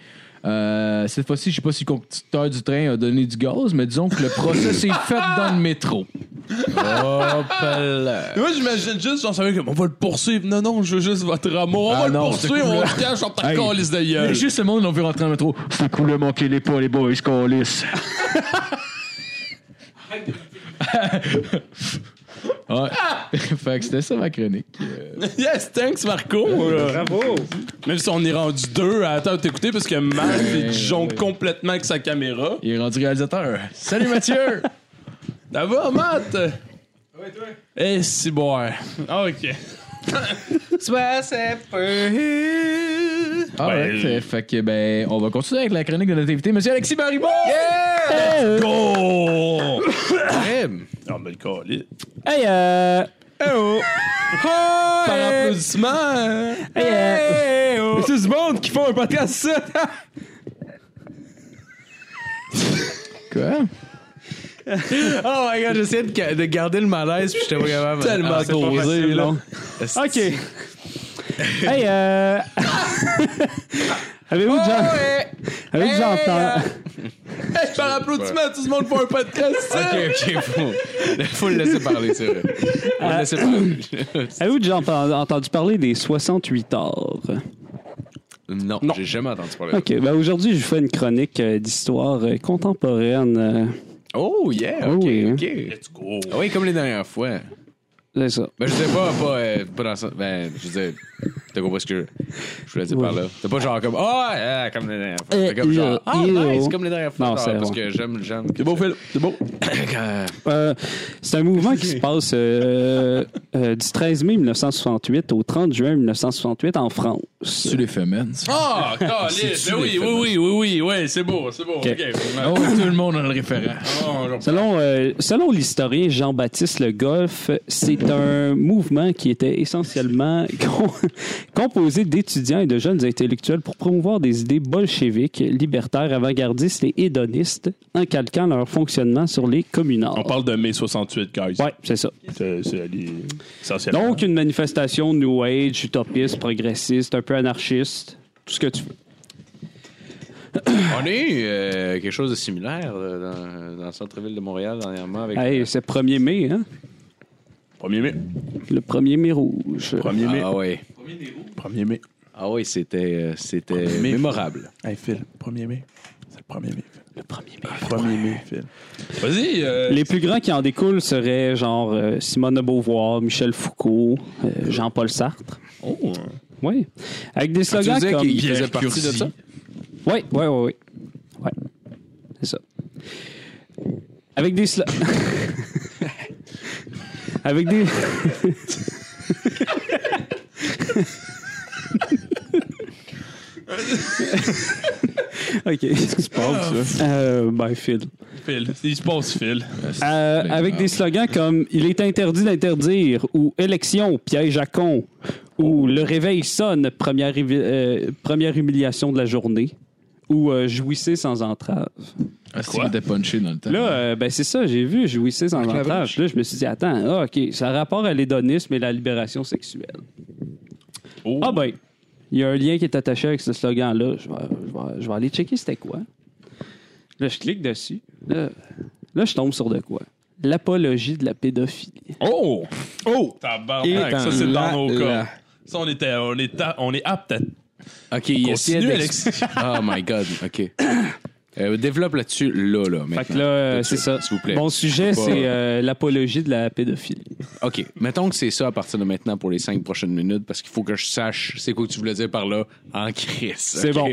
Speaker 4: Euh, cette fois-ci, je sais pas si le conducteur du train a donné du gaz, mais disons que le procès s'est fait dans le métro.
Speaker 1: Mais Moi, j'imagine juste, j'en savais comme, on va le poursuivre. Non, non, je veux juste votre amour. On
Speaker 4: Ah
Speaker 1: va
Speaker 4: non,
Speaker 1: le poursuivre,
Speaker 4: c'est cool,
Speaker 1: on
Speaker 4: là.
Speaker 1: se cache, on ta
Speaker 4: Hey.
Speaker 1: calisse de
Speaker 4: Mais
Speaker 1: gueule.
Speaker 4: juste le monde l'ont vu rentrer dans le métro. C'est cool de manquer les pas, les boys, calisse. <laughs> ouais. <laughs> fait que c'était ça ma chronique.
Speaker 1: Yes, thanks, Marco. Là.
Speaker 5: Bravo!
Speaker 1: Même si on est rendu deux, attends, t'écouter parce que Max, il jongle complètement avec sa caméra.
Speaker 4: Il est rendu réalisateur. Salut
Speaker 2: <laughs>
Speaker 4: Mathieu!
Speaker 1: Ça va, Matt? Ouais, toi? Eh, si boire. OK.
Speaker 4: Ah ouais, fait, fait que ben on va continuer avec la chronique de notre invité, Monsieur Alexis Baribot.
Speaker 1: Go! Non, mais le calisse.
Speaker 6: Hey, euh,
Speaker 2: oh!
Speaker 4: oh!
Speaker 1: Par applaudissement.
Speaker 6: hey, euh,
Speaker 2: oh!
Speaker 5: Mais C'est du monde qui font un
Speaker 2: <laughs>
Speaker 5: podcast, ça!
Speaker 4: Quoi?
Speaker 2: Oh my god, j'essayais de, ga- de garder le malaise, puis j'étais
Speaker 4: <laughs>
Speaker 2: Ah, vraiment
Speaker 1: Tellement dosé, là.
Speaker 6: OK. hey,
Speaker 2: <laughs>
Speaker 4: <laughs>
Speaker 6: euh... Avez-vous déjà...
Speaker 2: Oh,
Speaker 6: Avez-vous déjà entendu...
Speaker 1: Hey, par applaudissement, tout le monde fait un podcast. ça.
Speaker 2: Ok, ok, faut, faut le laisser parler, c'est vrai. Faut le laisser parler.
Speaker 6: Avez-vous déjà enten- entendu parler des 68 heures?
Speaker 2: non, j'ai jamais entendu parler. de ça.
Speaker 6: OK, ben aujourd'hui, je vous fais une chronique euh, d'histoire euh, contemporaine. euh,
Speaker 2: Oh yeah, ok,
Speaker 6: Oui, hein.
Speaker 2: ok.
Speaker 1: Let's go.
Speaker 2: Ah Oui, comme les dernières fois.
Speaker 6: c'est ça.
Speaker 2: Ben, je sais pas, pas, euh, pas dans ça. Ben, je veux dire, t'as compris ce que je voulais dire par là. C'est pas genre comme, ah, ah, comme les dernières fois.
Speaker 6: Eh,
Speaker 2: C'est comme genre,
Speaker 6: euh,
Speaker 2: ah,
Speaker 6: euh,
Speaker 2: nice, comme les dernières fois.
Speaker 6: Non,
Speaker 2: genre,
Speaker 6: c'est
Speaker 2: parce
Speaker 6: bon.
Speaker 2: que j'aime, j'aime.
Speaker 1: C'est beau, Phil. C'est beau.
Speaker 6: Euh, c'est un mouvement qui se passe euh, euh, du 13 mai 1968 au 30 juin 1968 en France.
Speaker 4: Tu les fais, man.
Speaker 1: Ah, calisse. Ben oui, oui, oui, oui, oui, ouais, c'est beau, c'est beau. OK.
Speaker 4: Oh, tout le monde a le référent.
Speaker 1: Oh, non.
Speaker 6: Selon, euh, selon l'historien Jean-Baptiste Le Goff, c'est un mouvement qui était essentiellement <laughs> com- composé d'étudiants et de jeunes intellectuels pour promouvoir des idées bolcheviques, libertaires, avant-gardistes et hédonistes en calquant leur fonctionnement sur les communards.
Speaker 1: On parle de mai 68, guys.
Speaker 6: Ouais, c'est ça.
Speaker 1: C'est c'est les- essentiellement.
Speaker 6: Donc, une manifestation New Age, utopiste, progressiste, un peu anarchiste, tout ce que tu
Speaker 2: <coughs>
Speaker 6: veux.
Speaker 2: On a eu euh, quelque chose de similaire là, dans, dans le centre-ville de Montréal dernièrement avec.
Speaker 6: Hey, c'est 1er mai, hein?
Speaker 1: 1er mai.
Speaker 6: Le 1er mai rouge.
Speaker 1: 1er mai.
Speaker 2: ah oui.
Speaker 1: 1er mai.
Speaker 2: Ah oui, c'était, euh, c'était
Speaker 1: mai.
Speaker 2: mémorable.
Speaker 1: Hey, Phil, 1er mai. C'est le 1er mai.
Speaker 6: Le 1er mai.
Speaker 1: 1er mai, Phil. Vas-y. euh,
Speaker 6: Les plus grands qui en découlent seraient genre euh, Simone de Beauvoir, Michel Foucault, euh, Jean-Paul Sartre.
Speaker 1: Oh.
Speaker 6: Oui. Avec des
Speaker 2: Tu
Speaker 6: slogans
Speaker 2: disais
Speaker 6: comme.
Speaker 2: qu'il
Speaker 1: Pierre
Speaker 2: faisait partie de
Speaker 1: Curzi.
Speaker 2: ça?
Speaker 6: Oui, oui, oui. Oui. C'est ça. Avec des slo- <laughs> Avec des. <laughs> ok. Euh, ben, Phil.
Speaker 1: Phil. Il se passe Phil.
Speaker 4: Ah,
Speaker 6: Euh, avec des slogans comme Il est interdit d'interdire ou Élection, piège à con ou Le réveil sonne, première, huvi- euh, première humiliation de la journée ou euh, Jouissez sans entrave.
Speaker 4: Ah, c'est qu'il était punché dans le temps.
Speaker 6: Là, euh, ben c'est ça, j'ai vu Jouissez sans
Speaker 5: Labrèche.
Speaker 6: entrave. Puis Là, je me suis dit Attends, ah, OK, ça a rapport à l'hédonisme et la libération sexuelle.
Speaker 1: Oh.
Speaker 6: Ah ben, il y a un lien qui est attaché avec ce slogan-là. Je vais, je vais- je vais aller checker c'était quoi. Là, je clique dessus. Là, là, je tombe sur de quoi? L'apologie de la pédophilie.
Speaker 1: Oh! Oh!
Speaker 5: Et
Speaker 1: Tabarnak, ça, c'est
Speaker 5: là,
Speaker 1: dans nos cas.
Speaker 5: là.
Speaker 1: Ça, on, était, on, est à- on est apte à
Speaker 2: Ok, il essayait
Speaker 1: Continue,
Speaker 2: d'ex- <laughs> Oh my god, ok. Euh, développe là-dessus, là, là. Maintenant.
Speaker 6: Fait que là, euh,
Speaker 2: Là-dessus,
Speaker 6: c'est ça.
Speaker 2: S'il vous plaît.
Speaker 6: Mon sujet,
Speaker 2: Pas-
Speaker 6: c'est euh, l'apologie de la <laughs> pédophilie.
Speaker 2: OK. Mettons que c'est ça à partir de maintenant pour les cinq prochaines minutes parce qu'il faut que je sache c'est quoi que tu voulais dire par là en crise.
Speaker 6: C'est bon.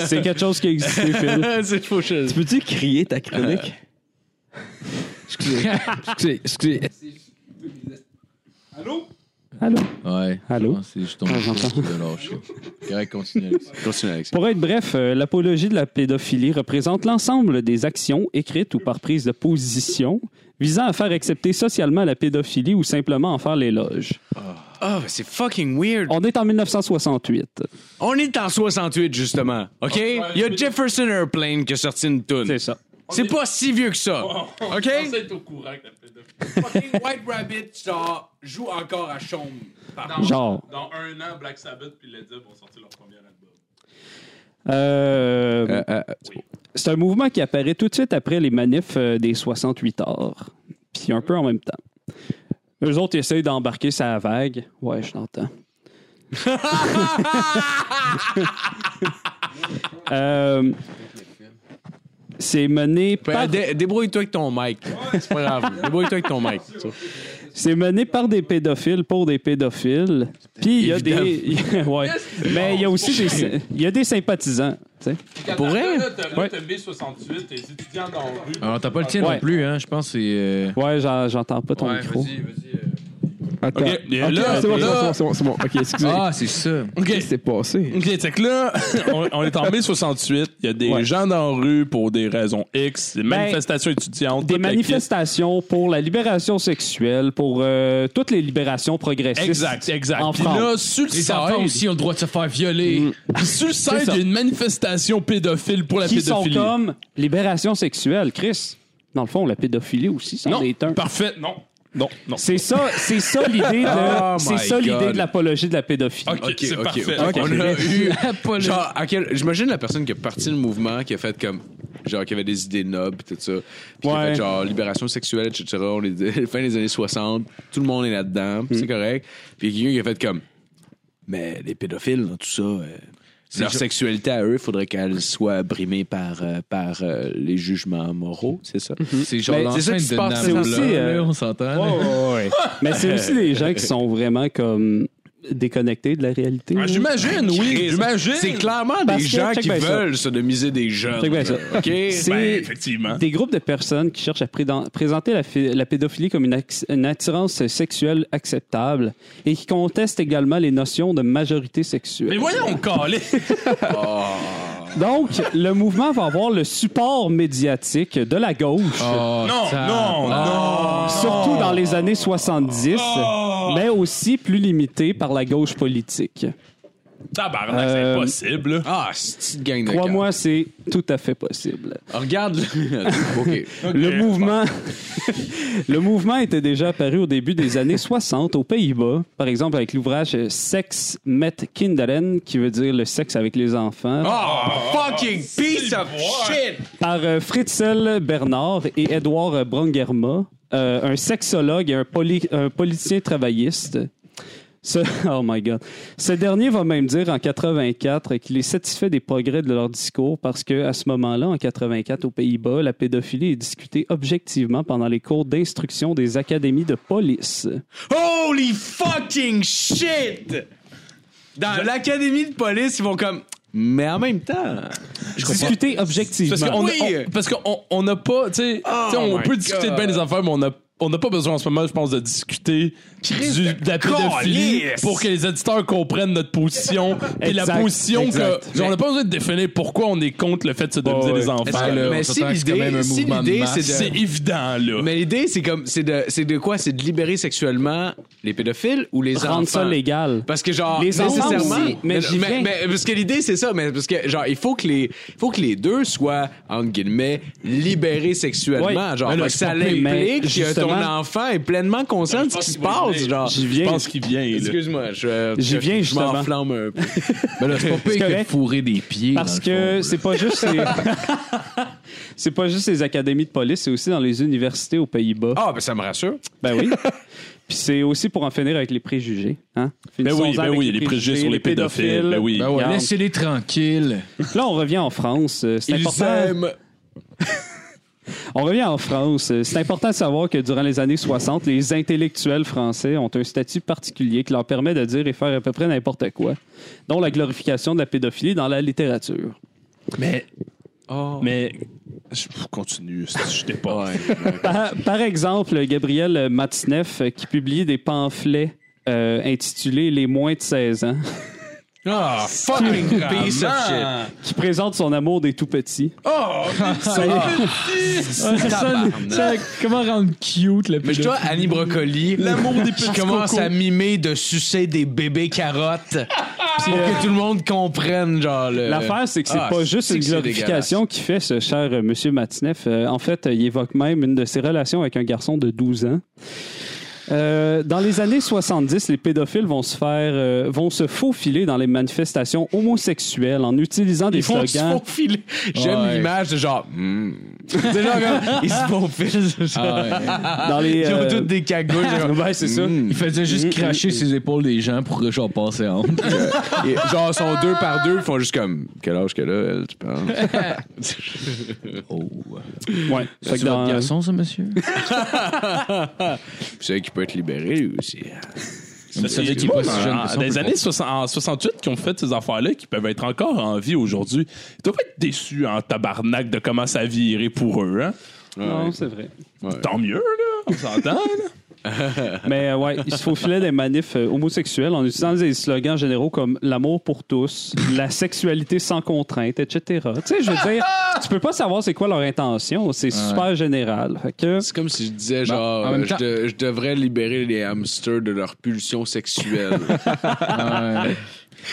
Speaker 6: c'est quelque chose qui a existé, Phil.
Speaker 2: <laughs> c'est faux chose.
Speaker 5: Peux-tu crier ta chronique? Euh. excusez. Excusez, excusez.
Speaker 6: Allô?
Speaker 4: Ouais. Je pense que
Speaker 6: Allô?
Speaker 4: Ah, c'est juste ton chose qui l'a lâché. Correct, continue, Alex.
Speaker 2: Continue, Alex.
Speaker 6: Pour être bref, euh, l'apologie de la pédophilie représente l'ensemble des actions écrites ou par prise de position visant à faire accepter socialement la pédophilie ou simplement en faire l'éloge.
Speaker 2: Ah, mais c'est fucking weird.
Speaker 6: On est en 1968.
Speaker 2: On est en 68, justement. OK? Il y a Jefferson Airplane qui a sorti une toune.
Speaker 6: C'est ça.
Speaker 2: Ah, C'est pas si vieux que ça. OK?
Speaker 1: au courant que
Speaker 2: <laughs> fucking White Rabbit, genre, joue encore à Chaume.
Speaker 6: Genre.
Speaker 1: Dans un an, Black Sabbath puis Led Zepp vont sortir leur premier album.
Speaker 6: Euh,
Speaker 2: euh,
Speaker 6: C'est un mouvement qui apparaît tout de suite après les manifs euh, des 68 heures, puis un peu en même temps. Eux autres essayent d'embarquer sa vague. Ouais, je l'entends. Euh, c'est mené
Speaker 2: Ben,
Speaker 6: par
Speaker 2: Dé- Débrouille-toi avec ton mic. C'est pas grave. Débrouille-toi avec ton mic.
Speaker 6: C'est mené par des pédophiles pour des pédophiles. Puis il y a des. <laughs> ouais. Mais il y a aussi des, il y a des sympathisants. tu sais.
Speaker 1: Pour
Speaker 2: vrai?
Speaker 1: Là, t'as
Speaker 6: Ouais.
Speaker 1: là, t'as B68, t'es étudiant dans la rue.
Speaker 4: Alors, Ah, t'as pas le tien
Speaker 6: Ouais.
Speaker 4: non plus, hein. Je pense que c'est. euh,
Speaker 6: Ouais, j'en- j'entends pas ton micro.
Speaker 5: Attends.
Speaker 1: Ok, et là,
Speaker 5: là, c'est bon, c'est
Speaker 1: là-
Speaker 5: bon, c'est bon, c'est bon. Ok, excusez.
Speaker 4: Ah, c'est ça.
Speaker 5: Qu'est-ce qui s'est passé?
Speaker 1: Ok, c'est que là, <laughs> on, on est en mai 68, il y a des
Speaker 6: Ouais. Ben,
Speaker 1: gens dans la rue pour des raisons X, des manifestations étudiantes,
Speaker 6: Des
Speaker 1: toute la
Speaker 6: manifestations pour la libération sexuelle, pour euh, toutes les libérations progressistes.
Speaker 1: kit. Exact, exact.
Speaker 6: En
Speaker 1: Puis
Speaker 6: France.
Speaker 1: là, sur le site,
Speaker 4: ont le droit de se faire violer.
Speaker 1: puis sur le site,
Speaker 6: C'est ça.
Speaker 1: il y a une manifestation pédophile pour la
Speaker 6: Qui sont
Speaker 1: pédophilie.
Speaker 6: comme libération sexuelle, Chris. Dans le fond, la pédophilie aussi, ça en
Speaker 1: non,
Speaker 6: est un.
Speaker 1: parfait, non, non, non.
Speaker 6: C'est ça, c'est ça l'idée de,
Speaker 2: Oh
Speaker 6: c'est
Speaker 2: my
Speaker 6: ça l'idée
Speaker 2: God.
Speaker 6: de l'apologie de la pédophilie.
Speaker 1: Ok, c'est
Speaker 2: ok,
Speaker 1: parfait.
Speaker 2: ok. On a <laughs> eu.
Speaker 4: Pas le-
Speaker 2: Genre, à quel- j'imagine la personne qui a parti le mouvement, qui a fait comme. Genre, qui avait des idées nobles, tout ça. Puis qui a
Speaker 6: Ouais.
Speaker 2: fait genre libération sexuelle, etc. On est <laughs> fin des années 60. Tout le monde est là-dedans. puis C'est correct. Puis il y a quelqu'un qui a fait comme. Mais les pédophiles, dans tout ça. euh, leur
Speaker 4: genre-
Speaker 2: sexualité à eux, il faudrait qu'elle soit brimée par, euh, par euh, les jugements moraux, c'est ça?
Speaker 4: C'est genre
Speaker 2: Mais mm. c'est ça
Speaker 4: l'enceinte
Speaker 2: qui se
Speaker 4: de
Speaker 2: passe,
Speaker 4: Nabla,
Speaker 6: c'est aussi,
Speaker 4: là,
Speaker 6: euh,
Speaker 4: on s'entend. là.
Speaker 6: Mais c'est aussi des gens qui sont vraiment comme déconnectés de la réalité.
Speaker 1: Ah,
Speaker 6: là.
Speaker 1: J'imagine, oui, j'imagine.
Speaker 2: C'est clairement
Speaker 6: Parce
Speaker 2: des
Speaker 6: que,
Speaker 2: gens
Speaker 6: check
Speaker 2: qui
Speaker 6: bien ça.
Speaker 2: veulent sodomiser des jeunes.
Speaker 6: Check bien ça.
Speaker 2: là, OK?
Speaker 6: <laughs> C'est
Speaker 1: Ben, effectivement.
Speaker 6: des groupes de personnes qui cherchent à prédan- présenter la, fi- la pédophilie comme une, acc- une attirance sexuelle acceptable et qui contestent également les notions de majorité
Speaker 1: Mais
Speaker 6: sexuelle.
Speaker 1: voyons, calé.
Speaker 6: Donc, le mouvement va avoir le support médiatique de la gauche.
Speaker 4: Oh,
Speaker 1: Ah, Non,
Speaker 4: ça-
Speaker 1: non,
Speaker 6: Ah.
Speaker 1: non.
Speaker 6: Surtout dans les années 70,
Speaker 1: Oh.
Speaker 6: mais aussi plus limité par la gauche politique.
Speaker 1: Tabarnak,
Speaker 6: Euh,
Speaker 1: c'est impossible. là.
Speaker 2: Ah, c'est une petite gang de
Speaker 6: Crois-moi, c'est tout à fait possible.
Speaker 2: gars. Regarde. OK.
Speaker 6: <laughs> Le mouvement, <laughs> le mouvement était déjà apparu au début des années 60 aux Pays-Bas, par exemple avec l'ouvrage euh, Sex met Kinderen, qui veut dire le sexe avec les enfants,
Speaker 2: Oh, fucking piece of shit!
Speaker 6: par euh, Fritzel Bernard et Edouard Brangerma, euh, un sexologue et un, poli- un politicien travailliste. Ce, <laughs> oh my God. Ce dernier va même dire en 84 qu'il est satisfait des progrès de leur discours parce que à ce moment-là, en 84 aux Pays-Bas, la pédophilie est discutée objectivement pendant les cours d'instruction des académies de police.
Speaker 2: Holy fucking shit! Dans l'académie de police, ils vont comme. Mais en même temps.
Speaker 6: Discuter objectivement.
Speaker 1: Parce qu'on on- parce qu'on on n'a pas, tu sais, tu sais, on peut discuter de bien des affaires, mais on n'a on n'a pas besoin en ce moment, je pense, de discuter du, de la pédophilie pour que les éditeurs comprennent notre position et la
Speaker 6: Exact,
Speaker 1: position
Speaker 6: exact.
Speaker 1: que. Genre, on n'a pas besoin de définir pourquoi on est contre le fait de sodomiser
Speaker 6: Ouais, ouais.
Speaker 1: les enfants. là.
Speaker 2: mais si l'idée, si l'idée, c'est
Speaker 1: C'est
Speaker 2: de...
Speaker 1: évident, là.
Speaker 2: Mais l'idée, c'est comme, c'est de, c'est de quoi? C'est de libérer sexuellement les pédophiles ou les enfants?
Speaker 6: Rendre ça légal.
Speaker 2: Parce que genre
Speaker 6: Les enfants
Speaker 2: nécessairement,
Speaker 6: aussi, mais j'y viens.
Speaker 2: parce que l'idée c'est ça, mais parce que genre il faut que les faut que les deux soient entre guillemets libérés sexuellement,
Speaker 6: Ouais.
Speaker 2: genre
Speaker 6: Mais là,
Speaker 2: fait que ça
Speaker 6: je comprends, mais
Speaker 2: l'implique que ton
Speaker 6: justement-
Speaker 2: enfant est pleinement conscient de ce qui se passe, genre.
Speaker 6: J'y
Speaker 1: Je
Speaker 6: viens.
Speaker 1: pense qu'il vient, là.
Speaker 2: Excuse-moi, je
Speaker 6: J'y viens,
Speaker 2: je
Speaker 6: justement.
Speaker 2: m'enflamme un
Speaker 6: <laughs>
Speaker 2: peu.
Speaker 4: Mais là, c'est pas pire que de
Speaker 6: correct.
Speaker 4: fourrer des pieds.
Speaker 6: Parce
Speaker 4: dans le
Speaker 6: que
Speaker 4: fond,
Speaker 6: c'est pas juste les... <laughs> c'est pas juste les académies de police, c'est aussi dans les universités aux Pays-Bas.
Speaker 2: Ah ben ça me rassure.
Speaker 6: Ben
Speaker 1: <laughs>
Speaker 6: oui. Puis c'est aussi pour en finir avec les préjugés. Hein?
Speaker 1: Ben oui,
Speaker 6: Finissons-en
Speaker 1: ben
Speaker 6: avec
Speaker 1: oui, les préjugés sur les pédophiles. Ben oui.
Speaker 4: là. Ben ouais,
Speaker 6: Regarde.
Speaker 4: laissez-les tranquilles.
Speaker 6: Là, on revient en France. euh, C'est
Speaker 2: Ils
Speaker 6: important.
Speaker 2: aiment.
Speaker 6: On revient en France. Euh, C'est important de savoir que durant les années 60, les intellectuels français ont un statut particulier qui leur permet de dire et faire à peu près n'importe quoi, dont la glorification de la pédophilie dans la littérature.
Speaker 1: Mais.
Speaker 2: Oh.
Speaker 1: Mais. Je continue, je t'ai pas.
Speaker 6: Par, par exemple, Gabriel Matineff euh, qui publie des pamphlets euh, intitulés Les moins de 16 ans, <laughs>
Speaker 2: Ah, fucking <laughs> piece of shit.
Speaker 6: qui présente son amour des tout petits.
Speaker 4: Ça, comment rendre cute le
Speaker 2: Mais je dois Annie Brocoli
Speaker 1: L'amour des
Speaker 2: qui
Speaker 1: petits
Speaker 2: commence
Speaker 1: cocos.
Speaker 2: à mimer de sucer des bébés
Speaker 4: <laughs>
Speaker 2: carottes pour que tout le monde comprenne genre le...
Speaker 6: L'affaire, c'est que c'est
Speaker 2: Ah,
Speaker 6: pas juste
Speaker 2: c'est
Speaker 6: une
Speaker 2: que c'est
Speaker 6: glorification qui fait ce cher euh, monsieur Matineff. Euh, en fait, euh, il évoque même une de ses relations avec un garçon de 12 ans. Euh, dans les années 70, les pédophiles vont se faire, euh, vont se faufiler dans les manifestations homosexuelles en utilisant des
Speaker 2: Ils font se
Speaker 6: slogans.
Speaker 2: faufiler. J'aime
Speaker 4: Ouais.
Speaker 2: l'image de genre.
Speaker 4: <laughs>
Speaker 2: hmm. C'est genre comme, ils se faufilent. genre.
Speaker 6: Dans les,
Speaker 2: Ah, Ils
Speaker 6: euh,
Speaker 2: ont toutes des
Speaker 4: <laughs>
Speaker 2: cagoules. genre.
Speaker 6: Ouais, c'est ça.
Speaker 2: Hmm.
Speaker 4: Ah, Il faisait juste cracher ses épaules des gens pour que genre passer honte.
Speaker 2: Et genre, ils sont deux par deux, ils font juste comme. Quel âge qu'elle a, elle, tu penses?
Speaker 4: <laughs>
Speaker 6: Ouais. Fait que
Speaker 4: C'est votre
Speaker 6: dans- euh,
Speaker 4: garçon, ça, monsieur?
Speaker 2: C'est qui peut être libéré lui aussi.
Speaker 1: C'est
Speaker 4: ça veut
Speaker 1: c'est
Speaker 4: dire qu'il est
Speaker 1: du
Speaker 4: pas
Speaker 1: monde
Speaker 4: si jeune
Speaker 1: en-
Speaker 4: que ça, on peut
Speaker 1: Des
Speaker 4: le
Speaker 1: années 60 en 68 qui ont fait ces affaires-là, qui peuvent être encore en vie aujourd'hui, ils doivent être déçus en tabarnak de comment ça virait pour eux. Hein?
Speaker 6: Non, c'est vrai.
Speaker 1: Tant mieux, là. On s'entend, là.
Speaker 6: Mais euh, ouais, il se faufilait des manifs euh, homosexuels en utilisant des slogans généraux comme l'amour pour tous, la sexualité sans contrainte, etc. Tu sais, je veux dire, tu peux pas savoir c'est quoi leur intention. C'est super général. Fait que,
Speaker 2: C'est comme si je disais, genre,
Speaker 4: en même
Speaker 2: euh, je,
Speaker 4: temps-
Speaker 2: de- je devrais libérer les hamsters de leur pulsion
Speaker 4: <laughs>
Speaker 2: sexuelle.
Speaker 4: Ouais.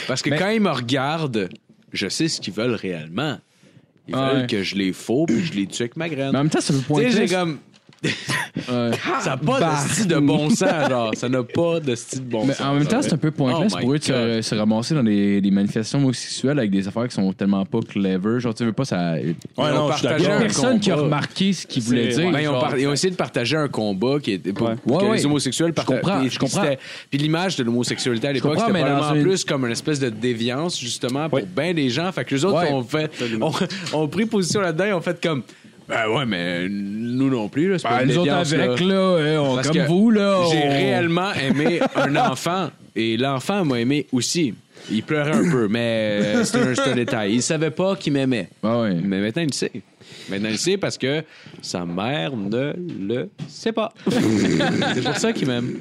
Speaker 2: Parce que quand ils me regardent, je sais ce qu'ils veulent réellement. Ils
Speaker 4: Ah Ouais.
Speaker 2: veulent que je les faux puis je les tue avec ma graine.
Speaker 4: Mais en même temps, ça peut
Speaker 2: Tu sais,
Speaker 4: pointer.
Speaker 2: j'ai comme.
Speaker 4: Ouais.
Speaker 2: Ça n'a pas de style de bon sens, genre. Ça n'a pas de style de bon
Speaker 4: Mais
Speaker 2: sens.
Speaker 4: en même temps,
Speaker 2: ouais.
Speaker 4: c'est un peu pointless
Speaker 2: Oh my
Speaker 4: pour eux de
Speaker 2: God.
Speaker 4: se, se ramasser dans des, des manifestations homosexuelles avec des affaires qui sont tellement pas clever. Genre, tu veux pas, ça. Il
Speaker 1: <laughs> Ouais,
Speaker 2: Ils ont
Speaker 1: non, je suis
Speaker 2: partagé
Speaker 4: y a
Speaker 1: d'accord.
Speaker 2: un
Speaker 4: personne qui a
Speaker 2: combat.
Speaker 4: remarqué ce qu'ils voulaient
Speaker 6: C'est-
Speaker 4: dire.
Speaker 2: Ben, ils, ont
Speaker 4: genre.
Speaker 2: par- ils ont essayé de partager un combat qui était pour
Speaker 6: Ouais.
Speaker 2: pour que
Speaker 4: Ouais,
Speaker 2: les
Speaker 4: ouais.
Speaker 2: homosexuels partaient.
Speaker 4: comprends,
Speaker 2: Puis
Speaker 4: je comprends.
Speaker 2: c'était- Puis l'image de l'homosexualité à l'époque,
Speaker 4: comprends,
Speaker 2: c'était
Speaker 4: mais dans
Speaker 2: probablement
Speaker 4: une-
Speaker 2: plus comme une espèce de déviance, justement, pour
Speaker 6: Ouais.
Speaker 2: bien des gens. Fait que les autres
Speaker 4: Ouais.
Speaker 2: ont, fait, ont, ont pris position là-dedans et ont fait comme. Ben ouais, mais nous non plus, là. C'est pas
Speaker 4: Ben,
Speaker 2: une
Speaker 4: nous autres
Speaker 2: déviance, là.
Speaker 4: avec, là, hein, on-
Speaker 2: Parce
Speaker 4: comme
Speaker 2: que
Speaker 4: vous, là.
Speaker 2: J'ai
Speaker 4: on-
Speaker 2: réellement aimé
Speaker 4: <laughs>
Speaker 2: un enfant et l'enfant m'a aimé aussi. Il pleurait un peu, mais euh, c'est un, c'est un détail. Il savait pas qu'il m'aimait.
Speaker 4: Ah ouais.
Speaker 2: Mais maintenant, il le sait. Maintenant, il le sait parce que sa mère ne le sait pas. c'est pour ça qu'il m'aime.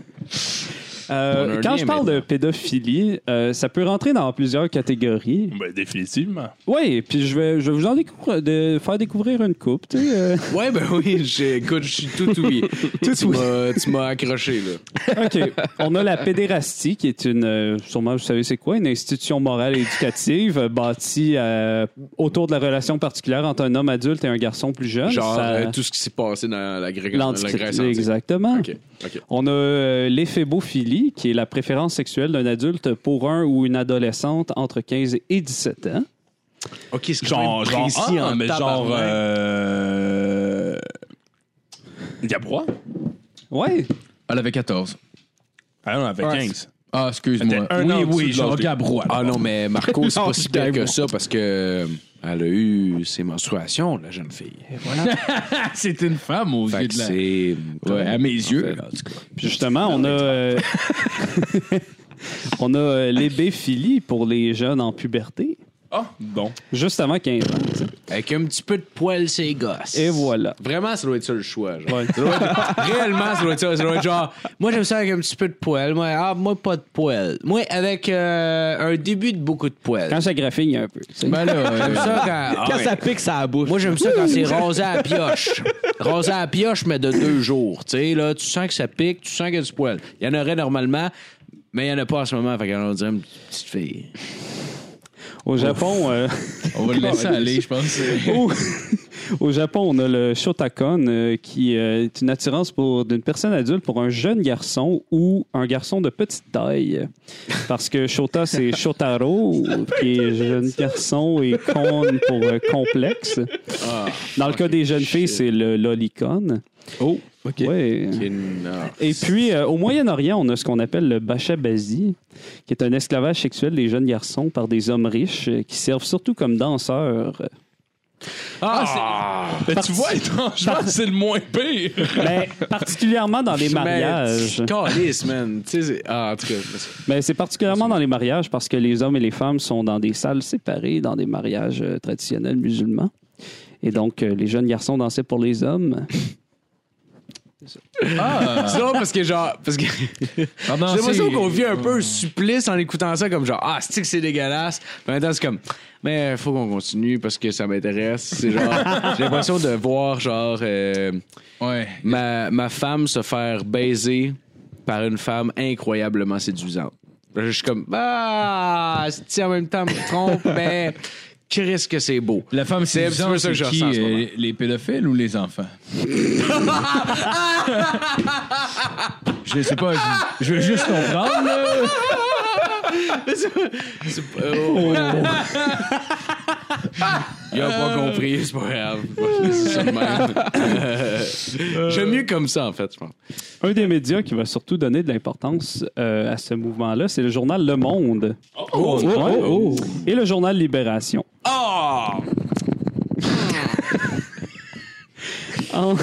Speaker 6: euh,
Speaker 2: On a un
Speaker 6: quand je
Speaker 2: lien
Speaker 6: parle de
Speaker 2: maintenant.
Speaker 6: pédophilie, euh, ça peut rentrer dans plusieurs catégories.
Speaker 1: Ben, définitivement.
Speaker 6: Oui, puis je vais, je vais vous en découvrir- de faire découvrir une coupe. tu sais, euh.
Speaker 2: Ouais, ben oui, j'ai- écoute, je suis tout oui. tu m'as- tu m'as accroché, là.
Speaker 6: OK. On a la pédérastie, qui est une, euh, sûrement, vous savez c'est quoi, une institution morale et éducative euh, bâtie euh, autour de la relation particulière entre un homme adulte et un garçon plus jeune.
Speaker 2: Genre,
Speaker 6: Ah, Ça-
Speaker 2: euh, tout ce qui s'est passé dans la, Grèce- dans la
Speaker 6: l'antiquité,
Speaker 2: Grèce antique.
Speaker 6: Exactement.
Speaker 2: OK, OK.
Speaker 6: On a euh, l'éphébophilie, qui est la préférence sexuelle d'un adulte pour un ou une adolescente entre 15 et 17 ans.
Speaker 2: OK, c'est
Speaker 1: Genre, genre, ah, mais genre. Euh... Gabrois?
Speaker 6: Ouais.
Speaker 4: Elle avait 14.
Speaker 1: Ah non, avec 15.
Speaker 4: Ah, excuse-moi.
Speaker 1: C'était un an
Speaker 4: oui,
Speaker 1: au-dessus
Speaker 4: oui,
Speaker 1: de
Speaker 4: genre
Speaker 1: l'âge de-
Speaker 4: Gabrois.
Speaker 2: Ah non, mais Marco, c'est
Speaker 5: Non,
Speaker 2: pas si pire que ça parce que euh, elle a eu ses menstruations, la jeune fille.
Speaker 4: <laughs> c'est une femme aux
Speaker 2: Fait
Speaker 4: yeux
Speaker 2: que
Speaker 4: de la...
Speaker 2: c'est.
Speaker 4: Ouais, à mes yeux.
Speaker 2: fait.
Speaker 4: en tout cas.
Speaker 6: Puis justement, on a. euh, <laughs> on a euh, l'hébéphilie pour les jeunes en puberté.
Speaker 2: Ah,
Speaker 1: Bon.
Speaker 6: Juste avant 15 ans. tu sais.
Speaker 2: Avec un petit peu de poil, c'est gosse.
Speaker 6: Et voilà.
Speaker 2: Vraiment, ça doit être ça le choix.
Speaker 6: <laughs>
Speaker 2: genre. Ça doit être- réellement, ça doit être ça. Ça doit être genre, moi, j'aime ça avec un petit peu de poil. Moi, ah, moi pas de poil. Moi, avec euh, un début de beaucoup de poil.
Speaker 6: Quand ça graffigne un peu. tu sais.
Speaker 4: Ben là, euh,
Speaker 2: J'aime ça quand. ah
Speaker 7: Quand
Speaker 2: ouais.
Speaker 7: ça pique, ça bouche.
Speaker 2: Moi, j'aime ça quand c'est rasé à la pioche. rasé à la pioche, mais de deux jours. Tu sais, là, tu sens que ça pique, tu sens qu'il y a du poil. Il y en aurait normalement, mais il n'y en a pas en ce moment. Fait qu'on dirait une petite fille.
Speaker 6: Au Japon, euh, <laughs>
Speaker 4: on va
Speaker 2: <laughs>
Speaker 4: le laisser aller, je pense.
Speaker 6: au, au Japon, on a le Shotakon, euh, qui euh, est une attirance pour d'une personne adulte pour un jeune garçon ou un garçon de petite taille. Parce que Shota, c'est Shotaro, qui est jeune garçon et con pour euh, complexe.
Speaker 2: Ah,
Speaker 6: Dans le cas des jeunes filles, c'est le lolicon.
Speaker 5: Oh, OK.
Speaker 6: Ouais.
Speaker 2: ah.
Speaker 6: Et puis, euh, au Moyen-Orient, on a ce qu'on appelle le bashabazi, qui est un esclavage sexuel des jeunes garçons par des hommes riches euh, qui servent surtout comme danseurs. euh,
Speaker 2: Ah,
Speaker 1: Ben, tu vois, étrangement, c'est le moins pire.
Speaker 6: Mais <laughs> particulièrement dans les mariages.
Speaker 2: Calice, man. Tu sais, c'est- ah, en tout cas.
Speaker 6: Mais c'est particulièrement dans les mariages parce que les hommes et les femmes sont dans des salles séparées dans des mariages euh, traditionnels musulmans. Et donc, euh, les jeunes garçons dansaient pour les hommes.
Speaker 2: C'est drôle parce que, genre, parce que j'ai l'impression qu'on vit un peu un supplice en écoutant ça, comme genre, ah, c'est que c'est dégueulasse. Mais en même temps, c'est comme, mais faut qu'on continue parce que ça m'intéresse. C'est genre, j'ai l'impression de voir, genre, euh,
Speaker 4: Ouais.
Speaker 2: ma, ma femme se faire baiser par une femme incroyablement séduisante. Là, Je suis comme, ah, si en même temps, je me trompe, <laughs> mais qu'est-ce que c'est beau.
Speaker 4: La femme
Speaker 2: C'est un petit
Speaker 4: séduisante,
Speaker 2: peu ça
Speaker 4: c'est
Speaker 2: que je
Speaker 4: qui?
Speaker 2: ressens en ce
Speaker 4: euh,
Speaker 2: moment.
Speaker 4: les pédophiles ou
Speaker 2: <laughs>
Speaker 4: les enfants? je sais pas, je, je veux juste comprendre. là.
Speaker 2: Oh. <laughs> Il a pas compris, c'est pas grave. C'est ça de <laughs> même. J'aime mieux comme ça, en fait, je pense.
Speaker 6: Un des médias qui va surtout donner de l'importance euh, à ce mouvement-là, c'est le journal Le Monde. Ouais. Et le journal Libération. <laughs> En...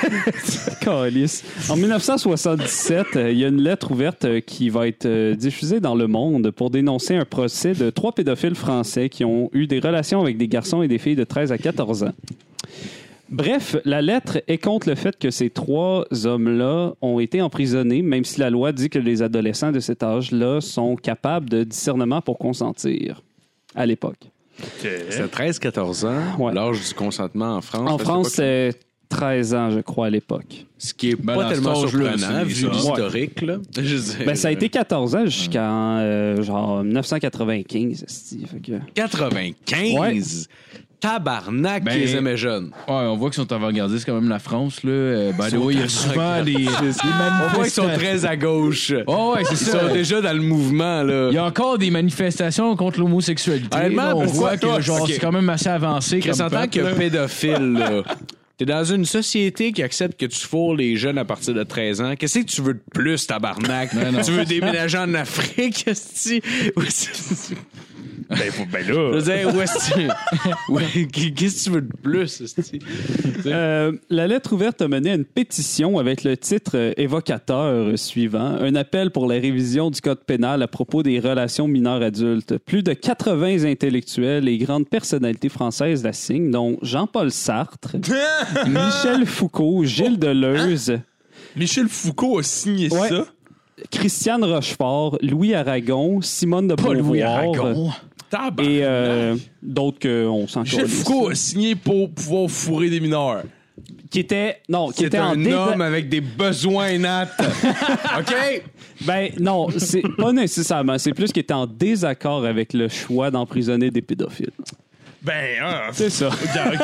Speaker 6: <laughs> Câlisse. En 1977, euh, il y a une lettre ouverte euh, qui va être euh, diffusée dans le monde pour dénoncer un procès de trois pédophiles français qui ont eu des relations avec des garçons et des filles de 13 à 14 ans. Bref, la lettre est contre le fait que ces trois hommes-là ont été emprisonnés, même si la loi dit que les adolescents de cet âge-là sont capables de discernement pour consentir à l'époque.
Speaker 2: Eh. C'est 13-14 ans,
Speaker 6: Ouais.
Speaker 2: l'âge du consentement en France.
Speaker 6: En
Speaker 2: Parce que
Speaker 6: France,
Speaker 2: c'est pas-
Speaker 6: c'est 13 ans, je crois, à l'époque.
Speaker 2: ce qui est
Speaker 4: Ben,
Speaker 2: pas
Speaker 4: dans
Speaker 2: tellement
Speaker 4: cet âge-là,
Speaker 2: surprenant
Speaker 4: c'est
Speaker 2: vu
Speaker 4: bizarre.
Speaker 2: l'historique. là. Je veux dire,
Speaker 6: Ben, ça a été 14 ans jusqu'en euh, genre 1995. esti. Fait que-
Speaker 2: 95. Tabarnak,
Speaker 4: Ben,
Speaker 2: qu'ils les aimaient jeunes.
Speaker 4: Ouais, on voit qu'ils sont avant-gardistes quand même, la France. Là. Euh, by the way, il y a souvent des, des
Speaker 2: On voit qu'ils sont
Speaker 4: manifestations.
Speaker 2: très à gauche.
Speaker 4: Oh, ouais, c'est
Speaker 2: Ils sont
Speaker 4: ça.
Speaker 2: déjà dans le mouvement, là.
Speaker 4: Il y a encore des manifestations contre l'homosexualité.
Speaker 2: Honnêtement,
Speaker 4: là, on
Speaker 2: pourquoi
Speaker 4: voit
Speaker 2: toi?
Speaker 4: que genre,
Speaker 2: Ok.
Speaker 4: c'est quand même assez avancé.
Speaker 2: Chris,
Speaker 4: comme
Speaker 2: en tant
Speaker 4: peuple, là.
Speaker 2: que pédophile, <laughs> là, t'es dans une société qui accepte que tu fourres les jeunes à partir de 13 ans. Qu'est-ce que tu veux de plus, tabarnak?
Speaker 4: Non, non.
Speaker 2: Tu veux déménager en Afrique, est-ce que
Speaker 1: Ben, faut- ben
Speaker 2: Je
Speaker 1: là.
Speaker 2: veux dire, où est-ce que- Ouais, Qu'est-ce que tu veux de plus, est-ce que-
Speaker 6: Euh, la lettre ouverte a mené à une pétition avec le titre euh, évocateur euh, suivant un appel pour la révision du code pénal à propos des relations mineurs-adultes. Plus de 80 intellectuels et grandes personnalités françaises la signent, dont Jean-Paul Sartre, Michel Foucault, Gilles Deleuze,
Speaker 1: Michel Foucault a signé
Speaker 6: Ouais.
Speaker 1: ça.
Speaker 6: Christiane Rochefort, Louis Aragon, Simone de Beauvoir.
Speaker 1: Tabarnak.
Speaker 6: Et euh, d'autres qu'on s'en
Speaker 1: Michel
Speaker 6: calisse.
Speaker 1: Foucault a signé pour pouvoir fourrer des mineurs.
Speaker 6: Qui était, non, qui
Speaker 2: C'est
Speaker 6: était en
Speaker 2: un
Speaker 6: déva-
Speaker 2: homme avec des besoins nats. <laughs> OK?
Speaker 6: Ben non, c'est pas nécessairement. C'est plus qu'il était en désaccord avec le choix d'emprisonner des pédophiles.
Speaker 1: Ben, hein.
Speaker 6: C'est ça.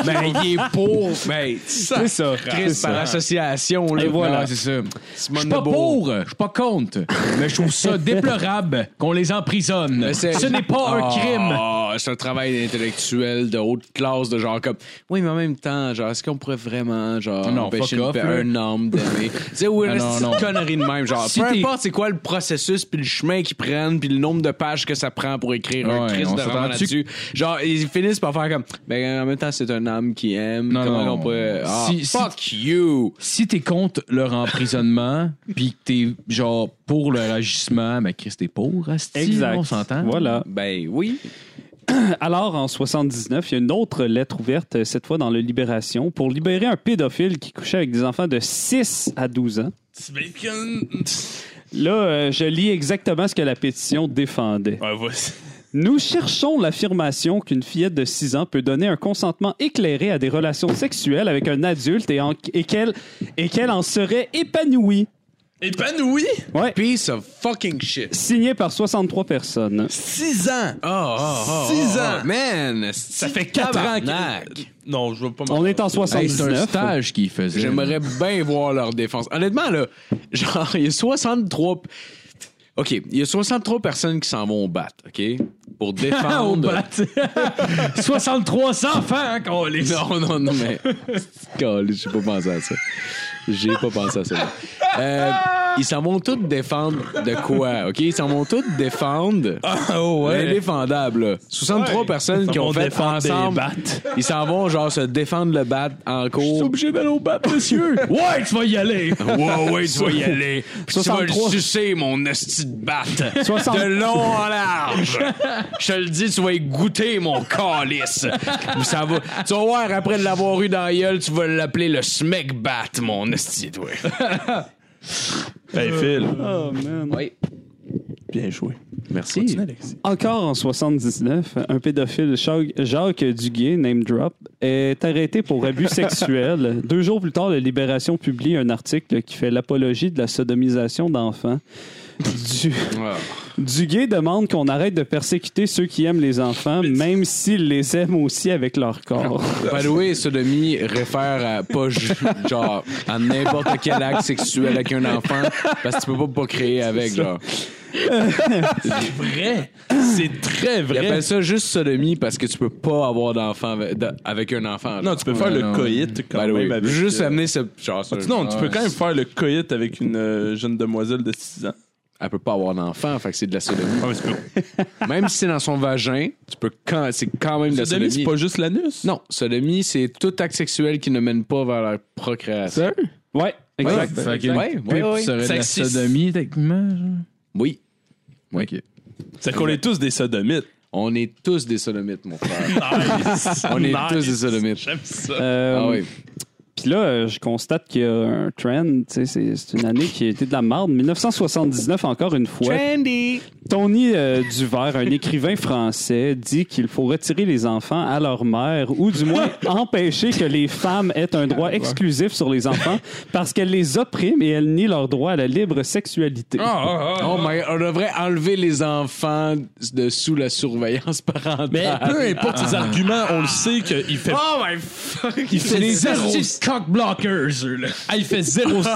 Speaker 2: Ben, il est pour. Ben, ça,
Speaker 6: C'est ça. C'est
Speaker 2: Chris, par
Speaker 6: ça.
Speaker 2: association, là.
Speaker 6: Et
Speaker 4: Voilà,
Speaker 6: voilà.
Speaker 4: c'est ça. Je
Speaker 2: Simone
Speaker 4: suis pas
Speaker 2: Lebeau.
Speaker 4: pour, je suis pas contre, mais je
Speaker 2: <laughs>
Speaker 4: trouve ça déplorable qu'on les emprisonne.
Speaker 2: Mais c'est-
Speaker 4: Euh, Ce n'est pas un crime.
Speaker 2: Ah, c'est un travail intellectuel de haute classe, de genre comme. Oui, mais en même temps, genre, est-ce qu'on pourrait vraiment, genre,
Speaker 4: Non,
Speaker 2: empêcher
Speaker 4: fuck
Speaker 2: une
Speaker 4: off,
Speaker 2: pe-
Speaker 4: là.
Speaker 2: un homme
Speaker 4: <laughs>
Speaker 2: d'aimer? tu sais, oui,
Speaker 4: Ah,
Speaker 2: une
Speaker 4: non,
Speaker 2: petite
Speaker 4: non.
Speaker 2: connerie de même, genre.
Speaker 4: Si
Speaker 2: peu
Speaker 4: t'es-
Speaker 2: importe c'est quoi le processus, puis le chemin qu'ils prennent, puis le nombre de pages que ça prend pour écrire un
Speaker 4: Ouais,
Speaker 2: Christ
Speaker 4: on
Speaker 2: de roman
Speaker 4: s'entend-tu
Speaker 2: là-dessus. Genre, ils finissent par faire comme. Ben, en même temps, c'est un homme qui aime.
Speaker 4: Non,
Speaker 2: Comment
Speaker 4: non.
Speaker 2: on pourrait. Ah,
Speaker 4: Si- si-
Speaker 2: fuck you!
Speaker 4: Si t'es contre leur
Speaker 1: <laughs>
Speaker 4: emprisonnement, puis que t'es genre pour leur agissement, ben Chris, t'es pour, asti,
Speaker 6: Exact.
Speaker 4: on s'entend.
Speaker 6: Voilà.
Speaker 2: Ben oui.
Speaker 6: Alors, en 79, il y a une autre lettre ouverte, euh, cette fois dans le Libération, pour libérer un pédophile qui couchait avec des enfants de 6 à 12 ans.
Speaker 1: Petit bacon.
Speaker 6: Là, euh, je lis exactement ce que la pétition défendait.
Speaker 1: Ouais, voici.
Speaker 6: Nous cherchons l'affirmation qu'une fillette de 6 ans peut donner un consentement éclairé à des relations sexuelles avec un adulte et, en- et qu'elle et qu'elle en serait épanouie.
Speaker 1: Épanoui?
Speaker 6: Ouais.
Speaker 2: Piece of fucking shit.
Speaker 6: Signé par 63 personnes.
Speaker 1: 6 ans!
Speaker 2: Oh,
Speaker 4: Ah,
Speaker 2: oh, oh.
Speaker 1: Six
Speaker 2: oh,
Speaker 1: ans.
Speaker 2: Man,
Speaker 1: Ça fait 4 ans que... Non, je veux pas m'en...
Speaker 6: On est en
Speaker 4: Hey, c'est un
Speaker 2: <laughs>
Speaker 6: 79.
Speaker 4: stage qu'il faisait.
Speaker 2: J'aimerais bien voir leur défense. Honnêtement, là, genre, il y a 63. OK, il y a 63 personnes qui s'en vont au bat, OK? Pour défendre.
Speaker 1: 63 enfants, hein, qu'on les...
Speaker 2: <laughs> Non, non, non, mais. <laughs> Calé, J'ai pas pensé à ça. J'ai pas pensé à ça. Euh, ils s'en vont tous défendre de quoi, OK? Ils s'en vont tous défendre.
Speaker 1: Oh,
Speaker 2: L'indéfendable, là. 63
Speaker 1: Ouais.
Speaker 2: personnes
Speaker 1: Ils
Speaker 2: qui
Speaker 1: s'en
Speaker 2: ont
Speaker 1: vont
Speaker 2: fait
Speaker 1: défendre des
Speaker 2: ensemble.
Speaker 1: <laughs> battes.
Speaker 2: Ils s'en vont, genre, se défendre le bat en cours. Je suis obligé d'aller au bat, monsieur.
Speaker 1: Ouais, tu vas y aller!
Speaker 2: Ouais, ouais, tu vas y aller. Puis tu vas le
Speaker 6: 63.
Speaker 2: sucer, mon esti de
Speaker 1: <laughs>
Speaker 2: batte.
Speaker 6: 60.
Speaker 2: De <laughs> long en large. Je te le dis, tu vas y goûter, mon calice. Puis Ça va... Tu vas voir, après de l'avoir eu dans la gueule, tu vas l'appeler le smack bat, mon esti, toi.
Speaker 1: <laughs> Ben, Phil.
Speaker 6: Oh, man.
Speaker 1: Bien joué.
Speaker 2: Merci.
Speaker 6: Encore en 79, un pédophile Jacques- Jacques Duguay, name drop, est arrêté pour abus sexuels. Deux jours plus tard, la Libération publie un article qui fait l'apologie de la sodomisation d'enfants. Du... <laughs> Duguay demande qu'on arrête de persécuter ceux qui aiment les enfants, même s'ils les aiment aussi avec leur corps.
Speaker 2: By the way, sodomie réfère à pas ju- genre à n'importe quel acte sexuel avec un enfant parce que tu peux pas pas créer avec genre.
Speaker 1: Vrai! C'est très
Speaker 2: Ils
Speaker 1: vrai!
Speaker 2: appellent ça juste sodomie parce que tu peux pas avoir d'enfant avec, de- avec un enfant.
Speaker 1: Non, tu peux faire le
Speaker 4: non.
Speaker 1: coït quand
Speaker 2: By the way,
Speaker 1: même. avec,
Speaker 2: Ben juste
Speaker 1: euh,
Speaker 2: amener ce genre ça-
Speaker 1: Non, tu peux quand même faire le coït avec une euh, jeune demoiselle de 6 ans.
Speaker 2: elle peut pas avoir d'enfant, fait que c'est de la sodomie.
Speaker 1: Ah, mais c'est pas...
Speaker 2: même si c'est dans son vagin, tu peux quand c'est quand même de la
Speaker 1: Sodomie,
Speaker 2: sodomie.
Speaker 1: c'est pas juste l'anus?
Speaker 2: Non, sodomie c'est tout acte sexuel qui ne mène pas vers la procréation.
Speaker 6: Ouais, exact.
Speaker 4: Fait qu'une
Speaker 2: Ouais, ouais,
Speaker 4: pipe
Speaker 2: ouais.
Speaker 4: serait de la
Speaker 1: Sexiste.
Speaker 4: sodomie, techniquement. genre.
Speaker 2: Oui,
Speaker 4: Ok.
Speaker 1: C'est qu'on est tous des <laughs> sodomites.
Speaker 2: on est tous des sodomites mon frère. on
Speaker 1: <laughs>
Speaker 2: est tous des sodomites.
Speaker 1: J'aime ça.
Speaker 6: Euh,
Speaker 2: Ah oui.
Speaker 6: Puis là, euh, je constate qu'il y a un trend. tu sais, C'est c'est une année qui a été de la marde. 1979, encore une
Speaker 1: Um,
Speaker 6: fois. Tony euh, Duvert, un écrivain français, dit qu'il faut retirer les enfants à leur mère ou du moins empêcher que les femmes aient un droit exclusif sur les enfants parce qu'elles les oppriment et elles nient leur droit à la libre sexualité.
Speaker 2: Oh my, on devrait enlever les enfants de sous la surveillance parentale.
Speaker 1: Mais
Speaker 4: Ben,
Speaker 1: peu importe ses arguments, on le sait qu'il fait.
Speaker 2: Oh my fuck!
Speaker 1: Il fait
Speaker 2: les
Speaker 1: zéro. <laughs> cock blockers, eux, là. Ah, il fait <laughs> zéro. tu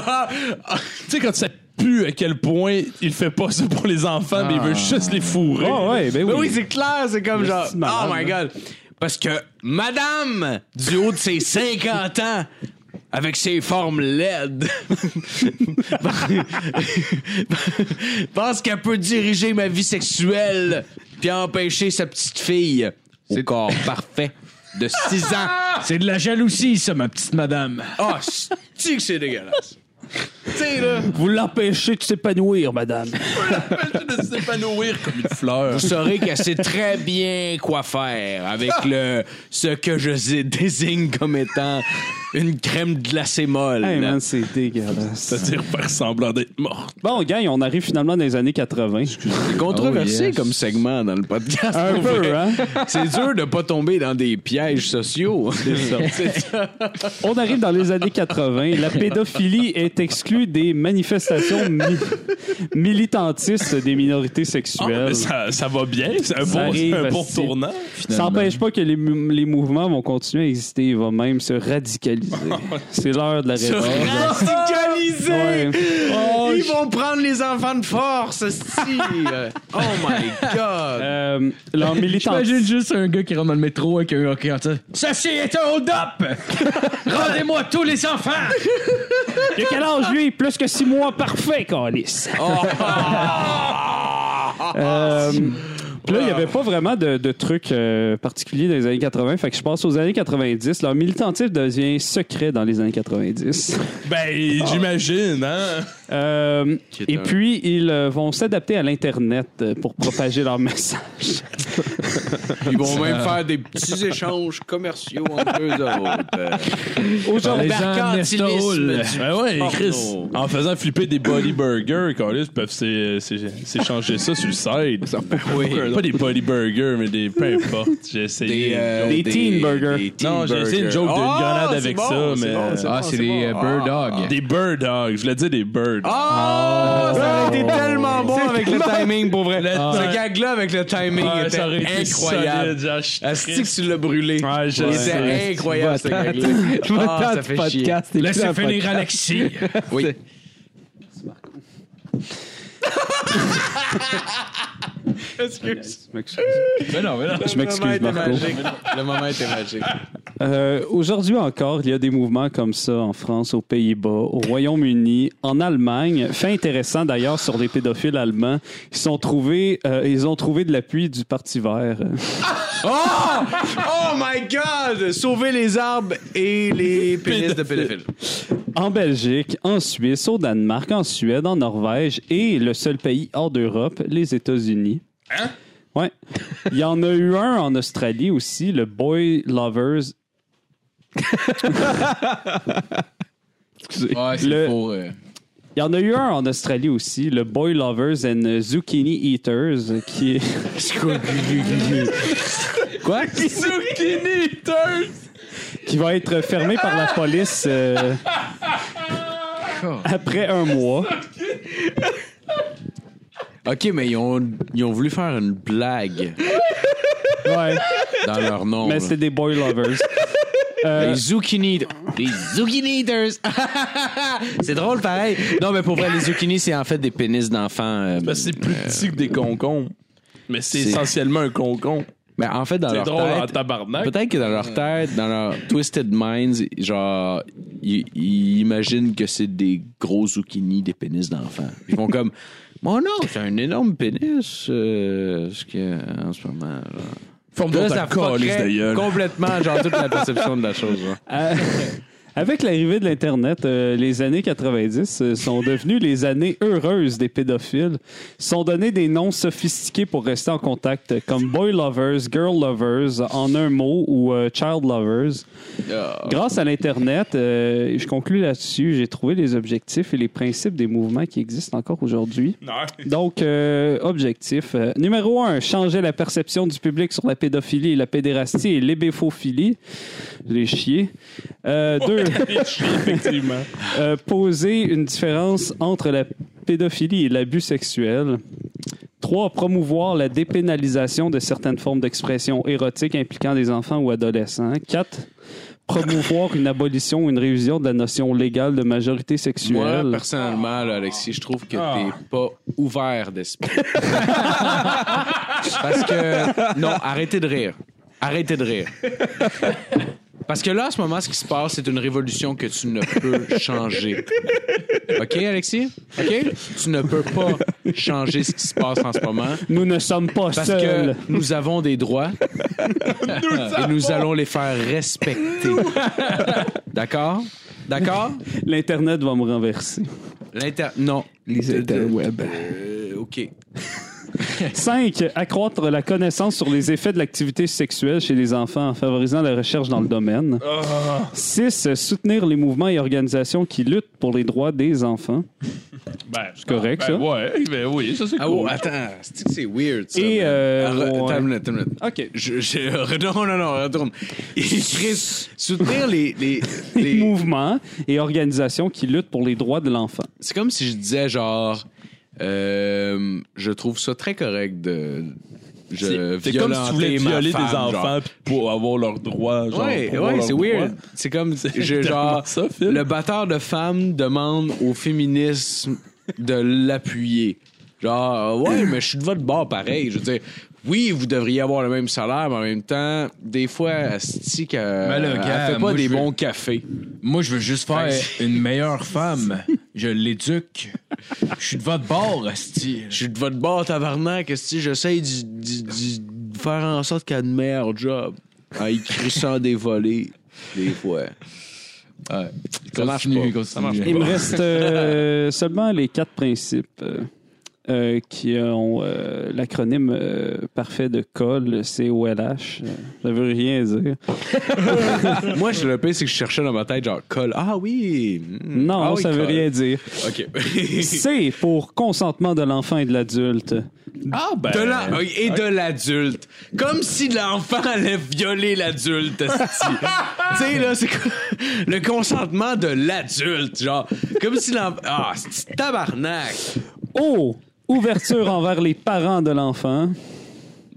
Speaker 1: sais, quand ça pue à quel point il fait pas ça pour les enfants, mais il veut juste les fourrer.
Speaker 6: Ah ouais, ben
Speaker 2: Mais oui,
Speaker 6: oui.
Speaker 2: c'est clair, c'est comme genre.
Speaker 6: c'est malade,
Speaker 2: Oh my god! Parce que madame, du haut de
Speaker 6: <laughs>
Speaker 2: ses 50 ans, avec ses formes laides, <laughs> pense qu'elle peut diriger ma vie sexuelle puis empêcher sa petite fille au corps parfait de 6 ans.
Speaker 6: <laughs>
Speaker 4: C'est de la jalousie, ça, ma petite madame.
Speaker 2: Oh, c'est que c'est dégueulasse! Tu sais, là.
Speaker 6: Vous l'empêchez de s'épanouir,
Speaker 2: <laughs>
Speaker 6: madame.
Speaker 1: de s'épanouir comme une fleur.
Speaker 2: Vous saurez qu'elle sait très bien quoi faire avec le ce que je désigne comme étant une crème glacée molle.
Speaker 6: Hey man, c'est
Speaker 1: <laughs>
Speaker 6: dégueulasse.
Speaker 1: C'est-à-dire faire semblant d'être morte.
Speaker 6: Bon, gang, on arrive finalement dans les années 80.
Speaker 2: c'est controversé
Speaker 4: Oh, yes.
Speaker 2: comme segment dans le podcast.
Speaker 6: Un
Speaker 2: pour vrai.
Speaker 6: peu, hein?
Speaker 2: <laughs> C'est dur de pas tomber dans des pièges sociaux. <laughs> C'est ça.
Speaker 6: On arrive dans les années 80. La pédophilie est exclue des manifestations mi- militantistes des minorités
Speaker 1: Ah, mais
Speaker 6: sexuelles.
Speaker 1: ça, ça va bien, c'est un
Speaker 6: Ça
Speaker 1: bon,
Speaker 6: arrive,
Speaker 1: un bon
Speaker 6: c'est-
Speaker 1: tournant.
Speaker 6: Ça
Speaker 4: finalement.
Speaker 6: n'empêche pas que les, mou- les mouvements vont continuer à exister. Il va même
Speaker 4: <laughs>
Speaker 6: se radicaliser. C'est l'heure de la révolte.
Speaker 2: Radicalisé!
Speaker 6: Ouais.
Speaker 4: Oh,
Speaker 2: Ils vont prendre les enfants de force,
Speaker 4: <laughs>
Speaker 2: esti. Oh my God!
Speaker 6: Euh, leur militantisme.
Speaker 4: J'imagine juste un gars qui rentre dans le métro avec un hockey en tête. Ceci est un hold-up! <laughs> Rendez-moi tous les enfants!
Speaker 6: De quel âge, lui? Plus que
Speaker 2: Oh.
Speaker 6: six mois. Parfait, Calis. <laughs> Euh, Puis là, il n'y avait pas vraiment de, de trucs euh, particuliers dans les années 80. Fait que je pense aux années 90. Leur militantisme devient secret dans les années 90.
Speaker 1: Ben, j'imagine, hein?
Speaker 6: Euh,
Speaker 2: Qui est
Speaker 6: et
Speaker 2: un-
Speaker 6: puis, ils euh, vont s'adapter à l'Internet euh, pour propager leur message.
Speaker 2: Ils vont même faire des petits échanges commerciaux entre eux autres. <laughs>
Speaker 4: Aujourd'hui,
Speaker 1: Ben ouais, Chris. En faisant flipper des Body Burgers, Carlis, peuvent s'é- s'é- s'échanger ça sur le side. Pas des Body Burgers, mais des.
Speaker 2: <laughs>
Speaker 1: Peu importe. J'ai essayé.
Speaker 2: Des, euh,
Speaker 6: Des teen burgers.
Speaker 1: non, j'ai essayé une joke d'une
Speaker 2: Ah,
Speaker 1: grenade
Speaker 2: c'est
Speaker 1: avec
Speaker 2: bon,
Speaker 1: ça,
Speaker 2: c'est
Speaker 1: mais.
Speaker 2: bon, c'est
Speaker 4: Ah,
Speaker 2: bon,
Speaker 4: c'est des euh,
Speaker 2: bon.
Speaker 4: bird dogs.
Speaker 1: des Bird Dogs. Je voulais dire des Bird.
Speaker 2: Ah, ça aurait été tellement bon avec le timing, pour vrai.
Speaker 1: Ah.
Speaker 2: Ce gag-là avec le timing
Speaker 1: Ah, ça aurait
Speaker 2: était
Speaker 1: été
Speaker 2: incroyable.
Speaker 1: solide, genre, je suis
Speaker 2: Asti que
Speaker 1: triste.
Speaker 2: tu l'as brûlé.
Speaker 1: Ouais, Ah, je
Speaker 2: Il
Speaker 1: sais.
Speaker 2: était incroyable, ce gag-là. Ah, ça fait chier.
Speaker 4: Laissez finir Alexis.
Speaker 2: Oui.
Speaker 4: Mais non, mais non.
Speaker 6: Je m'excuse,
Speaker 2: Le moment
Speaker 6: Marco.
Speaker 2: était magique. Le moment était magique.
Speaker 6: Euh, Aujourd'hui encore, il y a des mouvements comme ça en France, aux Pays-Bas, au Royaume-Uni, en Allemagne. Fait intéressant d'ailleurs sur les pédophiles allemands. Ils, sont trouvés, euh, ils ont trouvé de l'appui du Parti vert. euh,
Speaker 2: Oh! Oh <laughs> my God! Sauver les arbres et les pénis de pédophiles.
Speaker 6: En Belgique, en Suisse, au Danemark, en Suède, en Norvège et le seul pays hors d'Europe, les États-Unis. Hein? Ouais. Il y en a eu un en Australie aussi, le Boy Lovers.
Speaker 4: <laughs> Ouais, c'est
Speaker 6: Le-
Speaker 4: pour. euh,
Speaker 6: Il y en a eu un en Australie aussi, le Boy Lovers and Zucchini Eaters, qui est. <laughs> Quoi? qui va être fermé par la police euh, après un mois.
Speaker 2: OK, mais ils ont, ils ont voulu faire une blague
Speaker 6: Ouais.
Speaker 2: dans leur nom.
Speaker 6: Mais
Speaker 2: là.
Speaker 6: c'est des boy lovers.
Speaker 2: Les zucchini. Les zucchini eaters. <laughs> c'est drôle pareil. Non, mais pour vrai, les zucchini, c'est en fait des pénis d'enfants. euh,
Speaker 1: Parce que c'est plus petit que des concombres. Mais c'est
Speaker 2: c'est-
Speaker 1: essentiellement un concombre.
Speaker 2: mais en fait, dans
Speaker 1: C'est
Speaker 2: leur
Speaker 1: drôle en
Speaker 2: tête.
Speaker 1: tabarnak.
Speaker 2: Peut-être que dans leur tête, dans leur twisted minds, genre, ils, ils imaginent que c'est des gros zucchini, des pénis d'enfants. Ils vont comme, <laughs> mon non, c'est un énorme pénis, euh, ce qu'il y a en ce moment. genre.
Speaker 1: Forme
Speaker 2: Là,
Speaker 1: donc ta
Speaker 2: ça
Speaker 1: calice de
Speaker 2: fuckerait
Speaker 1: gueule.
Speaker 2: complètement, genre,
Speaker 1: <laughs>
Speaker 2: toute la perception de la chose. genre.
Speaker 6: Euh, <laughs> avec l'arrivée de l'Internet, euh, les années 90 euh, sont devenues les années heureuses des pédophiles. Ils sont donnés des noms sophistiqués pour rester en contact, euh, comme boy lovers, girl lovers, en un mot, ou euh, child lovers. Grâce à l'Internet, euh, et je conclue là-dessus, j'ai trouvé les objectifs et les principes des mouvements qui existent encore aujourd'hui. Donc, euh, objectif. euh, numéro un, changer la perception du public sur la pédophilie, la pédérastie et l'ébéphophilie. Les chier. Euh,
Speaker 2: <laughs>
Speaker 6: deux,
Speaker 1: Effectivement.
Speaker 6: <laughs> euh, poser une différence entre la pédophilie et l'abus sexuel. Trois, promouvoir la dépénalisation de certaines formes d'expression érotique impliquant des enfants ou adolescents. Quatre, promouvoir une abolition ou une révision de la notion légale de majorité
Speaker 2: Moi,
Speaker 6: sexuelle.
Speaker 2: personnellement, là, Alexis, je trouve que t'es pas ouvert d'esprit. Parce que. Non, arrêtez de rire. Arrêtez de rire. Parce que là, en ce moment, ce qui se passe, c'est une révolution que tu ne peux changer. OK, Alexis? OK? Tu ne peux pas changer ce qui se passe en ce moment
Speaker 6: Nous ne sommes pas
Speaker 2: parce
Speaker 6: seuls.
Speaker 2: que nous avons des droits et nous allons les faire respecter. D'accord? D'accord?
Speaker 6: L'Internet va me renverser.
Speaker 2: L'inter... Non. Les interwebs. euh, OK.
Speaker 6: 5. Accroître la connaissance sur les effets de l'activité sexuelle chez les enfants en favorisant la recherche dans le domaine. 6. Soutenir les mouvements et organisations qui luttent pour les droits des enfants.
Speaker 1: Ben, c'est
Speaker 6: correct, ça.
Speaker 1: Ouais, ben oui, ça c'est
Speaker 2: Ah
Speaker 1: cool.
Speaker 2: oh, attends. C'est c'est weird, ça.
Speaker 6: Et,
Speaker 2: man.
Speaker 6: euh,
Speaker 2: Ah, re-
Speaker 6: ouais.
Speaker 2: Attends une minute, attends une minute.
Speaker 6: OK.
Speaker 2: Je, je- <laughs> Non, non, non, retourne. Et Chris, soutenir les... les,
Speaker 6: Les
Speaker 2: les...
Speaker 6: mouvements et organisations qui luttent pour les droits de l'enfant.
Speaker 2: C'est comme si je disais, genre... euh, je trouve ça très correct de... Je
Speaker 4: euh,
Speaker 1: C'est- C'est comme si tu voulais
Speaker 2: violenter ma
Speaker 1: violer
Speaker 2: femme,
Speaker 1: des
Speaker 2: genre.
Speaker 1: enfants pis pour avoir leurs droits. Genre,
Speaker 2: Ouais,
Speaker 1: pour
Speaker 2: ouais,
Speaker 1: avoir
Speaker 2: c'est
Speaker 1: leurs
Speaker 2: weird.
Speaker 1: droits.
Speaker 2: C'est comme je,
Speaker 1: tellement
Speaker 2: genre
Speaker 1: ça, Phil.
Speaker 2: le batteur de femmes demande au féminisme de l'appuyer. Genre ouais, mais je suis de votre bord pareil, je veux dire oui, vous devriez avoir le même salaire, mais en même temps, des fois, Asti, que
Speaker 4: Mais là,
Speaker 2: elle
Speaker 4: gars,
Speaker 2: fait pas
Speaker 4: moi,
Speaker 2: des
Speaker 4: je veux-
Speaker 2: bons cafés.
Speaker 4: Moi, je veux juste faire une meilleure femme. Je l'éduque. Je suis de votre bord, Asti.
Speaker 2: Je suis de votre bord, tabarnak. Esti, j'essaie d'y- d'y- d'y- de faire en sorte qu'il y a de meilleur job. En y crissant des volets, des fois. Ouais. Ça marche pas.
Speaker 4: Continue, continue.
Speaker 6: Il me reste euh, seulement les quatre principes euh, euh, qui ont euh, l'acronyme euh, parfait de COL, C-O-L-H. Euh, Ça veut rien dire.
Speaker 2: Moi, je le pire, c'est que je cherchais dans ma tête, genre, colle. Ah oui! hmm.
Speaker 6: Non,
Speaker 2: Ah oui,
Speaker 6: ça veut
Speaker 2: colle.
Speaker 6: rien dire.
Speaker 2: OK.
Speaker 6: <laughs>
Speaker 2: <laughs>
Speaker 6: C'est pour consentement de l'enfant et de l'adulte.
Speaker 1: Ah, ben.
Speaker 2: De la- et de l'adulte. Comme si l'enfant allait violer l'adulte. <laughs> esti. tu sais, là, c'est quoi- le consentement de l'adulte. Genre, comme si l'enfant. Ah, c'est tabarnak.
Speaker 6: Oh! Ouverture <laughs> envers les parents de l'enfant.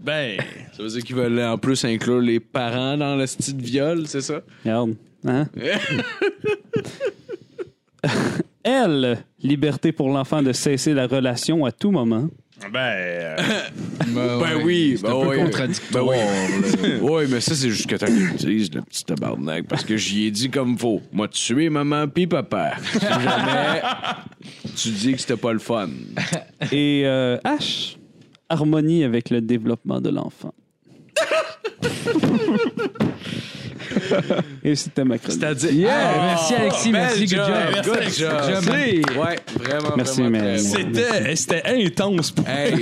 Speaker 2: Ben. Ça veut dire qu'ils veulent en plus inclure les parents dans le style de viol, c'est ça?
Speaker 6: Regarde.
Speaker 2: <laughs>
Speaker 6: Hein? Elle, liberté pour l'enfant de cesser la relation à tout moment.
Speaker 1: Ben.
Speaker 2: Ben oui,
Speaker 4: Ah C'est
Speaker 2: ben
Speaker 4: un peu
Speaker 2: oui.
Speaker 4: contradictoire.
Speaker 2: oui, mais ça, c'est juste que t'as l'utilises, le petit tabarnak, parce que j'y ai dit comme faut. Moi, tuer maman pis papa. Si jamais tu dis que c'était pas le fun.
Speaker 6: Et euh, H, harmonie avec le développement de l'enfant.
Speaker 2: <laughs>
Speaker 6: Et c'était ma chronique.
Speaker 2: C'est-à-dire.
Speaker 4: Yeah, merci, Alexis, merci, good job.
Speaker 1: Merci,
Speaker 2: Ah, Good
Speaker 1: Alexis.
Speaker 2: job.
Speaker 4: Good job, man.
Speaker 2: Ouais, vraiment,
Speaker 6: Merci,
Speaker 2: vraiment.
Speaker 6: man.
Speaker 2: très bon.
Speaker 1: C'était, c'était intense pour
Speaker 2: Hey,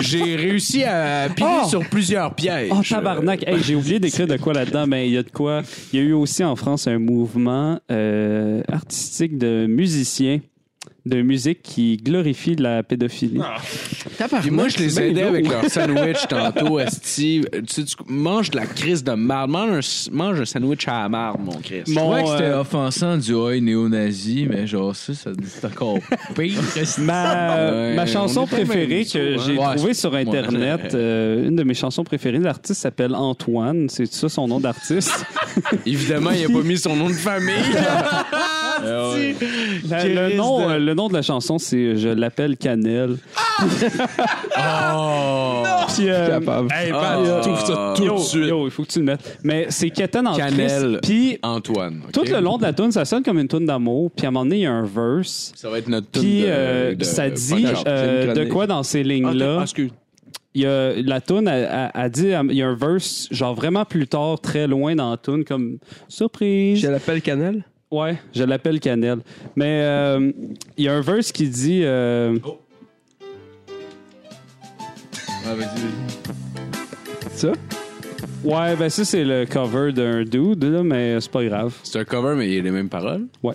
Speaker 2: j'ai réussi à piler
Speaker 6: Oh!
Speaker 2: sur plusieurs pièges.
Speaker 6: Oh, tabarnak! Hey, j'ai oublié d'écrire de quoi là-dedans, mais il y a de quoi. Il y a eu aussi en France un mouvement euh, artistique de musiciens, de musique qui glorifie la pédophilie.
Speaker 2: Puis moi, je les
Speaker 6: c'est
Speaker 2: aidais
Speaker 6: bien
Speaker 2: avec
Speaker 6: lourd.
Speaker 4: <laughs>
Speaker 2: leur sandwich tantôt, Esti. Tu sais, tu manges de la crise de marde. Mange un, mange un sandwich à la marde, mon Chris.
Speaker 4: Je
Speaker 6: Mon,
Speaker 4: crois que c'était
Speaker 6: euh,
Speaker 4: offensant du oi néo-nazi, mais genre ça, ça c'est encore
Speaker 6: <laughs>
Speaker 4: pire.
Speaker 6: Ma,
Speaker 2: Ouais,
Speaker 6: ma chanson
Speaker 2: on est pas
Speaker 6: préférée
Speaker 2: même
Speaker 6: que
Speaker 2: sous, hein.
Speaker 6: j'ai
Speaker 4: Ouais,
Speaker 6: trouvée sur Internet,
Speaker 2: Ouais.
Speaker 6: euh, une de mes chansons préférées, l'artiste s'appelle Antoine, c'est ça son nom
Speaker 2: <laughs>
Speaker 6: d'artiste.
Speaker 2: Évidemment, il a pas mis son nom de famille. Esti.
Speaker 6: La- le,
Speaker 2: Christ
Speaker 6: nom,
Speaker 2: de-
Speaker 6: euh, le nom de la chanson, c'est euh, Je l'appelle Cannelle. Ah! <laughs> Puis, euh,
Speaker 1: Hey, Pat,
Speaker 2: Ah.
Speaker 1: tu trouves ça tout
Speaker 6: yo,
Speaker 1: de suite.
Speaker 6: yo, il faut que tu le mettes. Mais c'est Keten en
Speaker 2: Cannelle.
Speaker 6: Christ. Puis
Speaker 2: Antoine. ok?
Speaker 6: tout le long de la tune, ça sonne comme une tune d'amour. Puis à un moment donné, il y a un verse.
Speaker 2: Ça va être notre tour.
Speaker 6: Puis euh, ça dit euh, de quoi dans
Speaker 1: Ah,
Speaker 6: ces lignes-là? il y a la tune a, a- a dit euh, il y a un verse genre vraiment plus tard très loin dans la tune comme surprise
Speaker 5: Je l'appelle Canel.
Speaker 6: ouais je l'appelle Canel mais euh, il y a un verse qui dit euh,
Speaker 1: Oh.
Speaker 5: Ça?
Speaker 6: ouais ben ça c'est le cover d'un dude là, mais c'est pas grave
Speaker 2: C'est un cover, mais il y a les mêmes paroles.
Speaker 6: Ouais.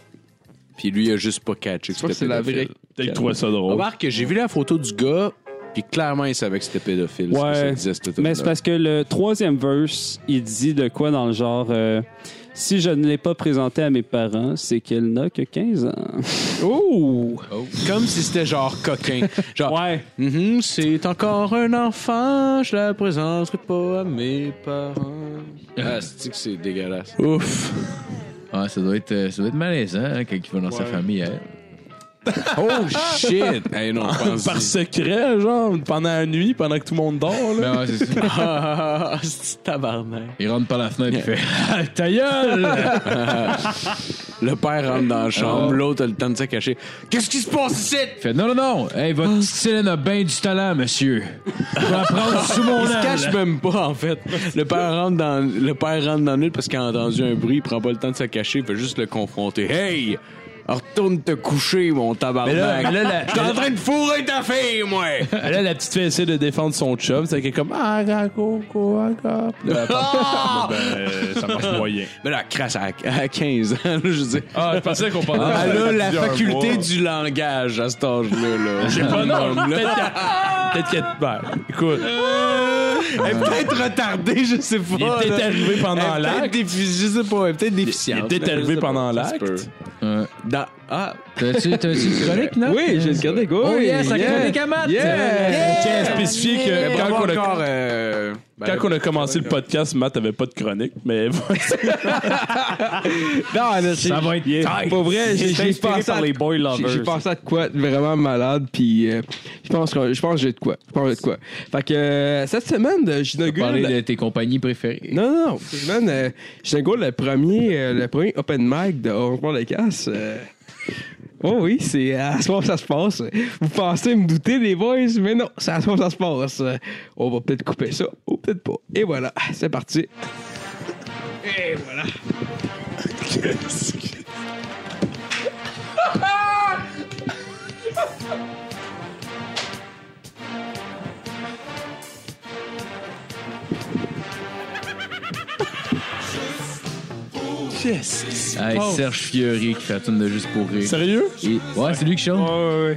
Speaker 2: Puis lui, il a juste pas catché. que
Speaker 5: Je crois que c'est
Speaker 2: c'était
Speaker 5: la
Speaker 2: pédophile.
Speaker 5: vraie.
Speaker 1: Peut-être qu'il trouvait ça drôle.
Speaker 2: Remarque que j'ai vu la photo du gars, puis clairement, il savait que c'était pédophile. ce que
Speaker 6: Ouais.
Speaker 2: ça disait, cette
Speaker 6: mais
Speaker 2: tune-là.
Speaker 6: c'est parce que le troisième verse il dit de quoi dans le genre euh, si je ne l'ai pas présenté à mes parents c'est qu'elle n'a que 15 ans
Speaker 5: Oh!
Speaker 2: Comme si c'était genre coquin. Genre,
Speaker 6: ouais
Speaker 2: Mhm, c'est encore un enfant, je la présenterai pas à mes parents. Oh, Ah, c'est que c'est dégueulasse.
Speaker 5: Ouf!
Speaker 4: Ah, ça doit être, euh, ça doit être malaisant hein, quand il va dans sa famille. hein.
Speaker 2: Oh shit! <laughs> Ah, hey, non, pense
Speaker 1: Par secret, genre, pendant la nuit, pendant que tout le monde dort, là.
Speaker 4: Ben ouais, c'est ça.
Speaker 2: Ah, c'est tabarnak.
Speaker 4: Il rentre par la fenêtre, il fait Ah, ta gueule!
Speaker 2: Le père rentre dans la chambre, l'autre a le temps de se cacher. Qu'est-ce qui se passe ici?
Speaker 4: Il fait non, non, non! Hey, votre petite Céline a bien du talent, monsieur! Je vais la prendre sous mon
Speaker 2: Il se
Speaker 4: aile!
Speaker 2: cache même pas, en fait. Le père rentre dans, le père rentre dans le nid parce qu'il a entendu un bruit, il prend pas le temps de se cacher, il veut juste le confronter. Hey! Retourne te coucher, mon tabarnak.
Speaker 1: Mais là- mais là, la-
Speaker 2: Je suis en train de fourrer ta fille, moi!
Speaker 1: Là, la petite fille essaie de défendre son chum. C'est qu'elle est comme Ah, raco, quoi, quoi. Puis là, elle parle.
Speaker 2: Ah!
Speaker 1: Ben, ça marche moyen.
Speaker 2: Mais là, crasse à, à 15 ans, là, je veux dire.
Speaker 1: Ah, je pensais qu'on parlait.
Speaker 2: Elle a la
Speaker 1: plusieurs
Speaker 2: faculté
Speaker 1: mois.
Speaker 2: du langage à cet âge-là. Là.
Speaker 1: Je sais pas, non. Peut-être qu'elle. Peut-être qu'elle. Ben, écoute.
Speaker 2: Elle est peut-être retardée, je sais pas.
Speaker 1: Il est peut-être
Speaker 2: là.
Speaker 1: arrivé
Speaker 2: Elle
Speaker 1: pendant
Speaker 2: est Eh, peut-être
Speaker 1: l'acte.
Speaker 2: défi- Je sais pas, elle est peut-être
Speaker 1: Il est
Speaker 2: déficiente.
Speaker 1: peut-être
Speaker 2: là, je
Speaker 1: arrivé
Speaker 2: sais
Speaker 1: pendant
Speaker 2: pas, ça se
Speaker 1: l'acte.
Speaker 4: Ouais.
Speaker 2: peut. Dans- Ah!
Speaker 4: T'as-tu t'as-tu une chronique, non?
Speaker 5: Oui, j'ai regardé, go!
Speaker 4: Oh, yes, la chronique à
Speaker 5: yeah.
Speaker 4: Matt.
Speaker 5: Yeah!
Speaker 1: Tiens, à spécifier que
Speaker 2: Quand
Speaker 1: quand on a.
Speaker 2: bah, encore, euh, ben,
Speaker 1: Quand on a commencé le podcast, Matt avait pas de chronique, mais
Speaker 5: Non, là, c'est-
Speaker 6: ça va être tight.
Speaker 5: Ah, Pour vrai, j'ai-
Speaker 6: J'étais
Speaker 5: j'ai
Speaker 6: inspiré
Speaker 5: pensé
Speaker 6: par
Speaker 5: à-
Speaker 6: les Boy
Speaker 5: J'ai-
Speaker 6: Lovers.
Speaker 5: J'ai pensé à de quoi de vraiment malade, puis euh, je pense que je pense que j'ai de quoi. Je pense que j'ai de quoi. Fait que euh, cette semaine, euh, j'inaugure.
Speaker 4: Parler
Speaker 5: la-
Speaker 4: de tes compagnies préférées.
Speaker 5: Non, non, non. Cette semaine, euh, j'inaugure le premier, euh, le premier open mic de Orange Bois de Casse. euh, Oh oui, c'est à soi ça se passe. Vous pensez me douter des boys, mais non, c'est à soi ça se passe. Euh, On va peut-être couper ça, ou peut-être pas. Et voilà, c'est parti. Et voilà.
Speaker 4: Ah, et Serge Fiori qui fait la tune de Juste pour rire.
Speaker 1: Sérieux?
Speaker 4: Et- Ouais, c'est lui qui chante.
Speaker 5: ouais, ouais.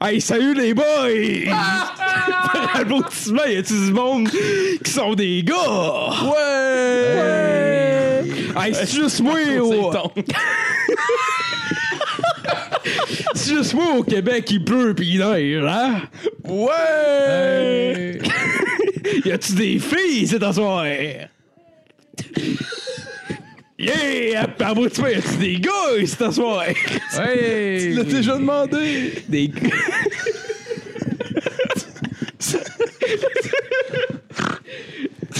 Speaker 5: Hey, salut les <laughs> boys! Par applaudissement, y a-tu du monde qui sont des gars? Ouais! Hey, c'est juste moi, au... <laughs> c'est juste moi au Québec, il pleut pis il neige, hein? Ouais! <laughs> y a-tu des filles cet soir? Yeah! Par applaudissement, y a-tu des gars cet soir? <laughs>
Speaker 4: Hey!
Speaker 5: déjà demandé! Des gars!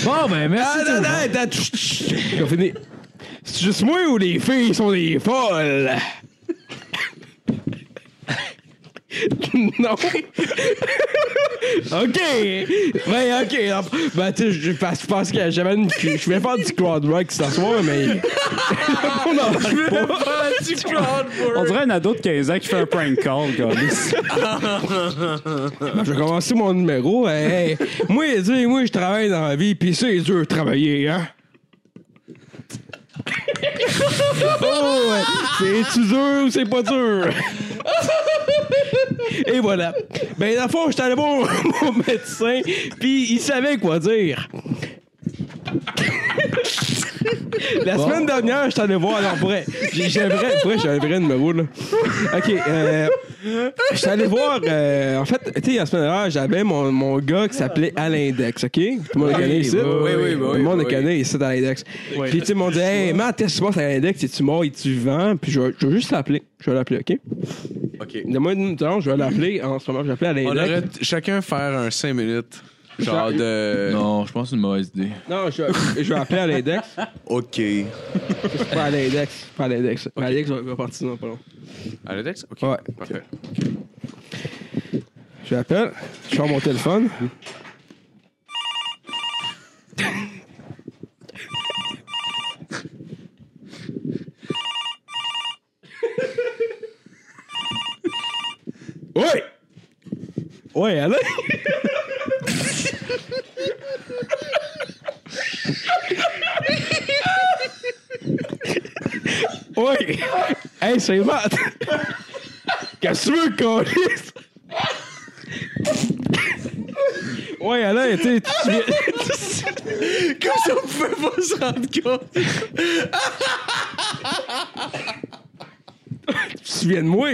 Speaker 4: Bon, ben, merci.
Speaker 5: Ah, non, non, attends, chut, chut. On finit. C'est juste moi ou les filles sont des folles? non. OK. Ouais, OK. non. Ben, tu sais, je pense, je pense que j'avais une... Je vais faire du crowd work ce soir, mais... On n'embarque pas.
Speaker 6: On dirait un ado de 15 ans qui fait un prank call, gars. <laughs>
Speaker 5: Je vais commencer mon numéro. hein, Hey, hey. Moi, dis, moi, je travaille dans la vie, puis c'est dur de travailler, hein? oh, ouais. C'est-tu dur ou c'est pas dur? Et voilà. Ben, dans le fond, j'étais allé voir <laughs> mon médecin, puis il savait quoi dire. La semaine dernière, j'étais allé voir, alors, vrai. J'ai j'ai un vrai, pour vrai, j'ai un vrai numéro, là. OK, euh... J'étais allé voir, euh, en fait, tu sais, la semaine dernière, j'avais mon, mon gars qui s'appelait Alain Dex, OK? Tout le monde le connaît ici.
Speaker 2: oui, oui, oui,
Speaker 5: Tout le monde le
Speaker 2: oui.
Speaker 5: connaît ici, Alain Dex. Puis, tu sais, ils m'ont dit, hey, Matt, qu'est-ce qui se passe, Alain Dex? Es-tu mort? Es-tu vivant? Puis, je vais je vais juste l'appeler. Je vais l'appeler, OK?
Speaker 2: OK.
Speaker 5: Donne-moi une minute, je vais l'appeler. En ce moment, je l'appelle Alain
Speaker 2: On
Speaker 5: Dex.
Speaker 2: aurait t- chacun faire un 5 minutes. Genre <laughs>
Speaker 5: Genre-
Speaker 2: de.
Speaker 4: Non, je pense que c'est une mauvaise idée.
Speaker 5: Non, je vais, je vais appeler Alain Dex.
Speaker 2: OK.
Speaker 5: C'est pas Alain Dex. Pas Alain Dex. Alain Dex va- va partir dans pas long.
Speaker 2: Alex? OK.
Speaker 5: Ouais.
Speaker 2: Parfait.
Speaker 5: Je l'appelle. Je sors mon téléphone. Oui! Oui, allez! oui! Hey, c'est Matt! Qu'est-ce que tu veux, câlisse? Ouais, Alain, tu sais, tu tu viens-
Speaker 2: Comme si on pouvait pas se rendre <laughs> compte.
Speaker 5: tu te souviens de moi.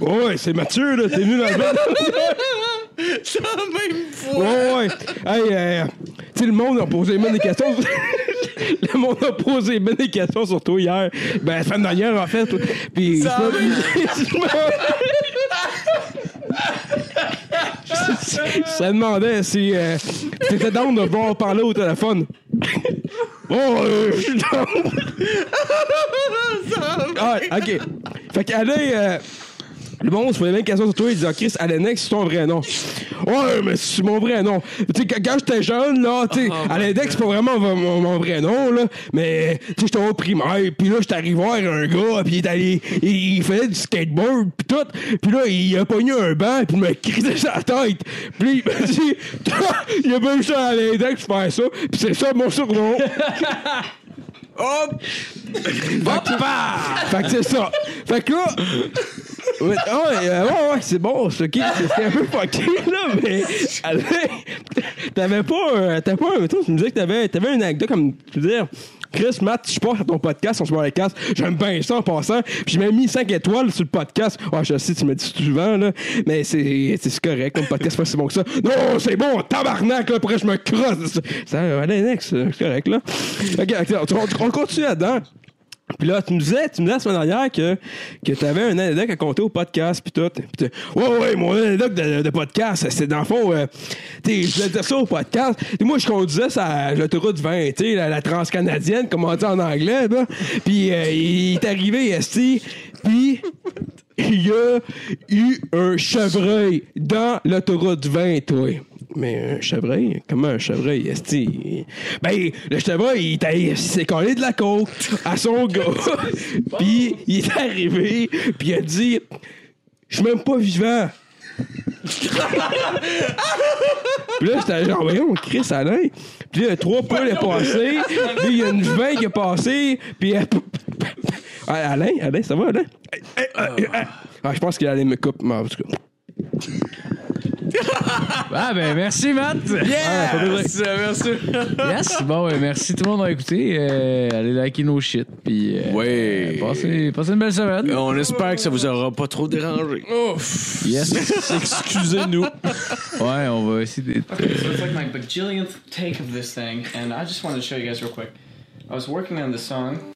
Speaker 5: Ouais, c'est Mathieu, là, t'es venu dans le band.
Speaker 2: C'est la même fois.
Speaker 5: Ouais, ouais. Hey, euh, tu sais, le monde a posé bien des questions. <laughs> le monde a posé bien des questions sur toi hier. Ben, la semaine dernière, en fait. Puis.
Speaker 2: Ça
Speaker 5: <laughs> Ça demandait si euh, t'étais down de voir parler au téléphone. <laughs> Bon, euh, je suis <laughs> down. ah, ok. Fait qu'Alain, euh, le monde se posait bien une question sur toi. Il disait, Ah, Chris, Alanex, c'est ton vrai nom. Ouais, mais c'est mon vrai nom. Tu sais, quand- quand j'étais jeune, là, tu sais, Alanex, c'est pas vraiment mon, mon- mon vrai nom, là. Mais, tu sais, j'étais au primaire. Puis là, j'étais arrivé voir un gars. Puis il est allé, il, il faisait du skateboard. Puis tout. Puis là, il a pogné un banc. Puis il m'a crissé sa tête. Puis il m'a dit, <laughs> il a même ça à Alanex faire ça. Puis c'est ça mon surnom. Fait que c'est ça. Fait que là. Ouais, ouais, euh, ouais, ouais, c'est bon, c'est ok. C'était un peu fucké, là, mais. Alain, T'avais pas. un- T'avais pas. un- Toi, tu me disais que t'avais, t'avais une anecdote comme. Tu veux dire. Chris, Matt, je passe à ton podcast, on se voit à la casse. J'aime bien ça en passant. Puis j'ai même mis 5 étoiles sur le podcast. Ouais, je sais, tu me dis souvent, là. Mais c'est, c'est c'est correct, comme podcast, c'est pas si bon que ça. Non, c'est bon, tabarnak, là, après je me crosse. Ça, allez, next, c'est correct, là. Ok, ok, on, on continue là-dedans. Puis là, tu me disais, tu me disais la semaine dernière que, que tu avais un anecdote à compter au podcast, puis tout. Puis tu- ouais, ouais, mon anecdote de, de podcast, c'est dans le fond, euh, tu sais, je voulais dire ça au podcast. Et moi, je conduisais ça l'autoroute 20, tu sais, la, la transcanadienne, comme on dit en anglais, là. Puis euh, il est arrivé, Esti, puis il y a eu un chevreuil dans l'autoroute 20, toi. Mais euh, un chevreuil? Comment un chevreuil, esti? Ben, le chevreuil, il, était- il s'est collé de la côte à <laughs> son gars. puis il est arrivé, puis il a dit « Je suis même pas vivant. » <laughs> Puis là, j'étais genre, voyons, Chris Alain. Puis là, trois poules est passé. Puis il y a une vin qui est passée. Puis elle- Ah, Alain, Alain, ça va, Alain? Eh, eh, eh, eh. Ah, je pense qu'il allait me couper, mais en tout cas.
Speaker 4: Ah ben merci Matt.
Speaker 2: Merci, merci.
Speaker 4: Yes. Bon ben, merci tout le monde d'avoir écouté. Euh, allez liker nos shit puis euh,
Speaker 2: Ouais.
Speaker 4: passez, passez une belle semaine.
Speaker 2: On espère que ça vous aura pas trop dérangé.
Speaker 4: Yes.
Speaker 1: Excusez-nous.
Speaker 4: Ouais, on va essayer d'être
Speaker 7: Okay, so it's like my bajillionth take of this thing, and I just wanted to show you guys real quick. I was working on this song,